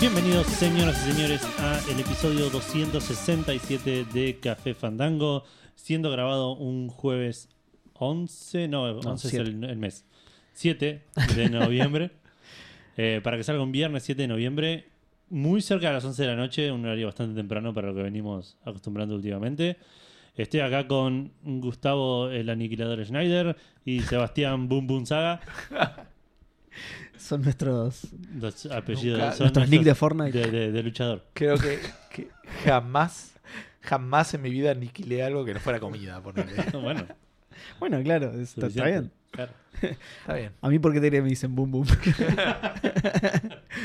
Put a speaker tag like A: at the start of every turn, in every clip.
A: Bienvenidos, señoras y señores, a el episodio 267 de Café Fandango, siendo grabado un jueves 11, no, 11 es
B: siete.
A: el, el mes, 7 de noviembre, Eh, para que salga un viernes 7 de noviembre, muy cerca de las 11 de la noche, un horario bastante temprano para lo que venimos acostumbrando últimamente. Estoy acá con Gustavo, el aniquilador Schneider, y Sebastián Boom Boom Saga.
B: Son nuestros.
A: Los apellidos
C: Nunca-
A: son
B: Nuestros nick de Fortnite.
A: de- de- de luchador.
C: Creo que, que jamás, jamás en mi vida aniquilé algo que no fuera comida. ponele.
A: Bueno,
B: Bueno, claro, es- está, está
A: suficiente.
B: bien.
A: Claro.
C: Está bien.
B: A mí, ¿por qué te me dicen boom boom?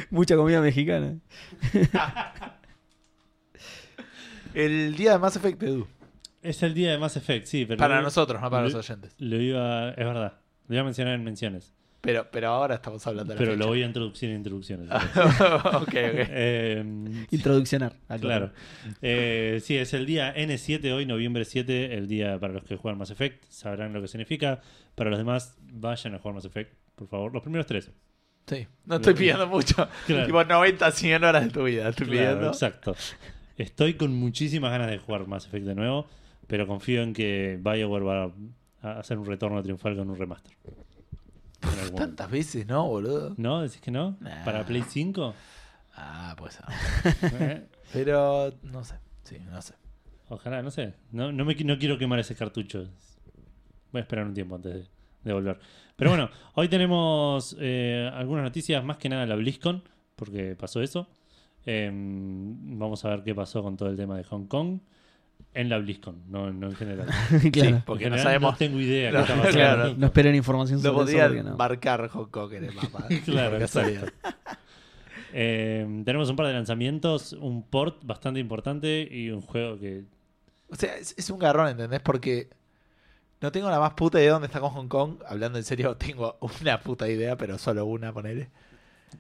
B: Mucha comida mexicana.
C: El día de Mass Effect, Edu.
A: Es el día de Mass Effect, sí, pero.
C: Para
A: lo-
C: nosotros, no para los
A: lo-
C: oyentes.
A: Lo iba. Es verdad. Lo iba a mencionar en menciones.
C: Pero, pero ahora estamos hablando de la
A: Pero lo
C: fecha. Ah,
A: voy a introducir en introducciones.
C: ok, ok.
A: Eh,
B: Introduccionar. al
A: claro. Eh, sí, es el día N7 hoy, noviembre 7, el día para los que juegan Mass Effect. Sabrán lo que significa. Para los demás, vayan a jugar Mass Effect, por favor. Los primeros tres.
C: Sí. No estoy pidiendo mucho.
A: Claro.
C: Tipo 90, 100 horas de tu vida. Estoy
A: Claro,
C: pidiendo.
A: exacto. Estoy con muchísimas ganas de jugar Mass Effect de nuevo, pero confío en que BioWare va a hacer un retorno triunfal con un remaster. En algún momento.
C: Tantas veces, ¿no, boludo?
A: ¿No? ¿Decís que no?
C: Nah.
A: ¿Para Play 5?
C: Ah, pues. ah.
A: ¿Eh?
C: Pero no sé. Sí, no sé.
A: Ojalá, no sé. No, no, me, qui- no quiero quemar ese cartucho. Voy a esperar un tiempo antes de, de volver. Pero bueno, hoy tenemos eh, algunas noticias, más que nada la BlizzCon, porque pasó eso. Eh, vamos a ver qué pasó con todo el tema de Hong Kong en la BlizzCon, no, no en general.
B: claro.
C: Sí, porque
A: En
C: no
A: general
C: sabemos.
A: No tengo idea
C: No,
A: qué está pasando.
C: claro.
B: No esperen información
C: No
B: sobre eso.
C: podía
B: porque no.
C: marcar Hong Kong en el mapa.
A: Claro,
C: Por casualidad.
A: Eh, tenemos un par de lanzamientos, un port bastante importante y un juego que
C: O sea, es, es un garrón, ¿entendés? Porque no tengo la más puta idea de dónde está con Hong Kong. Hablando en serio, tengo una puta idea, pero solo una, ponele.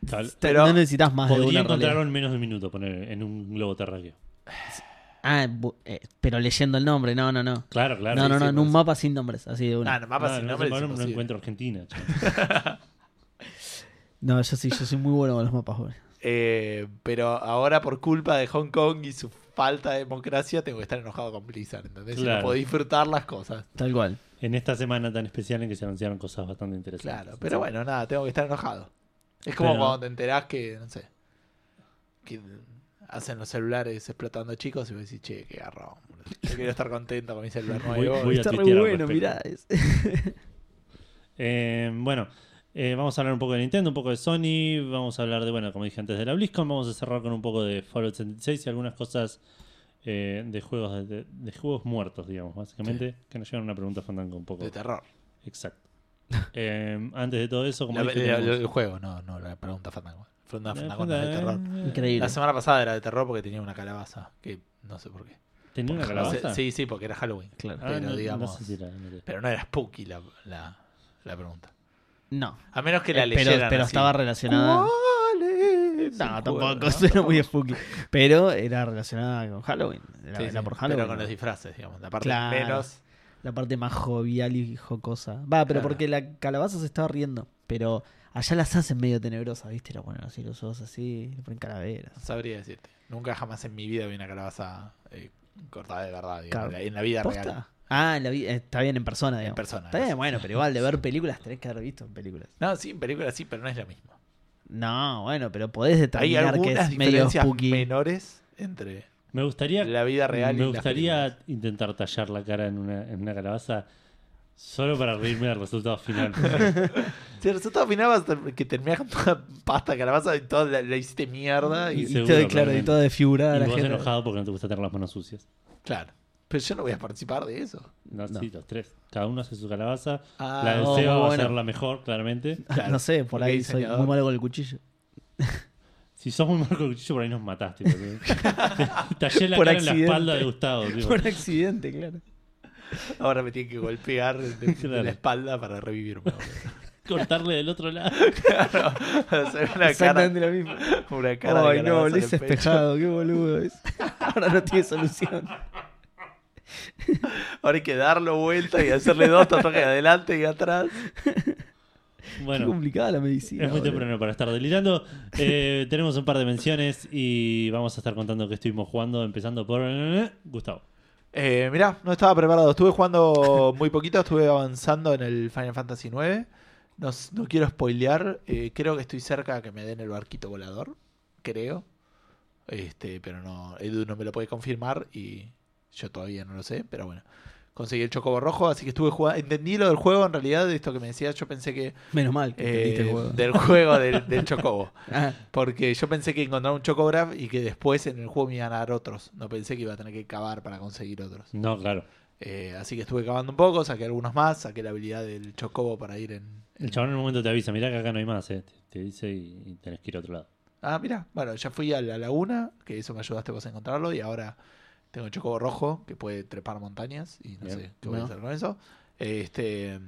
A: tal-
B: Te-
C: pero
B: no necesitas más de
A: podría
B: una
A: encontrarlo
B: realidad.
A: en menos de un minuto poner en un globo terráqueo.
B: Ah, bu- eh, pero leyendo el nombre, no, no, no.
A: Claro, claro.
B: no,
A: sí,
B: no,
A: sí,
B: no, en un
A: pues.
B: mapa sin nombres, así de una.
C: Ah, no, mapa
A: No,
C: sin
A: no,
C: nombre es
A: no, no
C: imposible.
A: encuentro Argentina. chaval.
B: No, yo sí, yo soy muy bueno con los mapas, güey.
C: Eh, pero ahora, por culpa de Hong Kong y su falta de democracia, tengo que estar enojado con Blizzard, ¿entendés? Y
A: Claro.
C: no puedo disfrutar las cosas.
B: Tal cual.
A: en esta semana tan especial en que se anunciaron cosas bastante interesantes.
C: Claro, pero bueno, nada, tengo que estar enojado. Es como
A: Pero-
C: cuando te enterás que, no sé, que hacen los celulares explotando chicos y vos decís, che, qué garrón. boludo. Yo quiero estar contento con mi celular
A: Voy-
C: nuevo.
A: voy a
B: Está re
A: tuitear al
B: bueno,
A: respecto.
B: mirá. es-
A: Eh, bueno, eh, vamos a hablar un poco de Nintendo, un poco de Sony, vamos a hablar de, bueno, como dije antes, de la BlizzCon, vamos a cerrar con un poco de Fallout 76 y algunas cosas eh, de juegos de, de juegos muertos, digamos, básicamente, que nos llevan a una pregunta fandango un poco.
C: De terror.
A: Exacto. Eh, antes de todo eso, como
C: La-
A: dije,
C: la- la-
A: tenemos-
C: el juego, no, no, la pregunta fandango. Pregunta
A: Eh,
C: fandango no es de terror.
B: Increíble.
C: La semana pasada era de terror porque tenía una calabaza, que no sé por qué.
A: ¿Tenía una
C: No sé,
A: calabaza?
C: sí, sí, porque era Halloween.
B: Claro.
A: Ah,
C: pero
A: no, no
C: digamos-
A: sé si era- no sé.
C: Pero no era spooky la, la, la pregunta.
B: No.
C: A menos que la
B: Eh,
C: leyeran
B: pero pero
C: así.
B: estaba relacionada.
C: ¿Cuál es
B: No,
C: el
B: tampoco,
C: juego?
B: suena muy spooky. Pero era relacionada con Halloween. Era,
C: Sí,
B: era
C: sí,
B: por Halloween.
C: Pero con los disfraces, digamos. La parte
B: Claro.
C: menos.
B: La parte más jovial y jocosa. Va, pero
C: Claro.
B: porque la calabaza se estaba riendo. Pero allá las hacen medio tenebrosas, ¿viste? Era bueno, así los ojos así, le ponen calaveras.
C: No sabría decirte. Nunca jamás en mi vida vi una calabaza eh, cortada de verdad, digamos.
B: Claro.
C: En la vida real.
B: ¿Posta? Ah, en la vi- eh, está bien en persona, digamos.
C: persona,
B: Está
C: en
B: bien, bueno, pero igual de ver películas tenés que haber visto en películas.
C: No, sí, en películas sí, pero no es lo mismo.
B: No, bueno, pero podés
C: Hay
B: determinar que
C: algunas
B: es medio
C: diferencias
B: spooky.
C: menores entre
A: Me gustaría
C: la vida real y
A: Me
C: las películas.
A: gustaría intentar tallar la cara en una, en una calabaza solo para reírme del resultado final.
C: Si el resultado final va a ser que terminás con toda pasta de calabaza y toda la, la hiciste mierda.
B: Y
C: Y,
A: Sí. seguro,
B: todo, claro, y
A: realmente.
B: todo desfigurada
A: y
B: la
A: vos
B: gente.
A: enojado porque no te gusta tener las manos sucias.
C: Claro. Pero yo no voy a participar de eso.
A: No,
B: No.
A: sí, los tres. Cada uno hace su calabaza.
C: Ah,
A: la de
B: no,
A: Seba va
B: oh, bueno.
A: a ser la mejor, claramente.
B: no sé, por
C: porque
B: ahí soy
C: diseñador.
B: muy malo con el cuchillo.
A: Si sos muy malo con el cuchillo, por ahí nos mataste. porque- Tallé la
B: Por
A: cara en
B: accidente.
A: la espalda de Gustavo. tipo.
B: Por accidente, claro.
A: Ah,
C: Ahora me tienen que golpear de, de
A: Claro.
C: la espalda para revivirme. boludo.
A: Cortarle del otro lado.
C: claro. Hacer una cara,
B: Exactamente lo mismo.
C: una cara de
B: Ay, no,
C: calabaza en
B: le hice
C: el pecho.
B: espejado, qué boludo es. Ahora no tiene solución.
C: Ahora hay que darlo vuelta y hacerle dos tatuajes adelante y atrás.
A: Bueno,
B: Qué complicada la medicina.
A: es muy
B: boludo.
A: temprano para estar delirando. Eh, tenemos un par de menciones y vamos a estar contando que estuvimos jugando, empezando por Gustavo.
C: Eh, mirá, no estaba preparado. Estuve jugando muy poquito, estuve avanzando en el Final Fantasy IX. No, s- no quiero spoilear. eh, creo que estoy cerca de que me den el barquito volador. Creo. Este, pero no, Edu no me lo puede confirmar y yo todavía no lo sé, pero bueno. Conseguí el chocobo rojo, así que estuve jugando. Entendí lo del juego en realidad, de esto que me decías. Yo pensé que.
B: Menos mal que entendiste el
C: eh,
B: juego.
C: Del juego del, del chocobo.
B: Ah,
C: Porque yo pensé que encontraba un chocograph y que después en el juego me iban a dar otros. No pensé que iba a tener que cavar para conseguir otros.
A: No, claro.
C: Eh, así que estuve cavando un poco, saqué algunos más, saqué la habilidad del Chocobo para ir en.
A: El chabón en un momento te avisa, mirá que acá no hay más, eh. te, te dice y, y tenés que ir a otro lado.
C: Ah, mira, bueno, ya fui a la laguna, que eso me ayudaste vos a encontrarlo, y ahora tengo el Chocobo rojo que puede trepar montañas, y no
A: Bien.
C: sé qué voy a
B: No.
C: hacer con eso. Este.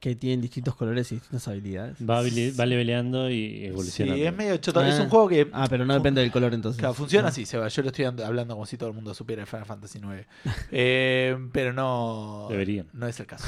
B: que tienen distintos colores y distintas habilidades.
A: Va, habili- va leveleando y
C: Sí,
A: evolucionando.
C: es medio choto.
B: Ah.
C: Es un juego que.
B: Ah, pero no depende del color entonces.
C: Claro, funciona así, Seba. Yo lo estoy dando- hablando como si todo el mundo supiera el Final Fantasy IX. Eh, pero no.
A: Deberían.
C: No es el caso.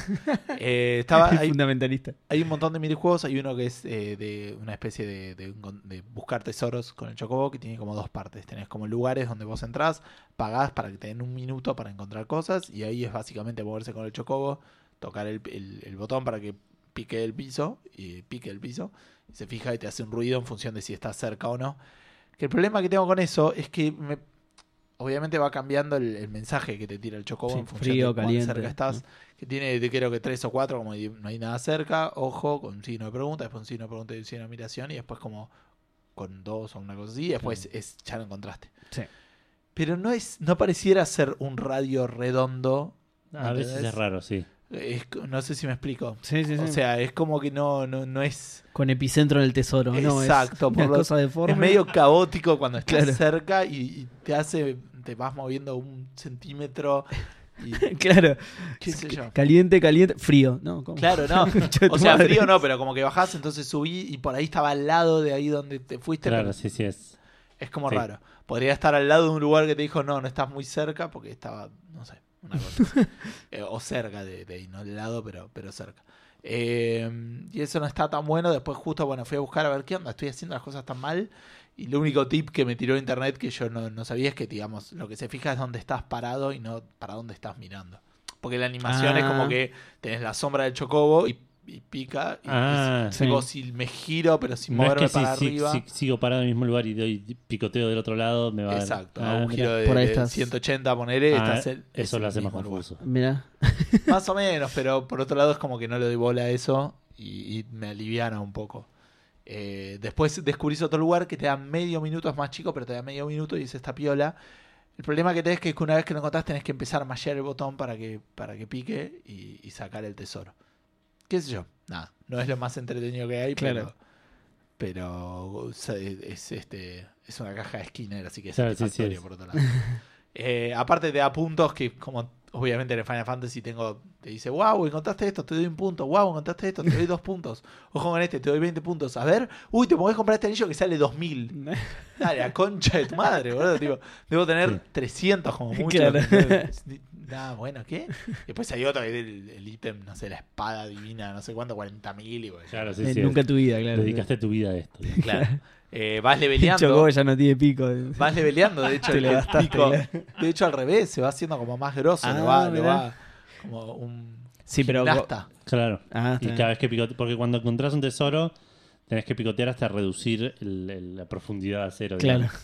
C: Eh, estaba,
B: Es
C: hay-
B: fundamentalista.
C: Hay un montón de minijuegos. Hay uno que es eh, de una especie de, de un- de buscar tesoros con el Chocobo que tiene como dos partes. Tenés como lugares donde vos entrás, pagás para que te den un minuto para encontrar cosas y ahí es básicamente moverse con el Chocobo, tocar el, el- el botón para que pique el piso y pique el piso. Y se fija y te hace un ruido en función de si estás cerca o no. Que el problema que tengo con eso es que me- obviamente va cambiando el, el mensaje que te tira el Chocobo
B: Sí,
C: en función
B: frío,
C: de cuán
B: caliente,
C: cerca estás que tiene de- creo que tres o cuatro, como di- no hay nada cerca, ojo, con un signo de pregunta, después un signo de pregunta y un signo de admiración, y después como con dos o una cosa así, y después es, ya lo encontraste.
B: Sí.
C: Pero no es, no pareciera ser un radio redondo.
A: A veces
C: ¿entendés?
A: es raro, sí.
C: Es c- no sé si me explico.
B: Ah, Sí, sí, sí.
C: O sea, es como que no, no, no es.
B: Con epicentro en el tesoro, ¿no? Es
C: Exacto, por
B: una
C: lo-
B: cosa de forma.
C: Es medio caótico cuando estás
B: Claro.
C: cerca y, y te hace. te vas moviendo un centímetro. Y
B: claro.
C: qué sé yo.
B: Caliente, caliente. Frío, ¿no? ¿Cómo?
C: Claro, no.
B: Concha de
C: O
B: tu
C: sea,
B: madre.
C: frío no, pero como que bajás, entonces subí y por ahí estaba al lado de ahí donde te fuiste.
A: Claro,
C: pero
A: sí, sí es.
C: Es como
A: Sí.
C: raro. Podría estar al lado de un lugar que te dijo, no, no estás muy cerca porque estaba, no sé, una cosa. así. Eh, o cerca de, de ahí, no al lado, pero, pero cerca. Eh, y eso no está tan bueno. Después justo, bueno, fui a buscar a ver qué onda. Estoy haciendo las cosas tan mal. Y el único tip que me tiró internet que yo no, no sabía es que, digamos, lo que se fija es dónde estás parado y no para dónde estás mirando. Porque la animación es
B: Ah.
C: como que tenés la sombra del chocobo y, y pica. Y,
A: Ah,
C: y si-
B: sí.
C: vos si me giro, pero sin
A: no es
C: moverme
A: que si,
C: para
A: si-
C: arriba.
A: si sigo parado en el mismo lugar y doy picoteo del otro lado, me va a dar-
C: Exacto,
A: Ah,
C: a un
A: mira.
C: giro de,
B: Por ahí
C: de
B: estás.
C: 180 ponele,
A: Ah,
C: estás en-
A: eso
C: es
A: lo
C: el
A: hace más
C: mismo lugar.
A: confuso.
B: Mirá.
C: Más o menos, pero por otro lado es como que no le doy bola a eso y, y me aliviana un poco. Eh, después descubrís otro lugar que te da medio minuto, es más chico, pero te da medio minuto y es esta piola. El problema que tenés que es que una vez que lo encontrás tenés que empezar a mallar el botón para que, para que pique y, y sacar el tesoro. ¿Qué sé yo? Nada, no es lo más entretenido que hay,
B: Claro.
C: pero... Pero o sea, es, es este, es una caja de Skinner, así que es
A: Claro, sí, sí,
C: satisfactorio
A: es.
C: por otro lado. Eh, aparte te da puntos que como obviamente en el Final Fantasy tengo te dice, wow, encontraste esto, te doy un punto, wow, encontraste esto, te doy dos puntos. Ojo con este, te doy 20 puntos. A ver, uy, te podés comprar este anillo que sale 2000. Dale, a concha de tu madre, boludo. Tipo, debo tener
A: Sí.
C: 300 como mucho.
B: Claro.
C: Nada, bueno, ¿qué? Después hay otro que es el el ítem, no sé, la espada divina, no sé cuánto, 40.000 y bueno,
A: Claro, sí,
B: Eh,
A: sí.
B: Nunca
A: es.
B: en tu vida, claro.
A: Dedicaste tu vida a esto.
C: claro. Eh, vas
B: El
C: leveleando.
B: Chocobo ya no tiene pico.
C: Vas leveleando, de hecho.
B: Te
C: el
B: lo gastaste,
C: pico-
B: claro.
C: De hecho, al revés, se va haciendo como más grosso. le
B: Ah,
C: va, le
B: mirá.
C: va como un
B: Sí, pero.
C: gimnasta.
A: Claro.
B: Ah,
A: Y
B: está
A: cada vez que picoteas, porque cuando encontrás un tesoro, tenés que picotear hasta reducir el- el- la profundidad a cero.
B: Claro.
A: digamos.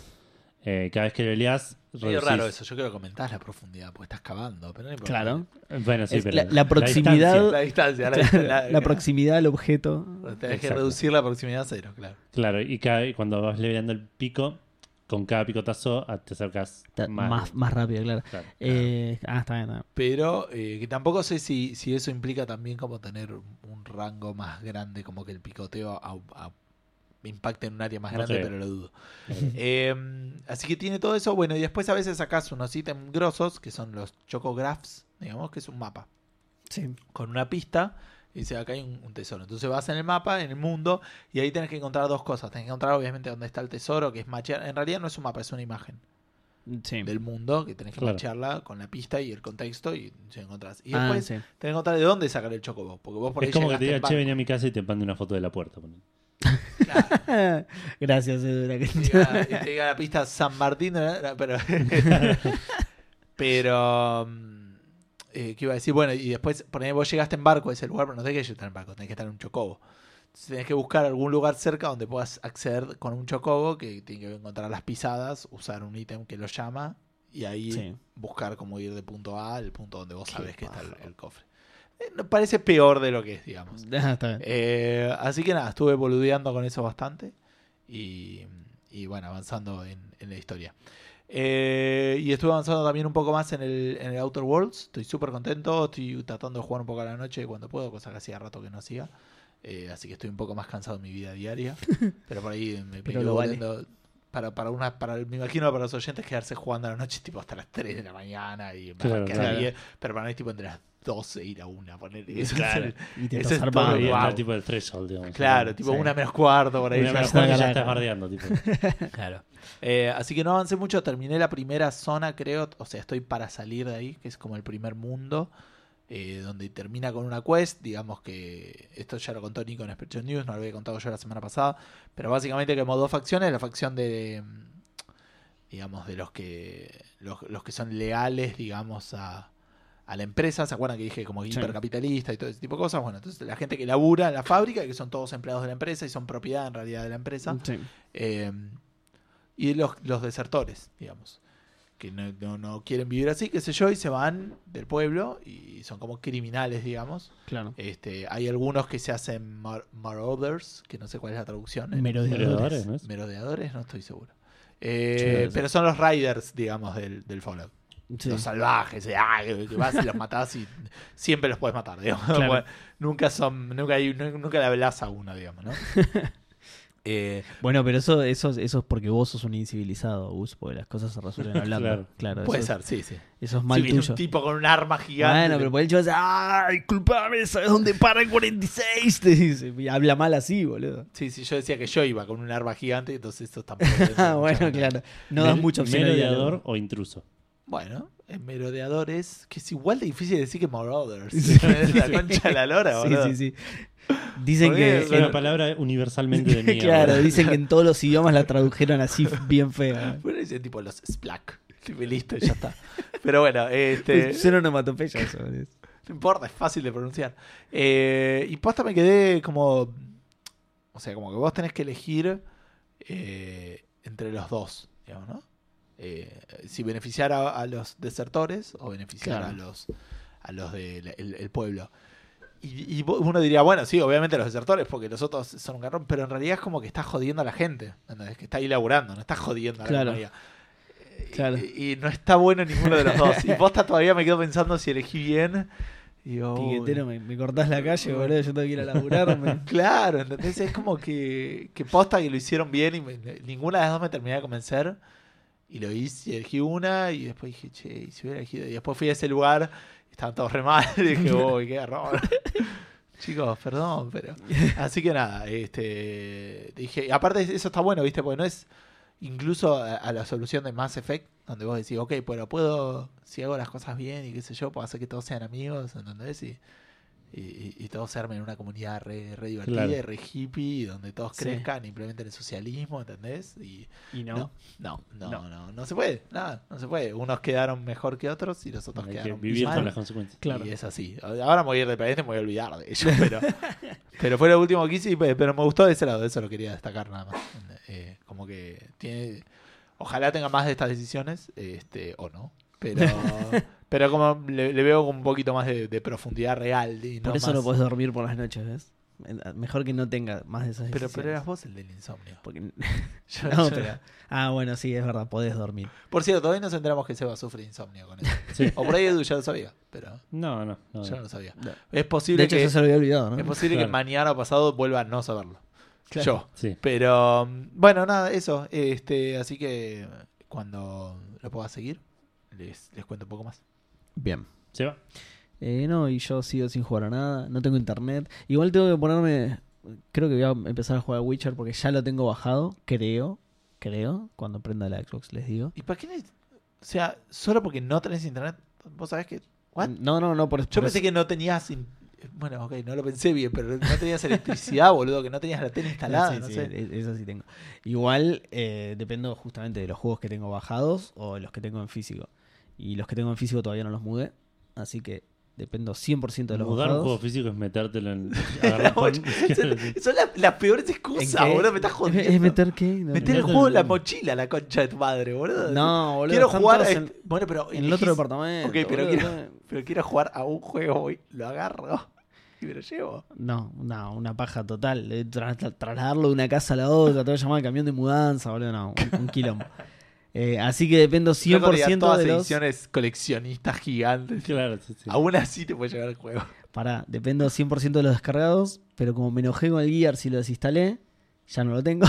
A: Eh, cada vez que leveleás,
C: Medio
A: reducís.
C: raro eso. Yo creo que aumentás la profundidad porque estás cavando. Pero no importa.
B: Claro.
A: Bueno, sí,
B: Es
A: pero
B: la- la proximidad-
A: distancia.
C: La distancia. La, la-
B: La proximidad al objeto.
C: Tenés que
A: Exacto.
C: reducir la proximidad a cero, claro.
A: claro, y, cada- y cuando vas leveleando el pico, con cada picotazo a- te acercas
B: ta-
A: más.
B: Más, más rápido, claro.
A: Claro.
B: Eh, ah, está bien, está bien.
C: Pero eh, que tampoco sé si, si eso implica también como tener un rango más grande, como que el picoteo a- a- impacte en un área más
A: No
C: grande,
A: creo.
C: pero lo dudo.
A: Claro.
C: Eh, así que tiene todo eso. Bueno, y después a veces sacas unos ítems grosos, que son los chocographs, digamos, que es un mapa
B: Sí.
C: con una pista y dice acá hay un, un tesoro. Entonces vas en el mapa, en el mundo, y ahí tenés que encontrar dos cosas. Tenés que encontrar obviamente dónde está el tesoro, que es machear. En realidad no es un mapa, es una imagen.
B: Sí.
C: del mundo, que tenés que
A: Claro.
C: marcharla con la pista y el contexto y se encontrás. Y
B: Ah,
C: después
B: sí.
C: tenés que encontrar de dónde sacar el chocobo, porque vos por ahí
A: Es como que te diga,
C: llegaste en
A: che,
C: barco.
A: vení a mi casa y te pande una foto de la puerta. ponele.
C: Claro.
B: Gracias, Edu. la que-
C: Y te diga- y te diga la pista San Martín, ¿eh? ¿no? No, pero... pero mm, eh, ¿Qué iba a decir? Bueno, y después, por ahí vos llegaste en barco a ese lugar, pero no tenés que estar en barco, tenés que estar en un chocobo. Entonces tenés que buscar algún lugar cerca donde puedas acceder con un chocobo, que tiene que encontrar las pisadas, usar un ítem que lo llama, y ahí
B: Sí.
C: buscar cómo ir de punto A al punto donde vos sabés que está el,
B: paja.
C: el cofre. Eh, no- parece peor de lo que es, digamos.
B: Ah, está bien.
C: Eh, así que nada, estuve boludeando con eso bastante. Y, y bueno, avanzando en, en la historia. Eh, y estuve avanzando también un poco más en el, en el Outer Worlds. Estoy súper contento. Estoy tratando de jugar un poco a la noche cuando puedo, cosa que hacía rato que no hacía. Eh, así que estoy un poco más cansado de mi vida diaria. pero por ahí me
B: Pero
C: me
B: lo
C: quedo
B: vale.
C: boludeando Para, para una, para, me imagino para los oyentes quedarse jugando a la noche tipo hasta las 3 de la mañana y
A: Claro,
C: quedar
B: claro.
C: bien, pero para mí es tipo entre las 12 e ir a una, poner eso
A: Claro.
C: es el-
B: Y te
C: ese
B: estás
C: es
B: armando.
C: todo
A: y
C: Ah, guau.
A: entrar tipo el threshold, digamos.
C: Claro, tipo
B: Sí.
C: una menos cuarto por ahí.
A: Una
C: ya
A: vez
B: está
A: que
C: está.
A: ya
B: carajo.
A: estás bardeando, tipo.
B: Claro.
C: Eh, así que no avancé mucho, terminé la primera zona, creo. O sea, estoy para salir de ahí, que es como el primer mundo, eh, donde termina con una quest. Digamos que esto ya lo contó Nico en Expression News, no lo había contado yo la semana pasada. Pero básicamente que como dos facciones, la facción de mm, digamos de los que los, los que son leales, digamos a a la empresa, ¿se acuerdan que dije como
A: Sí.
C: hipercapitalista y todo ese tipo de cosas? Bueno, entonces la gente que labura en la fábrica, que son todos empleados de la empresa y son propiedad en realidad de la empresa.
B: Sí.
C: Eh, y los, los desertores, digamos. Que no, no- no quieren vivir así, qué sé yo, y se van del pueblo y son como criminales, digamos.
B: Claro.
C: Este, hay algunos que se hacen mar- marauders, que no sé cuál es la traducción. en-
A: Merodeadores,
B: Eh, Merodeadores.
A: ¿no es?
C: Merodeadores, no estoy seguro.
B: Sí, no
C: Eh,
B: lo sé.
C: pero son los riders, digamos, del, del Fallout.
B: Sí.
C: Los salvajes, eh, ah, que que vas y los matás y siempre los puedes matar, digamos.
B: Claro.
C: Bueno, nunca son, nunca hay, nu- nunca le hablas a uno, digamos, ¿no? eh,
B: Bueno, pero eso, eso, eso es porque vos sos un incivilizado, Gus, porque las cosas se resuelven hablando.
A: Claro.
B: claro.
C: puede
B: eso,
C: ser, sí, sí.
B: Eso es mal
C: Sí, viene
B: tuyo.
C: un tipo con un arma gigante.
B: Bueno, pero por el chico dice, ¡ah! Disculpame, ¿sabes dónde para el 46? Te dice, y habla mal así, boludo.
C: Sí, sí, yo decía que yo iba con un arma gigante, entonces esto tampoco.
B: Ah, bueno, claro. No das
A: Mel-
B: mucha opción. al
A: Merodeador
B: diálogo.
A: o intruso.
C: Bueno, en merodeadores, que es igual de difícil decir que marauders.
B: Sí, sí,
C: la
B: sí.
C: concha de la lora, boludo.
B: Sí, sí, sí. Dicen
C: Por
B: que.
A: Es
C: eso,
B: Eh, en-
A: una palabra universalmente de mierda.
B: claro, dicen que en todos los idiomas la tradujeron así bien fea.
C: Bueno, dicen tipo los splack. Tipo, Listo, ya está. Pero bueno, este.
B: Es una onomatopeya eso.
C: No importa, es fácil de pronunciar. Eh, y posta me quedé como. O sea, como que vos tenés que elegir eh, entre los dos, digamos, ¿no? Eh, si beneficiar a, a los desertores o beneficiar
B: Claro.
C: a los a los del el- el pueblo. Y, y vo- uno diría, bueno, sí, obviamente los desertores, porque los otros son un garrón, pero en realidad es como que estás jodiendo a la gente, ¿entendés? que está ahí laburando, no estás jodiendo a la
B: Claro.
C: mayoría.
B: Claro.
C: Y, y no está bueno ninguno de los dos. Y posta todavía me quedo pensando si elegí bien. Y Digo, uy.
B: Piquetero, me, me cortás la calle, boludo. Yo tengo que ir a laburarme.
C: Claro, ¿entendés? Es como que, que posta que lo hicieron bien y me- ninguna de las dos me terminé de convencer. Y lo hice, y elegí una y después dije, che, y si hubiera elegido. Y después fui a ese lugar, y estaban todos re mal. Y dije, uy, qué error. Chicos, perdón, pero. Así que nada, este. Dije, y aparte eso está bueno, ¿viste? Porque no es incluso a, a la solución de Mass Effect, donde vos decís, ok, pero puedo, si hago las cosas bien y qué sé yo, puedo hacer que todos sean amigos, ¿entendés? Y, y, y- y todos se armen en una comunidad re, re divertida
A: Claro.
C: y re hippie, donde todos
B: Sí.
C: crezcan, implementen el socialismo, ¿entendés? Y
B: Y no.
C: no, no, no, no,
B: No.
C: no, se puede, nada, no se puede. Unos quedaron mejor que otros y los otros
A: Hay que
C: quedaron
A: vivir
C: mal.
A: con las consecuencias.
B: Claro.
C: Y es así. Ahora me voy a ir de país, me voy a olvidar de ello. Pero, pero fue lo último que hice, y pe- pero me gustó de ese lado, eso lo quería destacar nada más. Eh, como que tiene. Ojalá tenga más de estas decisiones, este, o no. Pero, pero como le, le veo como un poquito más de, de profundidad real. Y no
B: Por eso
C: más-
B: no podés dormir por las noches, ¿ves? Mejor que no tenga más de esas
C: Pero,
B: decisiones.
C: pero eras vos el del insomnio.
B: Porque-
C: Yo-
B: No,
C: yo-
B: pero- Ah, bueno, sí, es verdad, podés dormir.
C: Por cierto, hoy nos enteramos que Seba sufre insomnio con eso.
A: Sí.
C: O por ahí Edu ya lo sabía, pero
A: No, no. no,
C: yo no
A: no.
C: lo sabía.
B: No.
C: Es
B: De
C: posible
B: hecho,
C: que.
B: yo se lo había olvidado,
C: Es
B: ¿no?
C: posible
A: Claro.
C: que mañana o pasado vuelva a no saberlo.
B: Claro.
C: Yo.
A: Sí.
C: Pero mm, bueno, nada, eso. Este, así que cuando lo pueda seguir, les, les cuento un poco más.
B: Bien.
A: ¿Se va?
B: Eh, no, y yo sigo sin jugar a nada, no tengo internet. Igual tengo que ponerme. Creo que voy a empezar a jugar a Witcher porque ya lo tengo bajado, creo. Creo, cuando prenda la Xbox les digo.
C: ¿Y para qué? neces- O sea, solo porque no tenés internet, vos sabés que. ¿What?
B: No, no, no, por
C: Yo pensé que no tenías. in- Bueno, ok, no lo pensé bien, pero no tenías electricidad, boludo, que no tenías la tele instalada,
B: Sí,
C: no
B: sí,
C: sé.
B: e- Eso sí tengo. Igual eh, dependo justamente de los juegos que tengo bajados o los que tengo en físico. Y los que tengo en físico todavía no los mudé. Así que dependo 100% de los
A: Mudar un
B: bajados.
A: juego físico es metértelo en.
C: La
A: agarrar con-
C: moch- Son las, las peores excusas,
B: ¿En qué?
C: boludo, me estás jodiendo.
B: ¿Es meter qué? No,
C: Meter
A: Meter
C: el juego en la
A: el-
C: mochila, la concha de tu madre, boludo.
B: No, boludo.
C: quiero
B: están
C: jugar a
B: todos
C: este-
B: en,
C: Bueno, pero
B: en el otro
C: elegís-
B: departamento.
C: Ok, pero
B: boludo, eh.
C: quiero-
B: no-
C: Pero quiero jugar a un juego hoy, lo agarro y me lo llevo.
B: No, no, una paja total. Eh, tra- tra- trasladarlo de una casa a la otra, te voy a llamar al camión de mudanza, boludo, no, un, un quilombo. Eh, así que dependo
C: Luego te dan
B: 100%
C: todas
B: de los...
C: ediciones coleccionistas gigantes.
A: Claro, sí, sí.
C: Aún así te puede llegar el juego.
B: Pará, dependo 100% de los descargados, pero como me enojé con el Gear si lo desinstalé, ya no lo tengo.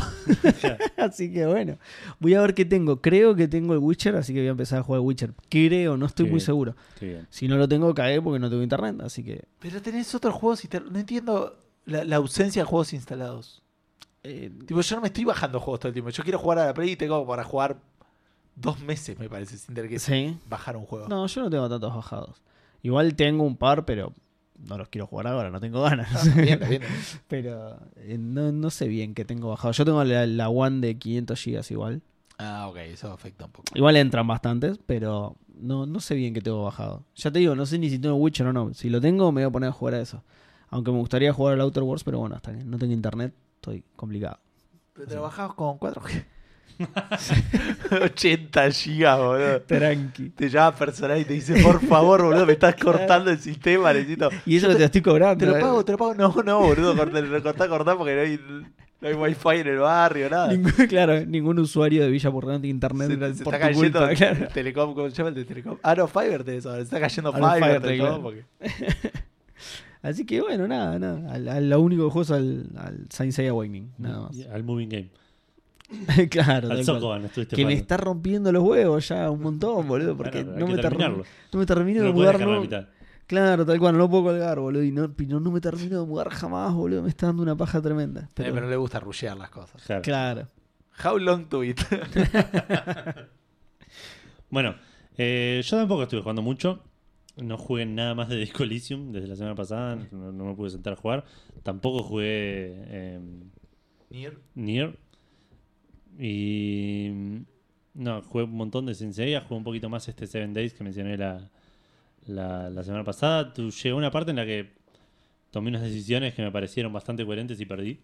B: así que bueno, voy a ver qué tengo. Creo que tengo el Witcher, así que voy a empezar a jugar Witcher. Creo, no estoy
A: Qué
B: muy
A: bien.
B: seguro.
A: Qué bien.
B: Si no lo tengo, cagué porque no tengo internet, así que...
C: Pero tenés otros juegos y No entiendo la, la ausencia de juegos instalados.
B: eh,
C: Tipo, yo no me estoy bajando juegos todo el tiempo. Yo quiero jugar a la Play y tengo para jugar dos meses, me parece, sin tener que
B: sí.
C: bajar un juego.
B: No, yo no tengo tantos bajados. Igual tengo un par, pero no los quiero jugar ahora, no tengo ganas.
C: Ah, Bien, bien.
B: pero eh, no, no sé bien qué tengo bajado. Yo tengo la, la One de 500 GB igual.
C: Ah, ok, eso afecta un poco.
B: Igual entran bastantes, pero no, no sé bien qué tengo bajado. Ya te digo, no sé ni si tengo Witcher o no. Si lo tengo, me voy a poner a jugar a eso. Aunque me gustaría jugar al Outer Worlds, pero bueno, hasta que no tengo internet, estoy complicado.
C: Pero trabajabas con 4G. 80 gigas, boludo.
B: Tranqui.
C: Te llama personal y te dice, por favor, boludo, me estás cortando el sistema, necesito.
B: Y eso que te estoy cobrando.
C: Te lo
B: eh.
C: pago, te lo pago. No, no, boludo, cortá, cortá, cortá porque no hay, no hay wifi en el barrio, nada.
B: Ningún- claro, ningún usuario de Villa Burrón tiene internet
C: Se,
B: por
C: se
B: tu
C: está cayendo
B: culpa, claro.
C: el Telecom, ¿cómo se llama el de Telecom? Ah, no, Fiverr tenés ahora, se está cayendo
B: Ah, no,
C: Fiverr,
B: Fiverr,
C: Telecom,
B: claro.
C: porque- eh,
B: Así que bueno, nada, nada. Al, al- lo único que juego es al, al Saint Seiya Awakening, nada
A: Y Al Moving Game.
B: más. claro,
A: Al este
B: tal cual.
A: Sokoban estuviste
B: que me
A: jugando.
B: está rompiendo los huevos ya un montón, boludo, porque
A: Bueno, hay
B: no,
A: que
B: me termino,
A: terminarlo.
B: no me termino
A: No
B: de
A: lo puedes
B: mudar.
A: dejar a la
B: no-
A: mitad.
B: claro, tal cual, no lo puedo colgar, boludo, y no, y no, no me termino de mudar jamás, boludo, me está dando una paja tremenda.
C: Eh, Pero,
B: Pero,
C: no le gusta rushear las cosas.
A: Claro.
B: claro,
C: How long to it?
A: Bueno, eh, yo tampoco estuve jugando mucho. No jugué nada más de Disco Elysium desde la semana pasada. No, no me pude sentar a jugar. Tampoco jugué eh, Nier. Y. mm, No, jugué un montón de Senseiya. Jugué un poquito más este Seven Days que mencioné la, la, la semana pasada. Tu- Llegó una parte en la que tomé unas decisiones que me parecieron bastante coherentes y perdí.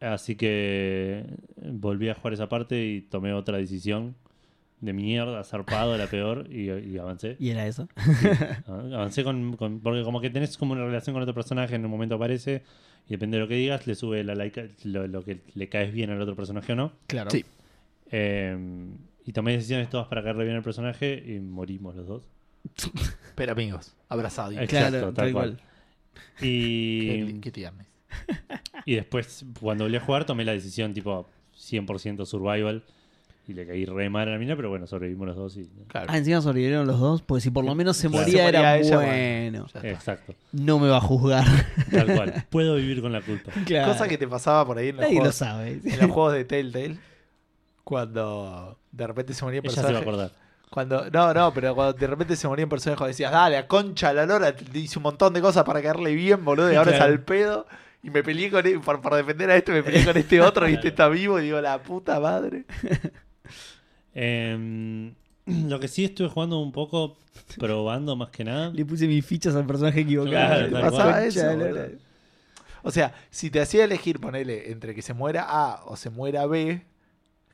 A: Así que eh, volví a jugar esa parte y tomé otra decisión de mierda, zarpado, la peor, y, y avancé.
B: y era eso.
A: Avancé con, con- Porque como que tenés como una relación con otro personaje, en un momento aparece, y depende de lo que digas, le sube la like, lo, lo que le caes bien al otro personaje o no.
B: Claro.
C: Sí.
A: Eh, y tomé decisiones todas para caerle bien al personaje y morimos los dos.
C: Pero amigos, abrazado.
A: Exacto,
B: Claro,
A: tal
B: tal,
A: cual.
B: cual.
A: Y,
C: Qué tiernos.
A: y después, cuando volví a jugar, tomé la decisión tipo 100% survival. Y le caí re mal a la mina, pero bueno, sobrevivimos los dos y...
C: Claro.
B: Ah, encima sobrevivieron los dos, porque si por lo menos se
A: Claro.
B: moría
C: Se
B: era
C: moría ella,
B: bueno.
C: Ya está.
A: Exacto,
B: No me va a juzgar.
A: tal cual. Puedo vivir con la culpa.
B: claro.
C: Cosa que te pasaba por ahí en los,
B: Nadie lo
C: juegos,
B: sabe.
C: en los juegos de Telltale. Cuando de repente se moría un
A: Ella se va a
C: personaje.
A: acordar.
C: Cuando, no, no, pero cuando de repente se moría un personaje, decías, dale, a concha, la lora, te hice un montón de cosas para caerle bien, boludo, y ahora es
A: Claro.
C: al pedo. Y me peleé con él, por, por defender a este, me peleé con este otro, y este está vivo, y digo, la puta madre.
A: Em, lo que sí estuve jugando un poco, probando más que nada.
B: Le puse mis fichas al personaje equivocado.
A: Claro,
C: ¿Qué
A: tal
C: pasaba
A: cual.
C: eso, boludo? O sea, si te hacía elegir, ponele, entre que se muera A o se muera B,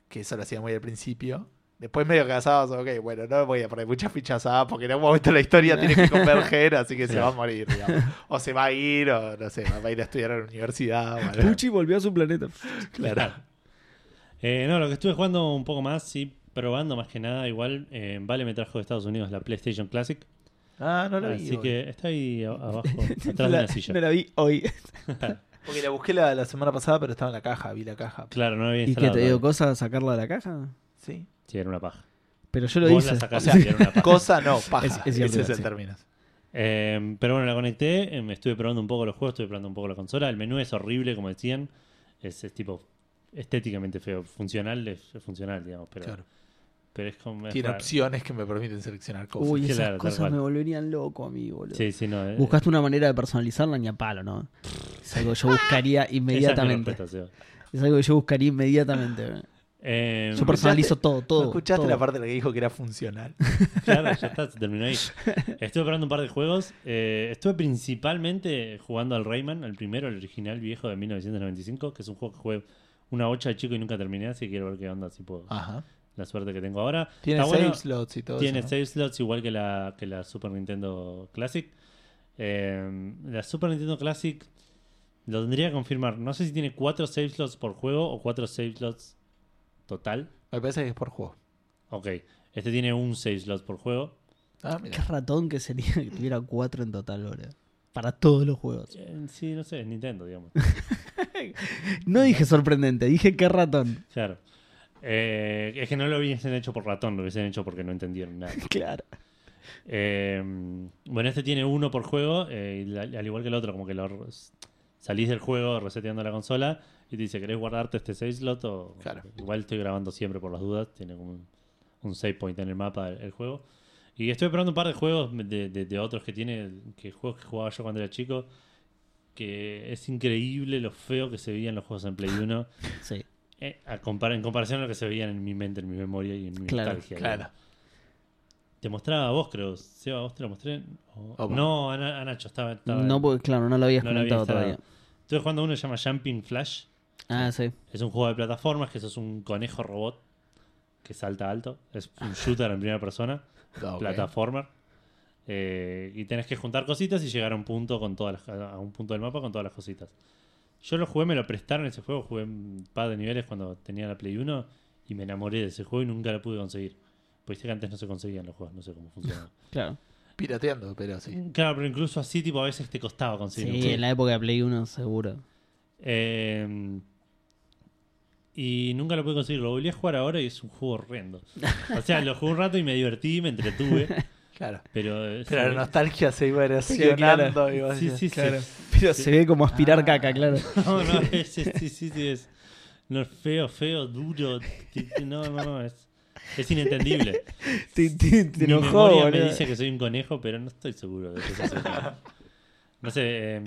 C: que eso lo hacía muy al principio, después medio casabas, ok, bueno, no voy a poner muchas fichas a A porque en algún momento la historia tiene que converger, así que se va a morir, digamos. O se va a ir, o no sé, va a ir a estudiar a la universidad. o algo.
B: Pucci volvió a su planeta.
A: Claro. Eh, no, lo que estuve jugando un poco más, sí, probando más que nada. Igual, eh, Vale me trajo de Estados Unidos la PlayStation Classic.
C: Ah, no lo vi.
A: así
C: boludo.
A: que está ahí a- abajo, atrás de
B: La-
A: la silla.
B: me la vi hoy.
C: Porque la busqué la, la semana pasada, pero estaba en la caja, vi la caja.
A: Claro, no había
B: ¿Y que
A: instalado.
B: te dio
A: todavía.
B: cosa sacarla de la caja?
C: Sí.
A: Sí, era una paja.
B: Pero yo lo
A: Vos
B: hice.
A: la sacaste,
C: O sea,
A: y era una paja.
C: Cosa no, paja.
B: Es- es
C: Ese
B: cierto,
C: es el
B: sí.
C: término.
A: Eh, pero bueno, la conecté, eh, me estuve probando un poco los juegos, estuve probando un poco la consola. El menú es horrible, como decían. Es, es tipo estéticamente feo. Funcional es, es funcional, digamos, pero,
C: Claro.
A: Pero es como. es
C: Tiene
A: raro.
C: opciones que me permiten seleccionar cosas.
B: Uy,
A: Claro,
B: esas
A: tal
B: cosas
A: cual.
B: me volverían loco a mí, boludo.
A: Sí, sí, no. eh,
B: Buscaste una manera de personalizarla ni a palo, ¿no? Es algo que yo buscaría
A: esa es mi
B: inmediatamente.
A: respuesta, Seba.
B: Es algo que yo buscaría inmediatamente. ¿verdad?
A: Eh,
B: Yo personalizo todo,
C: ¿No
B: todo.
C: escuchaste
B: todo.
C: la parte de la que dijo que era funcional?
A: Claro, ya está, se terminó ahí. Estuve probando un par de juegos. eh, estuve principalmente jugando al Rayman, el primero, el original viejo de 1995, que es un juego que jugué una bocha de chico y nunca terminé, así que quiero ver qué onda, si puedo.
C: Ajá.
A: La suerte que tengo ahora.
C: Ah. Tiene
A: Está
C: save
A: Ah, bueno,
C: slots y todo
A: Tiene
C: eso. ¿no?
A: save slots igual que la, que la Super Nintendo Classic. Eh, la Super Nintendo Classic lo tendría que confirmar. No sé si tiene cuatro save slots por juego o cuatro save slots total.
C: Me parece que es por juego.
A: Ok, este tiene un save slot por juego.
C: Ah,
B: Qué
C: mira.
B: ratón que sería que tuviera cuatro en total, boludo. Para todos los juegos.
A: Eh, Sí, no sé, es Nintendo, digamos.
B: No dije sorprendente, dije qué ratón.
A: Claro. Eh, es que no lo hubiesen hecho por ratón, lo hubiesen hecho porque no entendieron nada.
B: Claro.
A: Eh, bueno, este tiene uno por juego, eh, y la- al igual que el otro, como que lo re- salís del juego reseteando la consola y te dice, ¿querés guardarte este save slot? O...
C: Claro.
A: Igual estoy grabando siempre por las dudas, tiene como un, un save point en el mapa el, el juego. Y estoy probando un par de juegos de, de- de otros que tiene, que juegos que jugaba yo cuando era chico, que es increíble lo feo que se veían los juegos en Play 1.
B: Sí.
A: Eh, a compar- en comparación a lo que se veían en mi mente, en mi memoria y en mi
B: Claro,
A: nostalgia.
C: Claro.
A: Te mostraba a vos, creo. Seba, vos te lo mostré. O-
C: O vos.
A: No, a, Na- a Nacho, estaba. estaba-
B: No, porque claro, no lo habías
A: no lo había
B: comentado
A: instalado.
B: todavía.
A: Estuve jugando uno que se llama Jumping Flash.
B: Ah, sí.
A: Es un juego de plataformas que sos un conejo robot que salta alto. Es un shooter en primera persona,
C: Ah, ok.
A: plataformer. Eh, y tenés que juntar cositas y llegar a un punto con todas las- a un punto del mapa con todas las cositas. Yo lo jugué, me lo prestaron ese juego, jugué un par de niveles cuando tenía la Play 1 y me enamoré de ese juego y nunca lo pude conseguir. Pues viste que antes no se conseguían los juegos, no sé cómo funcionaba.
B: Claro.
C: Pirateando, pero sí.
A: Claro, pero incluso así, tipo, a veces te costaba
B: Sí,
A: conseguir un
B: en
A: juego.
B: la época de Play 1 seguro.
A: Eh, y nunca lo pude conseguir. Lo volví a jugar ahora y es un juego horrendo. O sea, lo jugué un rato y me divertí, me entretuve.
C: Claro.
A: Pero, eh,
C: Pero
A: se-
C: la nostalgia se iba erosionando. y vos
A: sí,
C: decías,
A: sí, sí.
B: Pero se ve como aspirar caca, claro.
A: No, no, es, es- sí, sí, sí, es. No es feo, feo, duro. ti- ti- No, no, no, es, es inentendible.
B: Te, te- te
A: Mi
B: enojó,
A: memoria me
B: boludo.
A: dice que soy un conejo, pero no estoy seguro de que eso sea. No sé, em,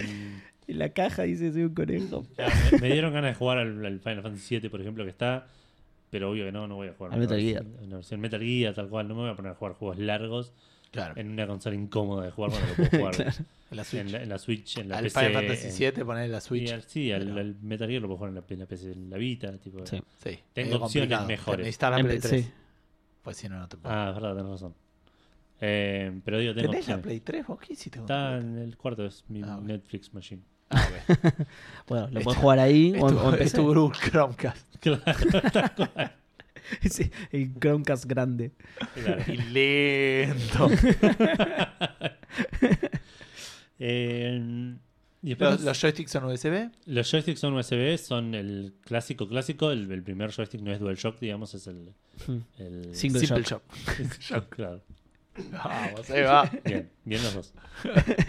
B: En la caja dice soy un conejo.
A: Ya, me, me dieron ganas de jugar al, al Final Fantasy VII, por ejemplo, que está. Pero obvio que no, no voy a jugar.
B: Al
A: una
B: Metal
A: versión- Una versión Metal Gear, tal cual. No me voy a poner a jugar juegos largos
C: Claro.
A: en una consola incómoda de jugar cuando lo puedo jugar
C: en la Switch.
A: en, la, en la Switch, en la
C: Al
A: PC.
C: Final Fantasy
A: en-
C: VII, poner en la
A: y
C: Switch.
A: al- sí, al,
C: pero-
A: al Metal Gear lo puedo jugar en la, en la PC, en la Vita. Tipo.
B: Sí.
C: Sí,
A: Tengo
C: medio
A: opciones
C: complicado.
A: mejores.
C: Necesitas la
B: En
C: Play
B: P-
C: 3.
B: Em, sí.
C: Pues si no, no te puedo.
A: Ah, es verdad, tenés razón. Eh, pero digo, tengo
C: ¿Tenés la
A: opciones.
C: Play 3? ¿Vos qué hiciste? con tu
A: Está
C: Play
A: en el cuarto, es mi
C: Ah, ok.
A: Netflix machine.
C: Ah, ok.
B: Bueno, lo
C: Es
B: puedes
C: tu-
B: jugar ahí
C: Es
B: o,
C: tu-
B: o en
C: es
B: PC.
C: tu Google Chromecast.
A: Claro, tal cual.
B: Sí, el Chromecast grande.
A: Claro.
C: Y lento.
A: Eh, y después-
C: los, los joysticks son USB.
A: Los joysticks son USB, son el clásico clásico, el, el primer joystick no es DualShock, digamos, es el...
B: Hmm.
A: el-
B: Single.
C: Simple,
B: Shot.
C: Shop.
A: Claro,
C: Vamos, ahí va.
A: bien, bien los dos.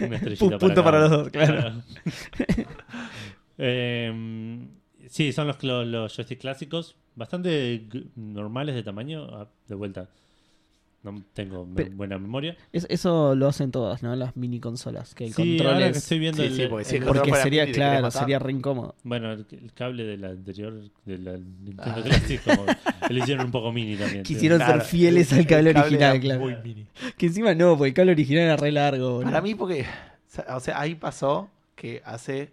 A: Una estrellita
B: Pu- punto para
A: cada
B: los
A: uno.
B: dos, claro.
A: Eh, sí, son los, los, los joysticks clásicos, bastante g- normales de tamaño, Ah, de vuelta. No tengo me-
B: Pero-
A: buena memoria.
B: Es- eso lo hacen todas, ¿no? Las mini consolas. Que el
A: Sí,
B: control
A: ahora
B: es-
A: que estoy viendo
C: Sí,
A: el-
C: sí, porque si
A: el-
C: es
B: Porque
C: Control para
B: sería,
C: mí, te querés
B: claro,
C: matar.
B: sería re incómodo.
A: Bueno, el, el cable de la anterior, de la Nintendo
C: Ah.
A: Classic, como que lo hicieron un poco mini también.
B: Quisieron
A: Sí.
B: ser fieles al
C: el
B: cable original,
C: era
B: claro.
C: muy mini.
B: Que encima no, porque el cable original era re largo. boludo.
C: Para mí, porque. O sea, ahí pasó que hace.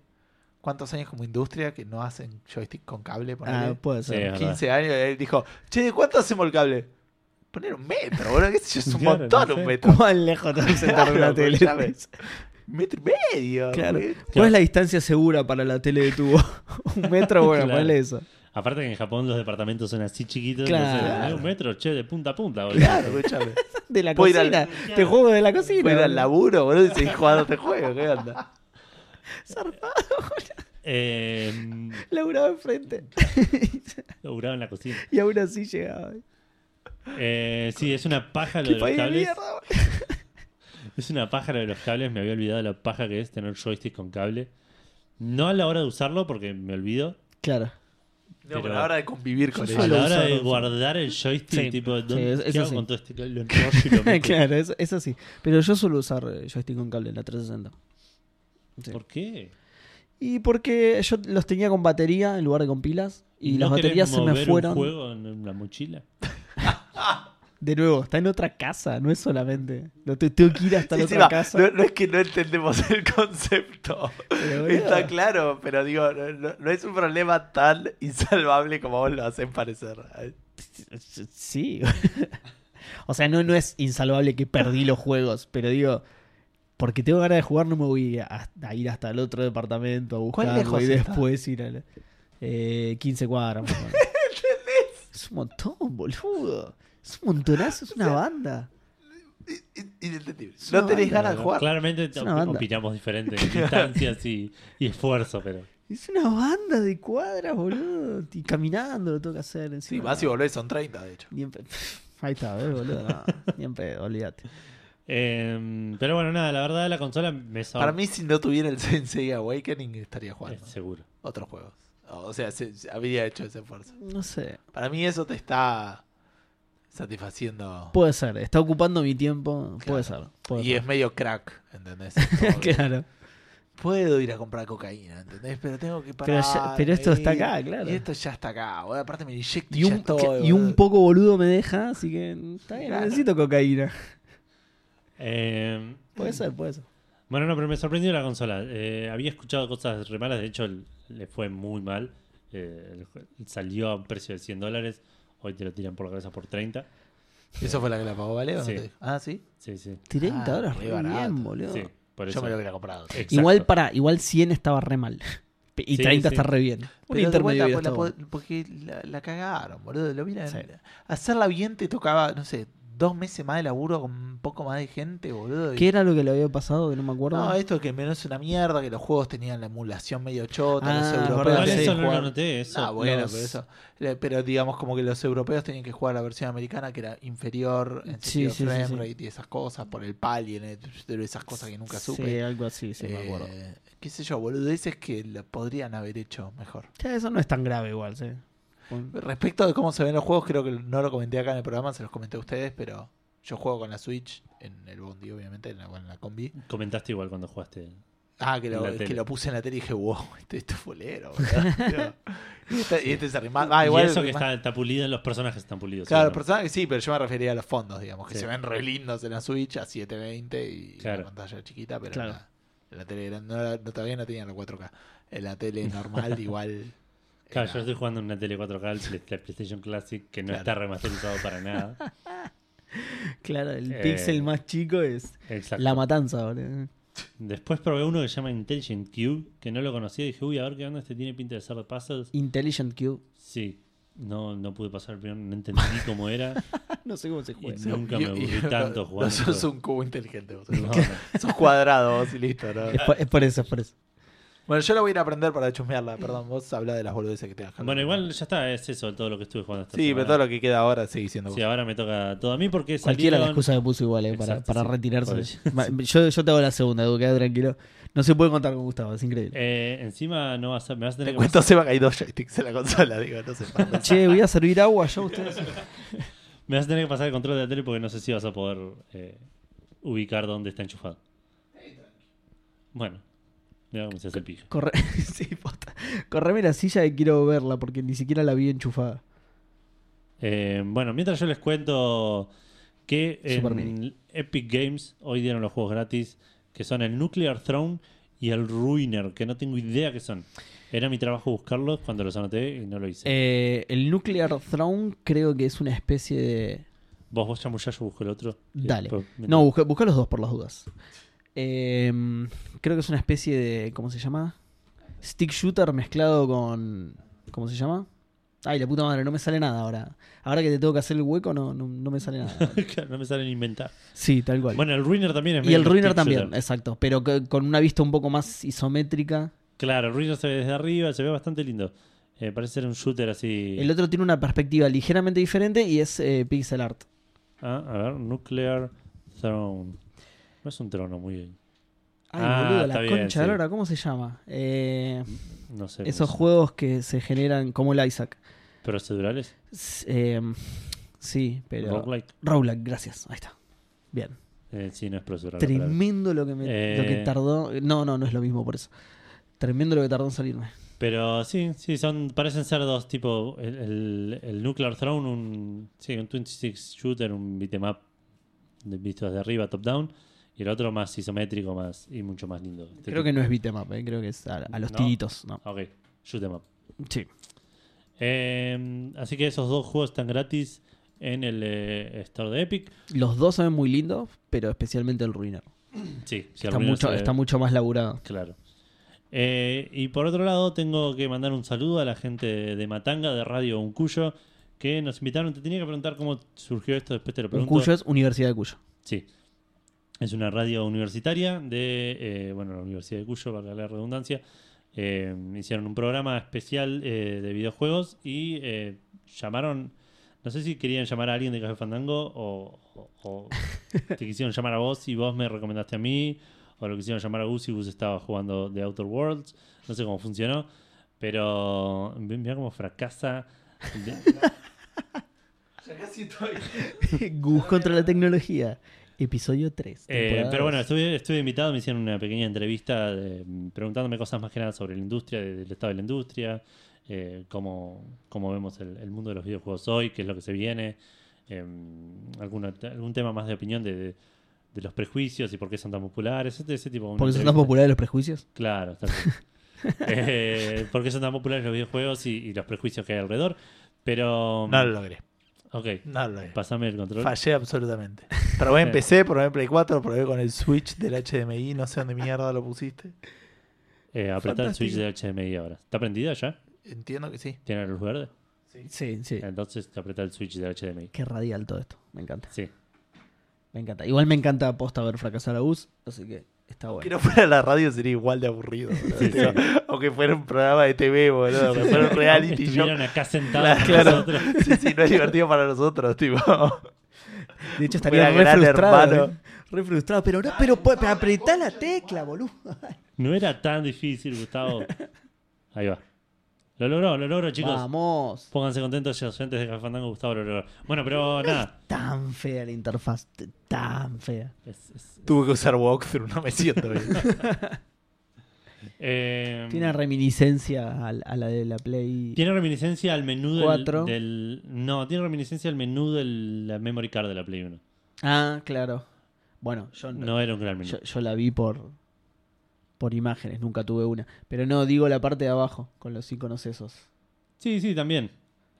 C: ¿Cuántos años como industria que no hacen joystick con cable?
B: Ah,
C: ponele?
B: puede
A: Sí,
B: ser.
A: es verdad.
C: 15 años. Y él dijo: Che, ¿de ¿cuánto hacemos el cable? Poner un metro, boludo. ¿Qué sé yo? Es un
A: Claro, no
C: montón
A: sé.
C: un metro.
B: ¿Cuán lejos tenés que sentar una
C: Claro, pues,
B: tele? pues.
C: ya ves. Metro y medio.
B: Claro.
C: boludo.
B: ¿Cuál es la distancia segura para la tele de tubo? Un metro, bueno,
A: Claro.
B: ponle eso.
A: Aparte que en Japón los departamentos son así chiquitos,
B: Claro.
A: entonces, hay un metro, che, de punta a punta, boludo.
C: Claro, escúchame.
B: De la
C: Puedo ir al-
B: cocina. Te juego de la cocina.
C: Fue al
B: boludo.
C: laburo, boludo, y seguís jugando este juego. ¿Qué onda?
A: Eh,
B: Laburaba enfrente.
A: laburaba en la cocina.
B: y aún así llegaba.
A: Eh, sí, es una paja lo
B: Qué
A: de los
B: país de
A: cables.
B: mierda, boludo.
A: Es una paja lo de los cables, me había olvidado la paja que es tener joystick con cable. No a la hora de usarlo, porque me olvido,
B: Claro.
C: Pero,
A: Pero-
C: a la hora de convivir con
B: Yo
A: A
B: solo
C: ellos.
A: la hora
B: uso-
A: de
B: uso.
A: guardar el joystick,
B: Sí,
A: tipo,
B: sí,
A: ¿dónde,
B: es-
A: ¿qué
B: es
A: hago
B: así.
A: con todo este cable? Lo enrollo y lo meto.
B: claro, es, es así. Pero yo suelo usar eh, joystick con cable en la 360. Sí.
A: ¿Por qué?
B: Y porque yo los tenía con batería en lugar de con pilas. Y
A: ¿No
B: las
A: querés
B: baterías se me
A: mover un
B: fueron.
A: juego en la mochila?
B: De nuevo, está en otra casa, no es solamente. Lo te- tengo que ir hasta
C: Sí,
B: la
C: sí,
B: otra
C: va,
B: casa.
C: no, no es que no entendemos el concepto.
B: Pero, boludo,
C: Está claro, pero digo, no, no- no es un problema tan insalvable como vos lo hacen parecer.
B: Sí. o sea, no, no es insalvable que perdí los juegos, pero digo, porque tengo ganas de jugar, no me voy a, a ir hasta el otro departamento a
C: ¿Cuán
B: buscarlo
C: lejos
B: y
C: está?
B: después ir a la- eh, 15 cuadras. más o menos. es un montón, boludo. Es un montonazo, es una banda.
C: I- in- Inentendible.
B: Es
C: No
B: una
C: tenés
B: banda,
C: ganas de jugar.
A: Claramente
B: una banda.
A: opinamos diferente en distancias y, y esfuerzo, pero...
B: Es una banda de cuadras, boludo. Y caminando lo tengo que hacer.
C: Sí,
B: encima.
C: vas y volvés, son 30, de hecho.
B: Ni en pe- Ahí está, ¿ves, boludo? No, ni en pedo, olvídate.
A: Eh, pero bueno, nada, la verdad la consola me sor-
C: Para mí, si no tuviera el Sensei Awakening, estaría
A: Eh,
C: jugando
A: seguro.
C: otros juegos. O sea, se- se habría hecho ese esfuerzo.
B: No sé.
C: Para mí, eso te está satisfaciendo.
B: Puede ser, está ocupando mi tiempo. Puede ser. puede
C: Y es
B: ser.
C: medio crack, ¿entendés? Como que
B: Claro.
C: Puedo ir a comprar cocaína, ¿entendés? Pero tengo que
B: Pero
C: parar.
B: ya- pero esto está
C: ahí.
B: acá, claro.
C: Y esto ya está acá, boludo. Aparte me inyecto y,
B: Y
C: ya
B: un,
C: estoy,
B: que- y un
C: boludo.
B: poco boludo me deja, así que está bien,
C: Claro.
B: necesito cocaína.
A: Eh,
B: Puede ser, puede ser.
A: bueno, no, pero me sorprendió la consola. Eh, había escuchado cosas re malas, de hecho el- le fue muy mal. Eh, el jue- salió a un precio de 100 dólares, hoy te lo tiran por la cabeza por 30.
C: ¿Eso fue la que la pagó, ¿vale? ¿O no
A: Sí.
C: te dijo? Ah, sí.
A: Sí, sí.
B: 30
C: Ah,
B: dólares,
C: re
B: re
C: barato.
B: bien, boludo.
A: sí por
C: Yo
A: eso.
C: me lo hubiera comprado. sí.
A: Exacto.
B: Igual para, igual 100 estaba re mal. Pe- Y
A: Sí,
B: 30
A: sí.
B: está re bien. Un
C: Pero de
B: intermedio
C: vuelta,
B: hubiera
C: pues,
B: estado
C: la po- porque la, la cagaron, boludo. Lo miran-
B: Sí.
C: Hacerla bien te tocaba, no sé, dos meses más de laburo con un poco más de gente, boludo.
B: bueno.
C: y-
B: ¿Qué era lo que le había pasado? Que no me acuerdo.
C: No, esto que menos es una mierda, que los juegos tenían la emulación medio chota,
B: Ah,
C: los
B: es
C: europeos
B: verdad,
A: Igual
B: sí.
C: tenían
A: eso
C: que
A: no lo
C: jugar-
A: noté, eso.
C: Ah, bueno,
B: los-
C: pero eso. le- Pero digamos como que los europeos tenían que jugar la versión americana que era inferior en
B: Sí,
C: sentido
B: sí, sí,
C: frame
B: sí.
C: rate y esas cosas, por el pal y en el- pero esas cosas que nunca
B: Sí,
C: supe.
B: algo así, sí, me acuerdo.
C: Eh, qué sé yo, boludeces que lo podrían haber hecho mejor.
B: Ya, eso no es tan grave igual, sí. Un-
C: Respecto de cómo se ven los juegos, creo que no lo comenté acá en el programa, se los comenté a ustedes, pero yo juego con la Switch, en el Bondi, obviamente, en la, en la combi.
A: Comentaste igual cuando jugaste.
C: Ah, que
A: En la
C: lo, que
A: tele.
C: lo puse en la tele y dije, wow, este, este es bolero. boludo". y, este, y este se arrimaba. Ah, igual.
A: y eso que
C: más-
A: está, está pulido, los personajes están pulidos.
C: Claro, el
A: seguro.
C: personaje sí, pero yo me refería a los fondos, digamos, que
A: Sí.
C: se ven re lindos en la Switch a 720 y
A: Claro.
C: la pantalla chiquita, pero
B: Claro.
C: en, la, en la tele grande, no, era- no, todavía no tenían la 4K. En la tele normal igual.
A: Claro,
C: era-
A: yo estoy jugando en una tele 4K, el Play- la PlayStation Classic, que no
C: Claro.
A: está remasterizado para nada.
B: Claro, el
A: Eh,
B: pixel más chico es
A: Exacto.
B: la matanza, boludo.
A: Después probé uno que se llama Intelligent Cube, que no lo conocía. Dije, uy, a ver qué onda, este tiene pinta de ser de puzzles.
B: Intelligent Cube.
A: Sí, no, no pude pasar el primero, no entendí cómo era.
B: No sé cómo se
A: juega.
B: juega.
A: Sí. Nunca me aburrí tanto
C: no-
A: jugando.
C: No sos un cubo inteligente, vos.
A: No, no.
C: sos cuadrado vos y listo, ¿no?
B: Es por, es por eso, es por eso.
C: Bueno, yo la voy a ir a aprender para chusmearla, perdón, vos habla de las boludeces que te dejan.
A: Bueno, igual ya está, es eso todo lo que estuve jugando hasta
C: Sí, pero todo lo que queda ahora sigue siendo
A: Sí, ahora me toca todo a mí porque
B: Cualquiera la
A: salieron-
B: excusa que puso igual, eh, para,
A: Exacto,
B: para
A: sí.
B: retirarse. Ma- Yo, yo te hago la segunda, Edu, quedá tranquilo. No se puede contar con Gustavo, es increíble.
A: Eh, encima no vas a, me vas a tener
C: Te
A: que
C: cuento, Seba, que hay dos joysticks en la consola, digo, no sé. para pensar.
B: Che, voy a servir agua yo a ustedes.
A: Me vas a tener que pasar el control de la tele porque no sé si vas a poder eh, ubicar dónde está enchufado. Bueno, mira cómo se hace el pija.
B: Corre... sí, posta. Correme la silla que quiero verla porque ni siquiera la vi enchufada.
A: Eh, bueno, mientras yo les cuento que
B: Super
A: en
B: Mini.
A: Epic Games hoy dieron los juegos gratis que son el Nuclear Throne y el Ruiner, que no tengo idea qué son. Era mi trabajo buscarlos cuando los anoté y no lo hice.
B: Eh, el Nuclear Throne creo que es una especie de.
A: Vos, vos chamullá, yo busco el otro. y
B: Dale.
A: después Eh, pues, me-
B: No, busca, busca los dos por las dudas. Eh, creo que es una especie de. ¿Cómo se llama? Stick shooter mezclado con. ¿Cómo se llama? Ay, la puta madre, no me sale nada ahora. Ahora que te tengo que hacer el hueco, no, no, no me sale nada.
A: no me salen inventar.
B: Sí, tal cual.
A: Bueno, el Ruiner también es
B: y el
A: medio
B: Ruiner
A: stick
B: también,
A: shooter.
B: exacto. Pero que- con una vista un poco más isométrica.
A: Claro, el Ruiner se ve desde arriba, se ve bastante lindo. Eh, parece ser un shooter así.
B: El otro tiene una perspectiva ligeramente diferente y es eh, pixel art.
A: Ah, a ver, Nuclear Throne. No es un trono muy.
B: Ay,
A: Ah,
B: boludo, la
A: está bien,
B: concha de
A: sí.
B: la lora, ¿cómo se llama? Eh,
A: No sé.
B: esos
A: pues,
B: juegos que se generan como el Isaac.
A: ¿Procedurales?
B: S- eh, sí, pero.
A: Roguelike.
B: Roguelike, gracias. Ahí está. Bien.
A: Eh, sí, no es procedural. la palabra.
B: Tremendo lo que, me, lo que
A: Eh.
B: tardó. No, no, no es lo mismo por eso. Tremendo lo que tardó en salirme.
A: Pero sí, sí, son, parecen ser dos, tipo el, el- el Nuclear Throne, un, sí, un 26 shooter, un beat'em up de- visto desde arriba, top down, y el otro más isométrico más y mucho más lindo. Este
B: Creo que no es beat'em up, eh, creo que es a, a los
A: No.
B: tiritos. No.
A: tipo- Ok, shoot'em up.
B: Sí.
A: Eh, así que esos dos juegos están gratis en el eh, store de Epic.
B: Los dos son muy lindos, pero especialmente el Ruiner.
A: Sí, si
B: Está
A: alguno
B: mucho,
A: se-
B: está mucho más laburado.
A: Claro. Eh, y por otro lado, tengo que mandar un saludo a la gente de Matanga, de Radio Uncuyo, que nos invitaron. Te tenía que preguntar cómo surgió esto, después te lo pregunto.
B: Cuyo es Universidad de Cuyo.
A: Sí. Es una radio universitaria de, eh, bueno, la Universidad de Cuyo, valga la redundancia. Eh, hicieron un programa especial eh, de videojuegos y eh, llamaron, no sé si querían llamar a alguien de Café Fandango o, o- o te quisieron llamar a vos y vos me recomendaste a mí, o lo quisieron llamar a Gus y Gus estaba jugando The Outer Worlds, no sé cómo funcionó, pero mira cómo fracasa.
B: Gus contra la tecnología. Episodio 3.
A: Eh, pero bueno, estuve, estuve invitado, me hicieron una pequeña entrevista de- preguntándome cosas más que nada sobre la industria, de- del estado de la industria, eh, cómo, cómo vemos el, el mundo de los videojuegos hoy, qué es lo que se viene, eh, alguna- algún tema más de opinión de, de- de los prejuicios y por qué son tan populares, este, ese, ese tipo de una
B: Porque son tan
A: entrevista.
B: populares los prejuicios.
A: Claro, tal cual. Eh, por qué son tan populares los videojuegos y, y los prejuicios que hay alrededor. Pero...
C: No lo logré.
A: Ok,
C: No lo logré.
A: pasame el control.
C: Fallé absolutamente. Probé en PC, probé en Play 4, probé con el Switch del HDMI, no sé dónde mierda lo pusiste.
A: Eh, apretá el
C: Fantástico.
A: switch de HDMI ahora. ¿Está prendida ya?
C: Entiendo que sí.
A: ¿Tiene la luz verde?
B: Sí, sí.
A: Entonces te aprieta el switch de HDMI.
B: Qué radial todo esto. Me encanta.
A: Sí.
B: Me encanta. Igual me encanta aposta ver fracasar a Gus. Así que está bueno.
C: Que no fuera la radio sería igual de aburrido. boludo.
A: Sí, sí.
C: O que fuera un programa de TV, boludo. Que fuera un reality show.
A: Estuvieron acá sentados
C: Claro,
A: con
C: claro.
A: nosotros.
C: Sí, sí, no es divertido para nosotros, tipo.
B: De hecho,
C: Fuera
B: estaría re
C: gran
B: frustrado.
C: hermano.
B: ¿eh? Re frustrado. Pero, no, pero, pero apretá la tecla, boludo.
A: No era tan difícil, Gustavo. Ahí va. Lo logró, lo logró, chicos.
B: Vamos.
A: Pónganse contentos, los oyentes de Café Fandango, Gustavo lo logró. Bueno, pero nada.
B: Tan fea la interfaz. t- Tan fea.
A: Es- es-
C: Tuve que usar walkthrough, no me siento bien.
A: eh,
B: Tiene una reminiscencia a, la- a la de la Play.
A: tiene reminiscencia al menú del-
B: Cuatro.
A: del, No, tiene reminiscencia al menú de la memory card de la Play 1.
B: Ah, claro. Bueno, yo no.
A: No era un gran menú.
B: Yo, yo la vi por por imágenes, nunca tuve una. Pero no, digo la parte de abajo, con los iconos esos.
A: Sí, sí, también.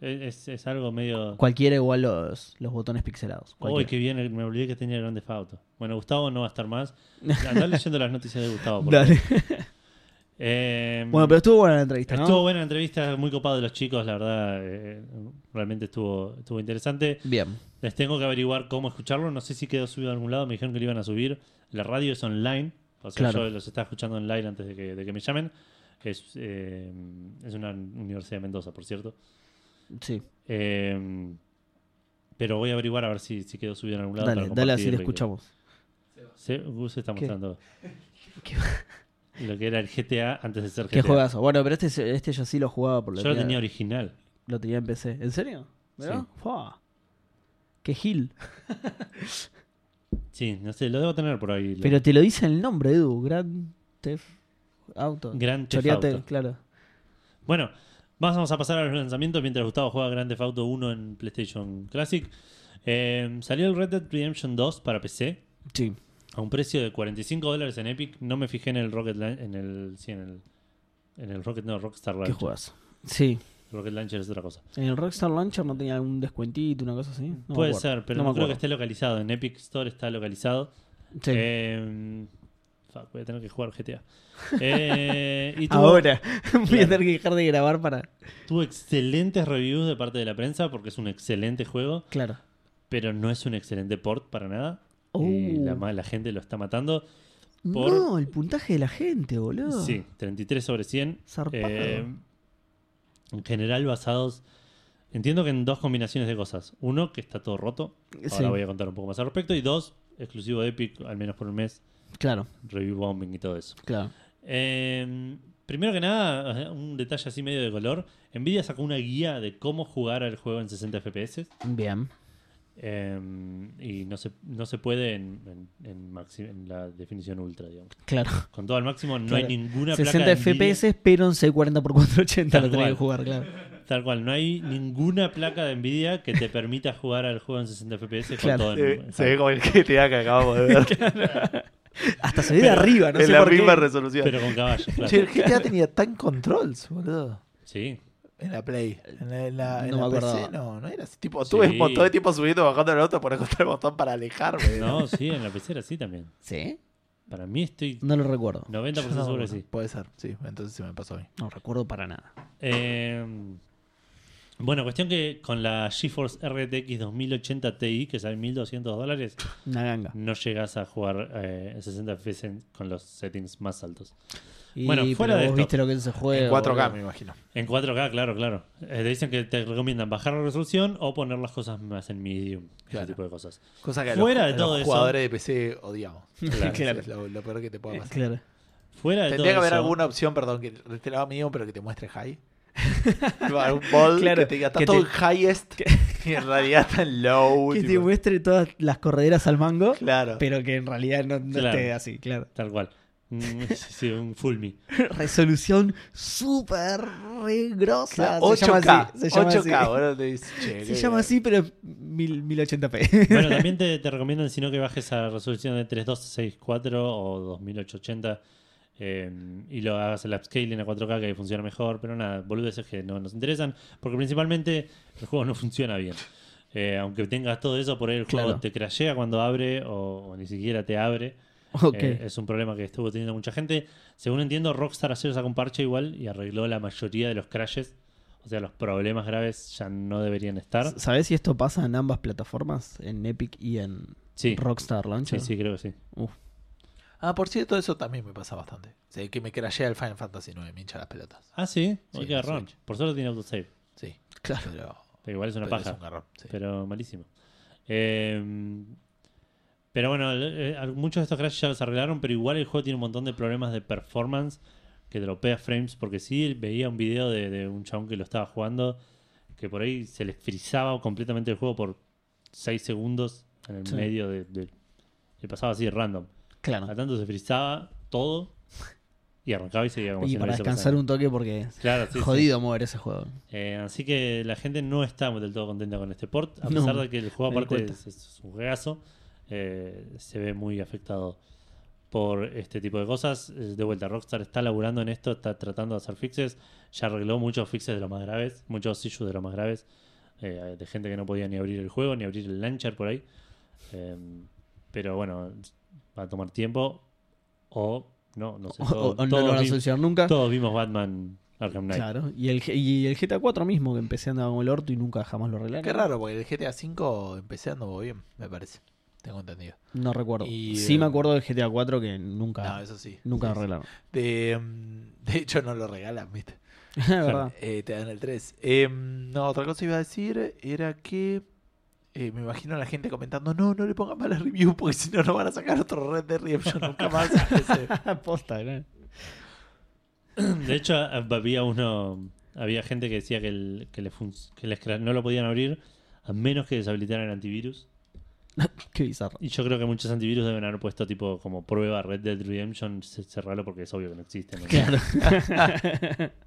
A: E, Es, es- es algo medio.
B: Cualquiera igual los, los botones pixelados.
A: Uy,
B: cualquiera.
A: qué bien, me olvidé que tenía Grande Fauto. Bueno, Gustavo no va a estar más. Andá leyendo las noticias de Gustavo. por
B: Dale.
A: Eh,
B: bueno, pero estuvo buena la entrevista, ¿no?
A: estuvo buena la entrevista, muy copado de los chicos, la verdad. eh, realmente estuvo, estuvo interesante.
B: Bien.
A: Les tengo que averiguar cómo escucharlo. No sé si quedó subido a algún lado. Me dijeron que lo iban a subir. La radio es online. O sea,
B: Claro.
A: yo los estaba escuchando online antes de que, de que me llamen. Es, eh, es una universidad de Mendoza, por cierto.
B: Sí.
A: Eh, pero voy a averiguar a ver si, si quedó subido en algún lado.
B: Dale,
A: para
B: dale así lo
A: compartirlo y que-
B: escuchamos.
A: Sí, Gus está
B: ¿Qué?
A: mostrando
B: Qué,
A: lo que era el GTA antes de ser GTA.
B: qué juegazo. Bueno, pero este, este yo sí lo jugaba por lo
A: Yo lo tenía original.
B: Lo tenía en PC. ¿En serio? ¿Verdad? Fua. Qué gil.
A: Sí, no sé, lo debo tener por ahí. lo-
B: Pero te lo dice el nombre, Edu. Grand Theft Auto.
A: Grand Theft
B: Choreate,
A: Auto.
B: claro.
A: Bueno, vamos a pasar a los lanzamientos mientras Gustavo juega Grand Theft Auto 1 en PlayStation Classic. Eh, salió el Red Dead Redemption 2 para PC
B: Sí.
A: a un precio de 45 dólares en Epic. No me fijé en el Rocket Lan- en el sí, en el en el Rocket no, Rockstar
B: Qué
A: Launcher.
B: juegazo. Sí.
A: Rocket Launcher es otra cosa.
B: ¿En el Rockstar Launcher no tenía algún descuentito, una cosa así? No me
A: Puede
B: acuerdo.
A: ser, pero
B: No
A: no,
B: me
A: creo que
B: acuerdo.
A: esté localizado. En Epic Store está localizado.
B: Sí.
A: Eh, fuck, voy a tener que jugar GTA. Eh, y tuvo-
B: Ahora, voy a tener que dejar de grabar para.
A: Tuvo excelentes reviews de parte de la prensa porque es un excelente juego,
B: Claro.
A: pero no es un excelente port para nada.
B: Oh.
A: Y la, ma- la gente lo está matando. Por-
B: No, el puntaje de la gente, boludo.
A: Sí, 33 sobre 100.
B: Zarpado.
A: Eh, en general basados... Entiendo que en dos combinaciones de cosas. Uno, que está todo roto. Ahora
B: Sí.
A: voy a contar un poco más al respecto. Y dos, exclusivo de Epic, al menos por un mes.
B: Claro,
A: Review bombing y todo eso.
B: claro.
A: Eh, primero que nada, eh, un detalle así medio de color. Nvidia sacó una guía de cómo jugar al juego en 60 FPS.
B: Bien.
A: eh, y no se, no se puede en, en- en maxi- en la definición ultra, digamos.
B: Claro.
A: Con todo al máximo no
B: Claro.
A: hay ninguna placa
B: 60
A: de Nvidia-
B: FPS, pero en 640x480
A: Tal
B: lo tenés que
A: cual.
B: jugar, claro.
A: Tal cual, no hay ninguna placa de Nvidia que te permita jugar al juego en 60 FPS con
B: Claro.
A: todo
C: Se,
A: en,
C: ve- se ve como el GTA que acabamos de ver.
B: Hasta se ve de arriba, no
C: en
B: sé
C: la
B: por
C: misma
B: qué.
C: resolución.
A: pero con caballos, claro.
C: Che, el GTA tenía tan controls, boludo.
A: Sí.
C: En la Play. En la, en la- en
B: No
C: la
B: me
C: PC,
B: acordaba.
C: no, no era así. Tipo, tuve
A: Sí.
C: un montón de tiempo subiendo, bajando el auto para encontrar el botón para alejarme.
A: No, sí, en la PC era así también.
B: ¿Sí?
A: Para mí estoy
B: No lo recuerdo.
A: 90%
C: Yo no,
A: seguro que sí.
C: Puede ser, sí. Entonces se me pasó a mí.
B: No recuerdo para nada.
A: Eh, bueno, cuestión que con la GeForce RTX 2080 Ti, que sale 1200 dólares,
B: Una ganga.
A: no llegas a jugar eh, 60 FPS en- con los settings más altos.
B: Y,
A: Bueno, fuera de
B: pero vos
A: esto.
B: viste lo que es ese juego.
C: en 4K,
B: boludo.
C: me imagino.
A: En 4K, claro, claro. Eh, te dicen que te recomiendan bajar la resolución o poner las cosas más en medium,
C: Claro.
A: ese tipo de cosas.
C: Cosa que a
A: Fuera
C: los,
A: de
C: a
A: todo
C: los
A: eso.
C: jugadores de PC odiamos.
A: Claro.
C: Eso es lo, lo peor que te puede
B: Eh,
C: pasar.
B: Claro.
A: Fuera de
C: Tendría que
A: todo
C: haber
A: eso,
C: alguna opción, perdón, que te la mínimo, pero que te muestre high. Tipo, algún bol
B: Claro,
C: que te diga, está
B: que
C: todo
B: te-
C: en highest y en realidad está en low.
B: Que te
C: tipo,
B: muestre todas las correderas al mango,
C: Claro.
B: pero que en realidad no, no
A: Claro.
B: esté así, claro.
A: Tal cual. Mm, sí, sí, un fulmi.
B: Resolución súper re grosa.
C: Claro, 8K.
B: Se llama así. Se
C: 8K,
B: llama así,
C: boludo, te dice, che,
B: Se
C: qué-
B: llama así, pero es mil- 1080p.
A: Bueno, también te, te recomiendan, si no, que bajes a resolución de 3264 o 2880 eh, y lo hagas el upscaling a 4K que funciona mejor. Pero nada, boludeces que no nos interesan porque principalmente el juego no funciona bien. Eh, aunque tengas todo eso, por ahí el juego
B: Claro.
A: te crashea cuando abre o, o ni siquiera te abre.
B: ok.
A: Eh, es un problema que estuvo teniendo mucha gente. Según entiendo, Rockstar ayer sacó un parche igual y arregló la mayoría de los crashes. O sea, los problemas graves ya no deberían estar.
B: ¿Sabés si esto pasa en ambas plataformas? En Epic y en
A: Sí,
B: Rockstar
A: sí,
B: Launcher.
A: sí, creo que sí.
B: Uf.
C: Ah, por cierto, eso también me pasa bastante. O sea, que me crashea el Final Fantasy 9, me hincha las pelotas.
A: Ah, sí. Oye,
C: Sí,
A: qué garrón.
C: Switch.
A: Por suerte tiene autosave.
C: Sí.
B: Claro.
C: Pero,
A: Pero igual es una
C: pero
A: paja.
C: es un garrón. sí.
A: Pero malísimo. Eh, pero bueno, el- eh, al- muchos de estos crashes ya los arreglaron, pero igual el juego tiene un montón de problemas de performance que dropea frames. Porque sí, veía un video de, de un chabón que lo estaba jugando que por ahí se le frizaba completamente el juego por 6 segundos en el
B: Sí. Ah.
A: medio de, de- Le pasaba así random. A
B: Claro.
A: tanto se frizaba todo y arrancaba y seguía como
B: Y
A: si no
B: para
A: hubiese
B: descansar
A: pasado.
B: un toque porque es
A: Claro, sí, sí.
B: jodido mover ese juego.
A: Eh, así que la gente no está del todo contenta con este port, a
B: No,
A: pesar de que el juego
B: me di
A: aparte
B: cuenta.
A: es, es un juegazo, eh, se ve muy afectado por este tipo de cosas. Eh, De vuelta, Rockstar está laburando en esto, está tratando de hacer fixes, ya arregló muchos fixes de los más graves, muchos issues de los más graves, eh, de gente que no podía ni abrir el juego, ni abrir el launcher por ahí. Eh, pero bueno, va a tomar tiempo o no, no sé.
B: O,
A: todo-
B: o- o no
A: todos
B: lo van a
A: vi-
B: solucionar nunca.
A: todos vimos Batman Arkham Knight.
B: Claro. Y el, G- y el GTA 4 mismo, que empecé andando como el orto y nunca jamás lo arreglaron.
C: Qué raro, porque el GTA V empecé andando bien, me parece. Tengo entendido.
B: No recuerdo.
C: Y,
B: sí me
C: eh,
B: acuerdo del GTA 4 que nunca,
C: No, eso sí.
B: Ah, nunca
C: Sí,
B: lo arreglaron.
C: sí. De, mm, de hecho, no lo regalan, ¿viste?
B: Es verdad.
C: Eh, te dan el 3. Eh, no, otra cosa iba a decir era que eh, me imagino a la gente comentando, no, no le pongan malas reviews porque si no, no van a sacar otro Red Dead Redemption nunca más.
B: Posta, ¿no?
A: De hecho, a- había uno. Había gente que decía que, el- que le fun- que les cra- no lo podían abrir a menos que deshabilitaran el antivirus.
B: Qué bizarro.
A: Y yo creo que muchos antivirus deben haber puesto tipo como prueba Red Dead Redemption, se- cerrarlo porque es obvio que no existe. ¿no?
B: Claro.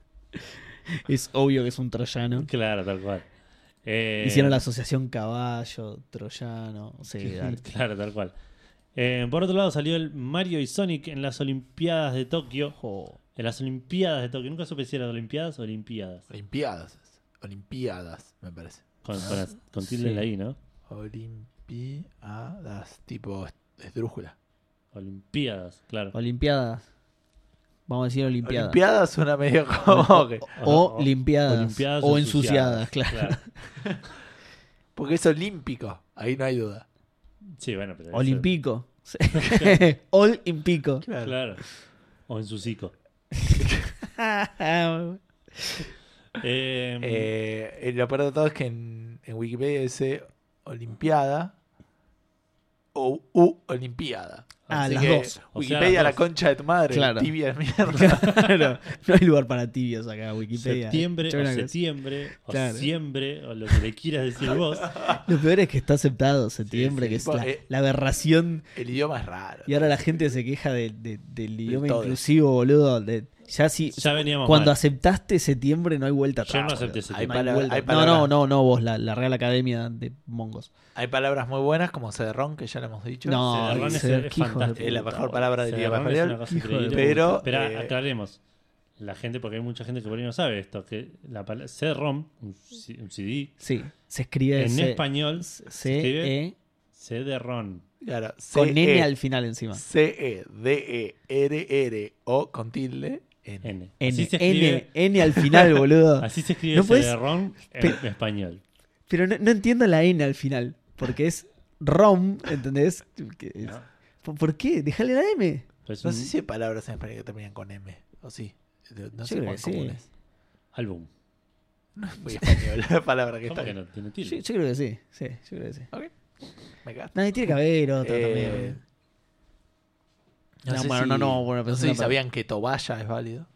B: es obvio que es un troyano.
A: Claro, tal cual. Eh,
B: Hicieron la asociación caballo, troyano. Sí, dale.
A: Claro, tal cual. Eh, por otro lado, salió el Mario y Sonic en las Olimpiadas de Tokio.
B: Jo.
A: En las Olimpiadas de Tokio. Nunca supe si eran Olimpiadas o Olimpiadas.
C: Olimpiadas. Olimpiadas, me parece.
A: Con, con las- con tilde en la
B: Sí.
A: I, ¿no?
C: Olimpiadas, tipo esdrújula.
A: Olimpiadas, claro.
B: Olimpiadas. Vamos a decir olimpiadas.
C: Olimpiadas suena medio como que-
B: O,
A: O-
B: limpiadas.
A: Olimpiadas
B: o ensuciadas, claro.
C: Porque es olímpico, ahí no hay duda.
A: Sí, bueno, pero. eso-
B: Olimpico. Sí. Olimpico.
A: Claro. O en su cico. Eh,
C: Eh, eh, lo peor de todo es que en, en Wikipedia dice Olimpiada o U Olimpiada.
B: Ah,
C: Así
B: las
C: que,
B: dos.
A: O sea,
C: Wikipedia,
A: las
C: la
A: dos.
C: concha de tu madre.
B: Claro.
C: Tibia de mierda.
B: Claro, no hay lugar para tibios acá, Wikipedia. ¿eh?
A: Septiembre
B: Yo
A: o
B: creo que-
A: septiembre o
B: Claro.
A: siembre o lo que le quieras decir vos.
B: Lo peor es que está aceptado septiembre,
C: sí,
B: que es
C: tipo,
B: la,
C: eh,
B: la aberración.
C: El idioma es raro.
B: Y ahora la gente se queja de- de- del idioma
C: todo.
B: inclusivo, boludo. de- ya si,
A: Ya veníamos
B: cuando
A: mal.
B: aceptaste septiembre no hay vuelta atrás.
A: Yo no
B: boludo.
A: acepté
C: Hay
A: septiembre.
B: No hay
C: palabra-
B: vuelta.
C: hay
B: no, no,
C: palabra.
B: no, no, vos, la, la Real Academia de Mongos.
C: Hay palabras muy buenas como cederrón, que ya lo hemos dicho.
B: No,
A: Cerrarrón es-
B: ser-
A: es
B: qué hijos de
A: fantástico.
C: Es la
B: puta,
C: mejor palabra del idioma
A: Cerrarrón es una
C: español.
A: cosa
B: Hijo de
A: increíble.
C: puta.
A: Pero
C: eh,
A: aclaremos. La gente, porque hay mucha gente que por ahí no sabe esto, que la palabra CD-ROM, un C- un CD,
B: Sí, se escribe
A: en
B: C-
A: español,
B: C, E,
A: CD-ROM.
C: Claro, C
B: con N
C: E,
B: al final encima.
C: C-E-D-E-R-R-O con tilde. N.
A: N. Así
B: N,
A: se
B: N,
A: escribe,
B: N al final, boludo.
A: así se escribe
B: No puedes-
A: CD-ROM en español.
B: Pero no, no entiendo la N al final, porque es ROM, ¿entendés? Que es-
A: No.
B: ¿Por- ¿Por qué? Déjale la M.
A: Pero es Pues
C: No
A: un
C: sé si hay palabras en español que terminan con M. O sí. No- No
B: Yo
C: sé
B: creo
C: cuán
B: que sí.
C: común es.
A: álbum.
C: No es muy español la palabra que
A: ¿Cómo
C: está.
A: que no tiene
B: Yo,
A: tilde?
B: yo creo que sí, sí, yo creo que sí.
C: Ok. Me cagaste.
B: Nadie tiene que haber otra
C: Eh,
B: también.
C: No,
B: No,
C: sé
B: bueno,
C: si,
B: no, no, bueno,
C: no
B: pero
C: sé
B: es una
C: si sabían que Tobaya es válido.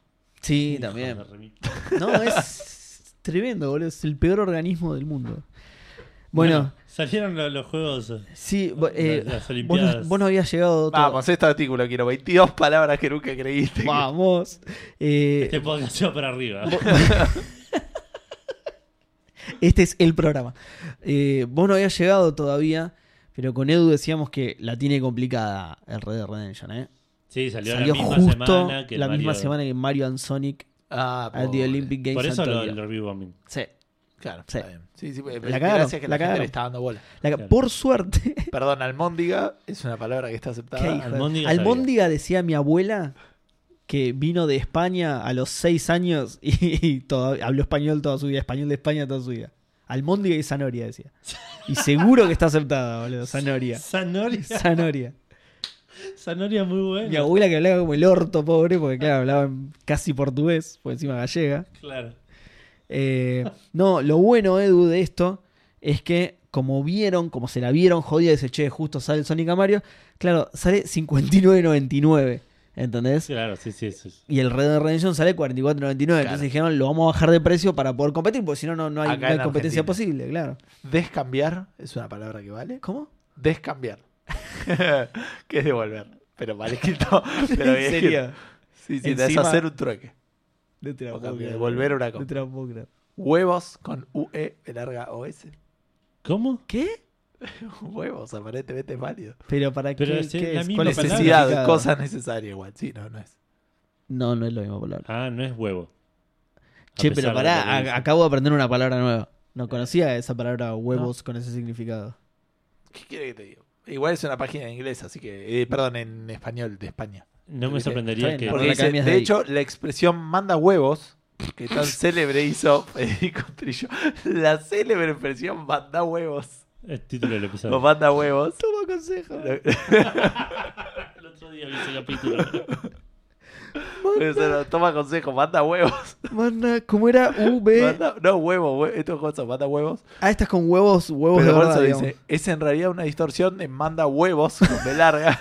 B: Sí,
A: Hijo
B: también.
A: de remil.
B: No, es tremendo, boludo. Es el peor organismo del mundo. Bueno,
A: salieron lo- los juegos,
B: sí, bo- eh,
A: las, las
B: vos, no,
A: Olimpiadas.
B: vos no habías llegado. Otto.
C: Vamos, este artículo quiero 22 palabras que nunca creíste. que-
B: Vamos. Eh,
A: Este podcast se va para arriba.
B: Este es el programa. Eh, vos no habías llegado todavía, pero con Edu decíamos que la tiene complicada el Red Dead Redemption, ¿eh?
A: Sí, salió,
B: Salió
A: la misma
B: justo
A: semana que el
B: la misma
A: Mario-
B: semana que Mario and Sonic
C: Ah,
B: at the
C: pobre.
B: Olympic Games.
A: Por eso
B: and
A: lo,
B: Tokyo.
A: lo reviewbombing.
B: Sí.
C: Claro,
B: Sí.
C: está bien. Sí, sí, pero
B: cagaron,
C: gracias que la,
B: la
C: gente
B: cagaron.
C: le está dando bola.
B: La-
A: Claro.
B: Por suerte,
C: Perdón, almóndiga es una palabra que está
B: qué hijo
C: aceptada.
B: de-
A: Almóndiga
B: Almóndiga decía mi abuela que vino de España a los seis años y, y todo- habló español toda su vida, español de España toda su vida. Almóndiga y Zanoria decía. Y seguro que está aceptada, boludo, Zanoria.
A: Sanoria.
B: Zanoria.
A: Sanoria muy bueno.
B: Mi abuela que hablaba como el orto, pobre, porque claro, hablaba en- casi portugués, por encima gallega.
A: Claro.
B: Eh, no, lo bueno, Edu, de esto es que como vieron, como se la vieron jodida, dice, che, justo sale el Sonic a Mario, claro, sale 59.99, ¿entendés?
A: Claro, sí, sí. sí.
B: Y el Red Dead Redemption sale 44.99,
C: Claro.
B: entonces dijeron, lo vamos a bajar de precio para poder competir, porque si no, no no hay,
C: Acá
B: no hay
C: en
B: competencia
C: Argentina.
B: posible, claro.
C: Descambiar es una palabra que vale.
B: ¿Cómo?
C: Descambiar. que es devolver. Pero mal escrito. Pero
B: ¿En
C: bien escrito.
B: serio?
C: Sí, sí,
B: Encima-
C: deshacer un trueque.
B: No te la
C: O
B: puedo
C: cambiar,
B: creer.
C: devolver una
B: No
C: compra.
B: te la puedo creer.
C: Huevos con UE de larga OS.
A: ¿Cómo?
B: ¿Qué?
C: Huevos, aparentemente es válido.
B: Pero para
A: Pero
B: qué,
A: es
B: qué
A: la
B: es?
A: misma
B: ¿Cuál es el
A: palabra.
C: Necesidad,
B: significado?
C: cosas necesarias igual. Sí, no, no es.
B: No, no es la misma palabra.
A: Ah, no es huevo. A
B: che,
A: pesar
B: pero
A: de
B: pará,
A: lo que
B: a-
A: dice.
B: acabo de aprender una palabra nueva. No conocía esa palabra huevos con ese significado.
C: ¿Qué quiere que te diga? Igual es una página en inglés, así que. eh, perdón, en español, de España.
A: No me
C: Está
A: sorprendería
B: bien,
A: que.
B: no,
C: Porque
B: la
C: dice,
B: academia es de
C: de
B: ahí.
C: hecho, la expresión manda huevos, que tan célebre hizo Federico Trillo. La célebre expresión manda huevos.
A: El título del
C: O
A: episodio.
C: manda huevos.
B: Toma consejo.
C: Lo-
A: El otro día vi ese capítulo.
C: o sea, no, toma consejo, manda huevos.
B: Manda, ¿cómo era? V.
C: Manda- no, huevos, hue- esto es cosa, manda huevos.
B: Ah, estas con huevos, huevos
C: Pero
B: de
C: por
B: verdad,
C: eso
B: digamos.
C: dice, es en realidad una distorsión de manda huevos con B larga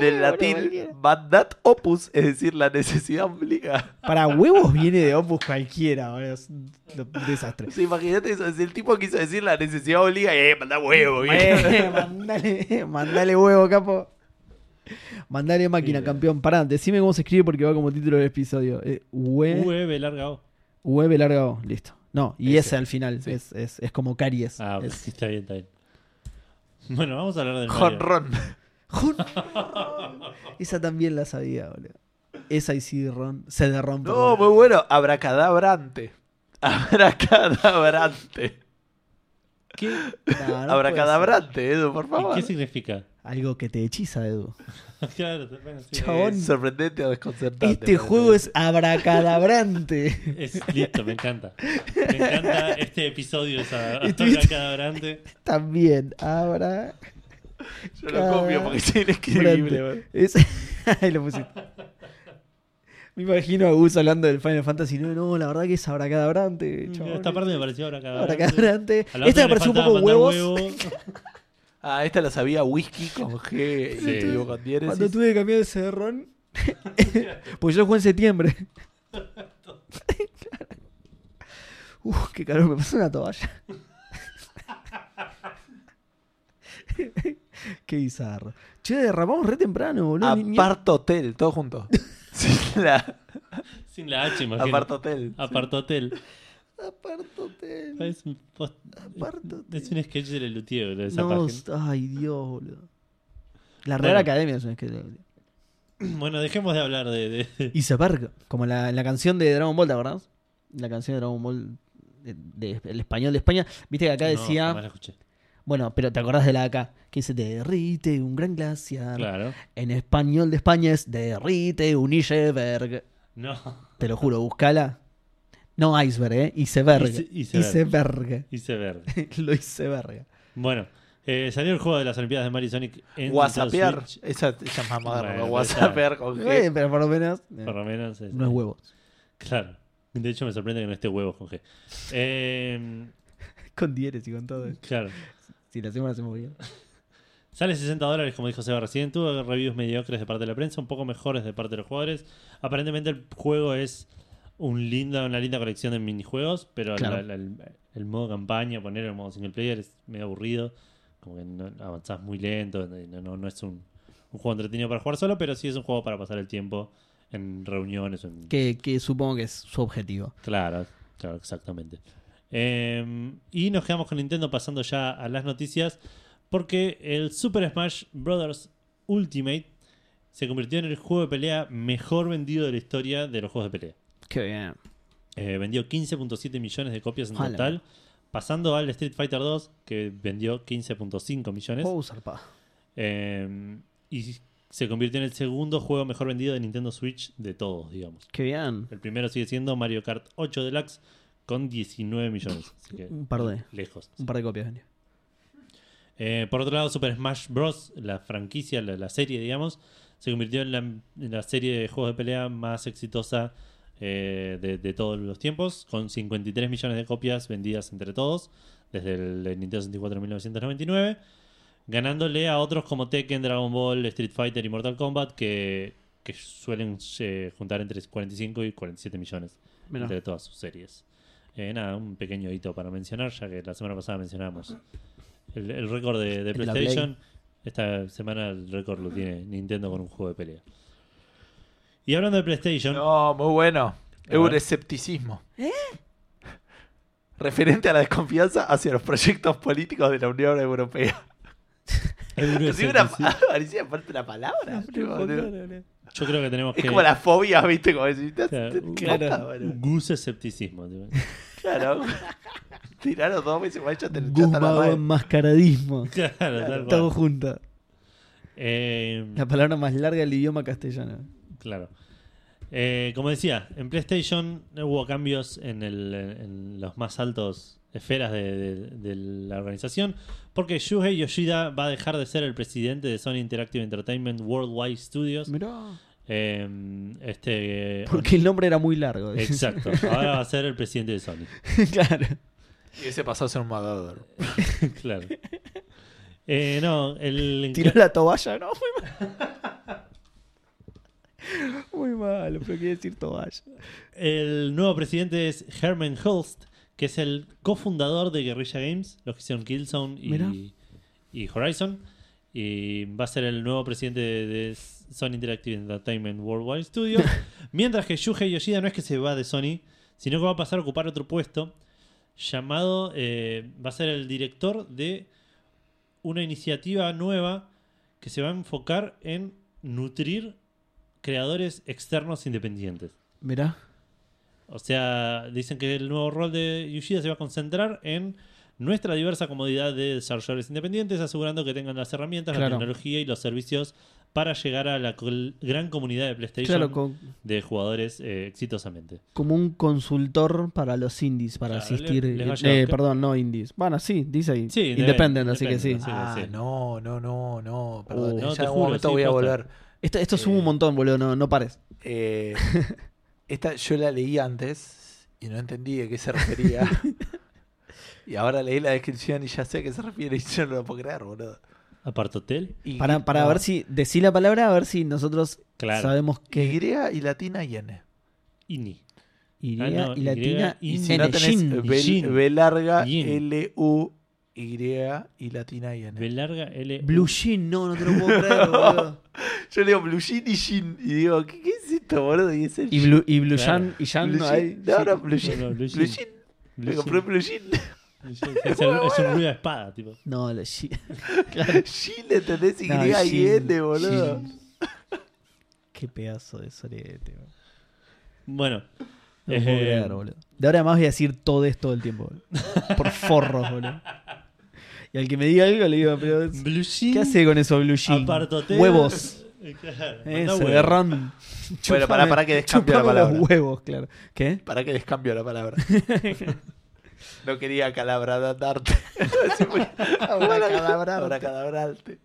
C: del latín mandat opus, es decir, la necesidad obliga.
B: Para huevos viene de Opus cualquiera, boludo. Es un un desastre.
C: O sea, imagínate eso, si el tipo quiso decir la necesidad obliga, eh, manda huevos. viejo.
B: Eh, mandale, mandale huevo, capo. Mandale máquina, campeón. Pará, decime cómo se escribe porque va como título del episodio. Eh, hue-
A: V larga O.
B: V larga O, listo. No, y
C: Ese,
B: ese, al final
C: sí.
B: es, es- es como caries.
A: Ah,
B: Es-
A: está bien, está bien. Bueno, vamos a hablar del. Mario.
C: Jonrón.
B: ¡Jun! Esa también la sabía, boludo. Esa y sí, Ron. Se derrompe.
C: No, muy bueno. Abracadabrante.
B: Ah,
C: Abracadabrante.
A: ¿Qué?
C: Abracadabrante, Edu, por
A: ¿Y
C: favor.
A: qué significa?
B: Algo que te hechiza, Edu.
A: Claro, bueno, sí.
B: Chabón.
C: Es sorprendente o desconcertante.
B: Este juego es abracadabrante.
A: Es, listo, me encanta. Me encanta este episodio. Esa,
B: Estuviste-
A: cadabrante.
B: también. Abra.
C: Yo lo copio porque es
B: Brante.
C: inescribible. man.
B: Es... Ahí lo pusiste. Me imagino a Gus hablando del Final Fantasy. No, no, la verdad que es abracadabrante. chabón.
A: Mm, Esta parte me pareció ahora cadabrante.
B: Ahora que adelante.
A: A la
B: Este
A: otra
B: me
A: le
B: pareció un
A: faltaba
B: poco
A: mandar
B: huevos.
A: huevo.
C: Ah, esta la sabía whisky con G
A: Sí.
C: y estuvo con diéresis.
B: Cuando tuve que cambiar de cerrón. pues yo lo jugué en septiembre. Claro. Uf, qué calor, me pasó una toalla. qué bizarro. Che, derramamos re temprano, boludo. ni- ni-
C: Apart Hotel, todo junto. Sin la-
A: Sin la H, imagino.
C: Apart Hotel.
A: Apartotel.
B: Apartotel,
A: Es un, post-
B: apartotel.
A: es un sketch de Lelutier de esa
B: No,
A: página.
B: ay, Dios, boludo. La Real
A: Bueno.
B: Academia es una escritora.
A: Bueno, dejemos de hablar de. de- de-
B: Iceberg, como la, la canción de Dragon Ball, ¿te acordás? La canción de Dragon Ball de- de- el español de España. Viste que acá
A: No,
B: decía.
A: jamás la escuché.
B: Bueno, pero te acordás de la de acá, que dice derrite un gran glaciar.
A: Claro.
B: En español de España es derrite un iceberg.
A: No.
B: Te lo juro, buscala. No iceberg, ¿eh? Iceberg.
A: Ice-
B: iceberg.
A: Hice verde.
B: lo iceberg.
A: Bueno, eh, salió el juego de las Olimpiadas de Mary Sonic en
C: Whatsappear.
A: Nintendo Switch.
C: Esa esa es más moderna.
A: Bueno,
C: Whatsappear con
B: Eh,
C: G.
B: pero por lo menos. eh,
A: Por lo menos. es-
B: no es huevos.
A: Claro. De hecho, me sorprende que no esté huevos con G. Eh,
B: Con dieres y con todo.
A: claro.
B: Si la hacemos, la hacemos bien.
A: Sale 60 dólares, como dijo Seba recién. Tuvo reviews mediocres de parte de la prensa, un poco mejores de parte de los jugadores. Aparentemente el juego es un linda, una linda colección de minijuegos, pero la-
B: Claro.
A: la- el, el modo campaña, poner el modo single player es medio aburrido. Como que no, avanzás muy lento, no, no- no es un, un juego entretenido para jugar solo, pero sí es un juego para pasar el tiempo en reuniones. o En...
B: Que, que supongo que es su objetivo.
A: Claro, claro, exactamente. Eh, y nos quedamos con Nintendo pasando ya a las noticias porque el Super Smash Bros. Ultimate se convirtió en el juego de pelea mejor vendido de la historia de los juegos de pelea.
B: Qué bien.
A: Eh, vendió 15.7 millones de copias en
B: Hola.
A: total, pasando al Street Fighter 2 que vendió 15.5 millones.
B: Puedo usar pa.
A: Eh, y se convirtió en el segundo juego mejor vendido de Nintendo Switch de todos, digamos.
B: Qué bien.
A: El primero sigue siendo Mario Kart 8 Deluxe con 19 millones. Así que
B: Un par de.
A: lejos.
B: Un par de copias vendió.
A: Eh, por otro lado, Super Smash Bros., la franquicia, la, la serie, digamos, se convirtió en la, en la serie de juegos de pelea más exitosa eh, de, de todos los tiempos, con 53 millones de copias vendidas entre todos, desde el Nintendo 64 en 1999, ganándole a otros como Tekken, Dragon Ball, Street Fighter y Mortal Kombat, que, que suelen eh, juntar entre 45 y 47 millones
B: Mirá.
A: entre todas sus series. Eh, nada, un pequeño hito para mencionar, ya que la semana pasada mencionamos el, el récord de, de
B: de la
A: PlayStation. Esta semana el récord lo tiene Nintendo con un juego de pelea. Y hablando de PlayStation,
C: No, muy bueno.
A: ver.
C: Euroescepticismo.
B: ¿Eh?
C: Referente a la desconfianza hacia los proyectos políticos de la Unión Europea. Así
A: Euroesceptici-
C: una parecía falta una palabra. boludo.
A: yo creo que tenemos
C: Es
A: que.
C: como la fobia, ¿viste? Como decís, ¿te-
A: Claro,
C: te-
A: un-
C: qué
B: claro.
C: poca, boludo.
A: Gus escepticismo. tipo.
C: Claro. Tiraron dos veces, guacho, te te- hasta la
B: Guzmán
C: red.
B: enmascaradismo.
A: Claro, tal cual.
B: Estamos juntas.
A: Eh,
B: La palabra más larga del idioma castellano.
A: Claro. Eh, como decía, en PlayStation hubo cambios en, el, en los más altos esferas de, de- de la organización, porque Shuhei Yoshida va a dejar de ser el presidente de Sony Interactive Entertainment Worldwide Studios.
B: Mirá.
A: Eh, este,
B: Porque el nombre era muy largo.
A: Exacto, ahora va a ser el presidente de Sony.
B: claro.
C: Y ese pasó a ser un madador.
A: claro. Eh, no, el...
B: Tiró la toalla, ¿no? Muy mal. Muy malo, pero quiere decir toalla.
A: El nuevo presidente es Herman Holst, que es el cofundador de Guerrilla Games, los que hicieron Killzone
B: Mirá.
A: y, y Horizon. Y va a ser el nuevo presidente de, de Sony Interactive Entertainment Worldwide Studios. mientras que Yuhei Yoshida no es que se va de Sony, sino que va a pasar a ocupar otro puesto llamado. eh, va a ser el director de una iniciativa nueva que se va a enfocar en nutrir creadores externos independientes.
B: Mirá.
A: O sea, dicen que el nuevo rol de Yoshida se va a concentrar en nuestra diversa comodidad de desarrolladores independientes, asegurando que tengan las herramientas,
B: Claro.
A: la tecnología y los servicios para llegar a la col- gran comunidad de PlayStation
B: Claro, co-
A: de jugadores eh, exitosamente.
B: como un consultor para los indies, para
A: Claro,
B: asistir.
A: le- les va a
B: eh,
A: llevar-
B: perdón, no indies. Bueno, sí, dice ahí.
A: Sí, deben-
B: Independent, así que sí.
A: dependen,
C: Ah,
A: sí.
C: no, no, no, no. Perdón,
A: Uh,
C: ya
A: no, te
C: en
A: juro,
C: algún momento
A: sí,
C: voy a
A: posta.
C: volver.
B: Esto, esto
A: Eh,
B: suma un montón, boludo, no, no pares.
C: Eh, esta yo la leí antes y no entendí a qué se refería. y ahora leí la descripción y ya sé a qué se refiere y yo no lo puedo creer, boludo.
A: Apart Hotel.
C: Y-
B: Para, para
C: no,
B: ver si. Decí la palabra, a ver si nosotros
A: Claro.
B: sabemos
C: Y
B: que
C: y latina y N.
A: INI.
B: iría
A: Ah, no,
B: y latina
A: Y
C: Y
A: N.
C: si no tenés
B: N,
C: B,
A: Yin.
C: B larga,
A: Yin.
C: L, U, Y y latina y N.
A: B larga L.
B: Blue Jean, no, no te lo puedo creer, boludo.
C: Yo leo Blue Jean y Jin. Y digo, ¿qué, qué es esto, boludo? Y es el
B: Y Blue, y Blue
A: Claro.
B: Jean, y Jean
C: Blue
B: no
C: Jean.
B: hay.
C: No,
B: sí.
C: no, Blue Jean.
A: No, no, Blue
C: Blue
A: Jean.
C: Jean.
A: Blue
C: Me compré un
A: Jean.
C: Blue Jean.
A: Blue Jean. Es el- es un ruido de espada, tipo.
B: No, la Jean.
C: Jean, ¿entendés? Y
B: No,
C: y
B: Jean,
C: N, boludo.
B: Jean. Qué pedazo de sorete, boludo.
A: Bueno.
B: No lo puedo
A: Eh,
B: creer, boludo. De ahora en más voy a decir todo esto todo el tiempo, boludo. Por forros, boludo. Y al que me diga algo le digo, pero. es-
A: Blue Jean.
B: ¿Qué hace con eso Blue Jean?
A: Apartotel.
B: Huevos.
A: Eh, Claro, manda
B: Eso,
A: huevos.
B: de ron.
C: Bueno, pará,
B: Chúpame-
C: pará que descambio la
B: chúpame
C: palabra.
B: los huevos, claro. ¿Qué?
C: ¿Para que les cambio la palabra? no quería calabradarte. Ahora calabrarte. Ahora calabrarte.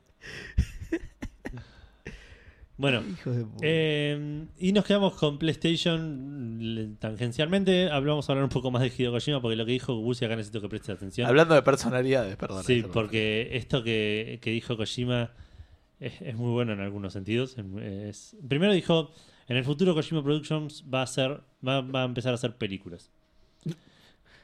A: Bueno.
B: Hijos de puta.
A: eh, y nos quedamos con PlayStation le- tangencialmente. Hablamos vamos a hablar un poco más de Hideo Kojima porque lo que dijo Gucci acá necesito que prestes atención.
C: Hablando de personalidades, perdón.
A: Sí,
C: eso,
A: porque esto que, que dijo Kojima es, es muy bueno en algunos sentidos. En- es- primero dijo, en el futuro Kojima Productions va a hacer, va, va a empezar a hacer películas.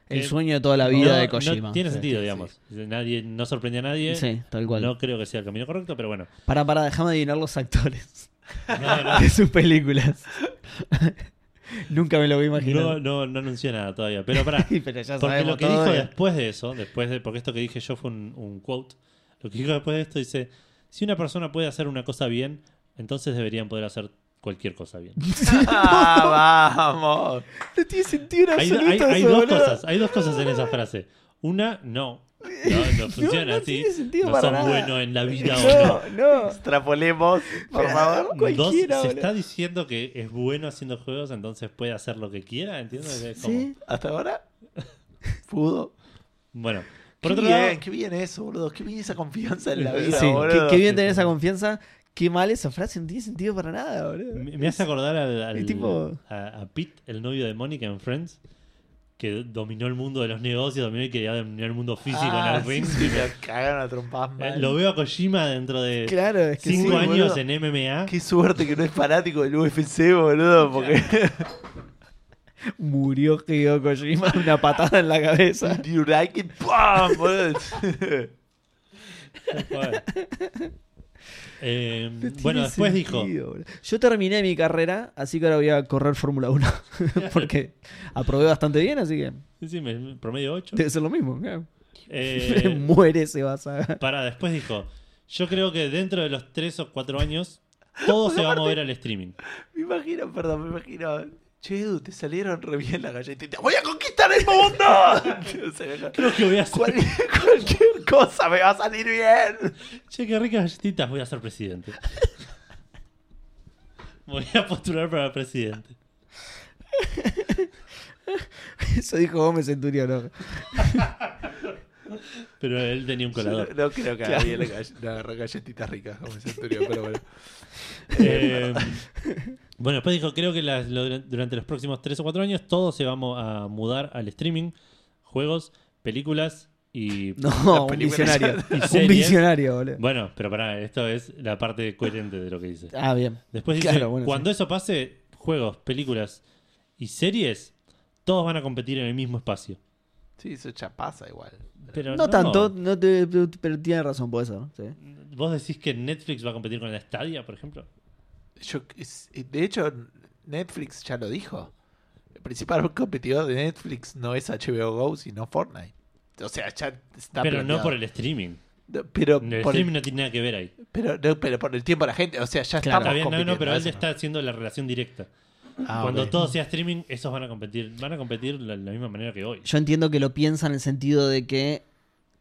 B: el
A: eh,
B: sueño de toda la vida
A: No-
B: de
A: no
B: Kojima.
A: tiene
C: Sí,
A: sentido,
C: sí.
A: digamos. Nadie, no sorprende a nadie.
B: Sí, tal cual.
A: No creo que sea el camino correcto, pero bueno.
B: Para, para, déjame adivinar los actores
A: No, no,
B: de sus películas. Nunca me lo voy a
A: no,
B: imaginar.
A: no- no anunció nada todavía. Pero pará,
B: Pero ya
A: porque
B: sabemos
A: lo que
B: todo,
A: dijo
B: ya.
A: después de eso, después de, porque esto que dije yo fue un, un quote, lo que dijo después de esto dice, si una persona puede hacer una cosa bien, entonces deberían poder hacer cualquier cosa bien.
C: Ah, vamos.
B: No tiene sentido en
A: hay,
B: absoluto
A: hay- hay
B: eso,
A: dos
B: boludo.
A: cosas, hay dos cosas en esa frase. Una, no. No, no funciona
B: no
A: así.
B: tiene sentido
A: No
B: para
A: son
B: nada.
A: buenos en la vida o no.
B: No, no.
C: Extrapolemos, por favor.
A: Dos,
B: Cualquiera,
A: se
B: boludo.
A: está diciendo que es bueno haciendo juegos, entonces puede hacer lo que quiera, ¿entiendes? Es como-
B: Sí.
C: Hasta ahora, pudo.
A: Bueno, por
C: Por
A: otro
C: qué bien,
A: lado,
C: qué bien eso, boludo. Qué bien esa confianza en la vida,
B: Sí, qué,
C: boludo.
B: qué bien tener esa confianza. Qué mal esa frase, no tiene sentido para nada, boludo.
A: me me hace acordar al, al-
B: es tipo-
A: a, a Pete, el novio de Mónica en Friends, que dominó el mundo de los negocios, dominó y quería dominar el mundo físico en
C: Ah,
A: el ring.
C: sí, sí, la cagaron a trompadas
A: Eh,
C: mal.
A: Lo veo a Kojima dentro de
B: Claro, es que
A: cinco
C: sí,
A: años
C: boludo.
A: en MMA.
C: Qué suerte que no es fanático del UFC, boludo, porque
B: sí, murió Hideo Kojima de una patada en la cabeza.
C: you like it, ¡pam! boludo.
A: Joder. Eh,
B: No tiene
A: bueno, después dijo.
B: sentido, boludo. Yo terminé mi carrera, así que ahora voy a correr Fórmula 1. Porque aprobé bastante bien, así que
A: Sí, sí, me- me- promedio 8.
B: debe ser lo mismo. claro. Eh, Muere ese vas a.
A: para, después dijo. Yo creo que dentro de los 3 o 4 años todo se va a mover al streaming.
C: Me imagino, perdón, me imagino. Che, Edu, te salieron re bien las galletitas. ¡Voy a conquistar el mundo! O sea,
A: Creo que voy a hacer.
C: cual- cualquier cosa me va a salir bien.
A: Che, qué ricas galletitas, voy a ser presidente. Voy a postular para presidente.
B: Eso dijo Gómez Centurión. ¿no?
A: Pero él tenía un
C: Yo
A: colador.
C: no, no creo que
B: Claro.
C: nadie le gall- le agarró galletitas ricas como el centurión, pero bueno.
A: Eh, bueno, después dijo, creo que las- lo- durante los próximos 3 o 4 años todo se va mo- a mudar al streaming, juegos, películas y...
B: No,
C: Las
B: un
C: películas
B: visionario.
C: ya-
A: y
B: Un
A: series.
B: visionario, boludo.
A: Bueno, pero pará, esto es la parte coherente de lo que dice.
B: Ah, bien.
A: Después dice,
B: Claro, bueno,
A: cuando eso pase, juegos, películas y series, todos van a competir en el mismo espacio.
C: Sí, eso ya pasa igual.
A: Pero
B: No, tanto, no te, pero, pero tiene razón por eso. sí.
A: ¿Vos decís que Netflix va a competir con la Stadia, por ejemplo?
C: Yo, es- eh, de hecho, Netflix ya lo dijo. El principal competidor de Netflix no es HBO Go, sino Fortnite. O sea, ya está
A: pero no
C: planteado.
A: por el streaming.
C: No, pero,
A: El
C: por el-
A: streaming no tiene nada que ver ahí.
C: pero, no, pero por el tiempo de la gente. O sea, ya
B: Claro.
A: Está
C: estamos
A: bien, no,
C: compitiendo.
A: no, pero él
C: eso
A: está haciendo la relación directa.
C: no. Ah,
A: Cuando
C: ok.
A: todo sea streaming, esos van a competir. Van a competir de la, la misma manera que hoy.
B: Yo entiendo que lo piensa en el sentido de que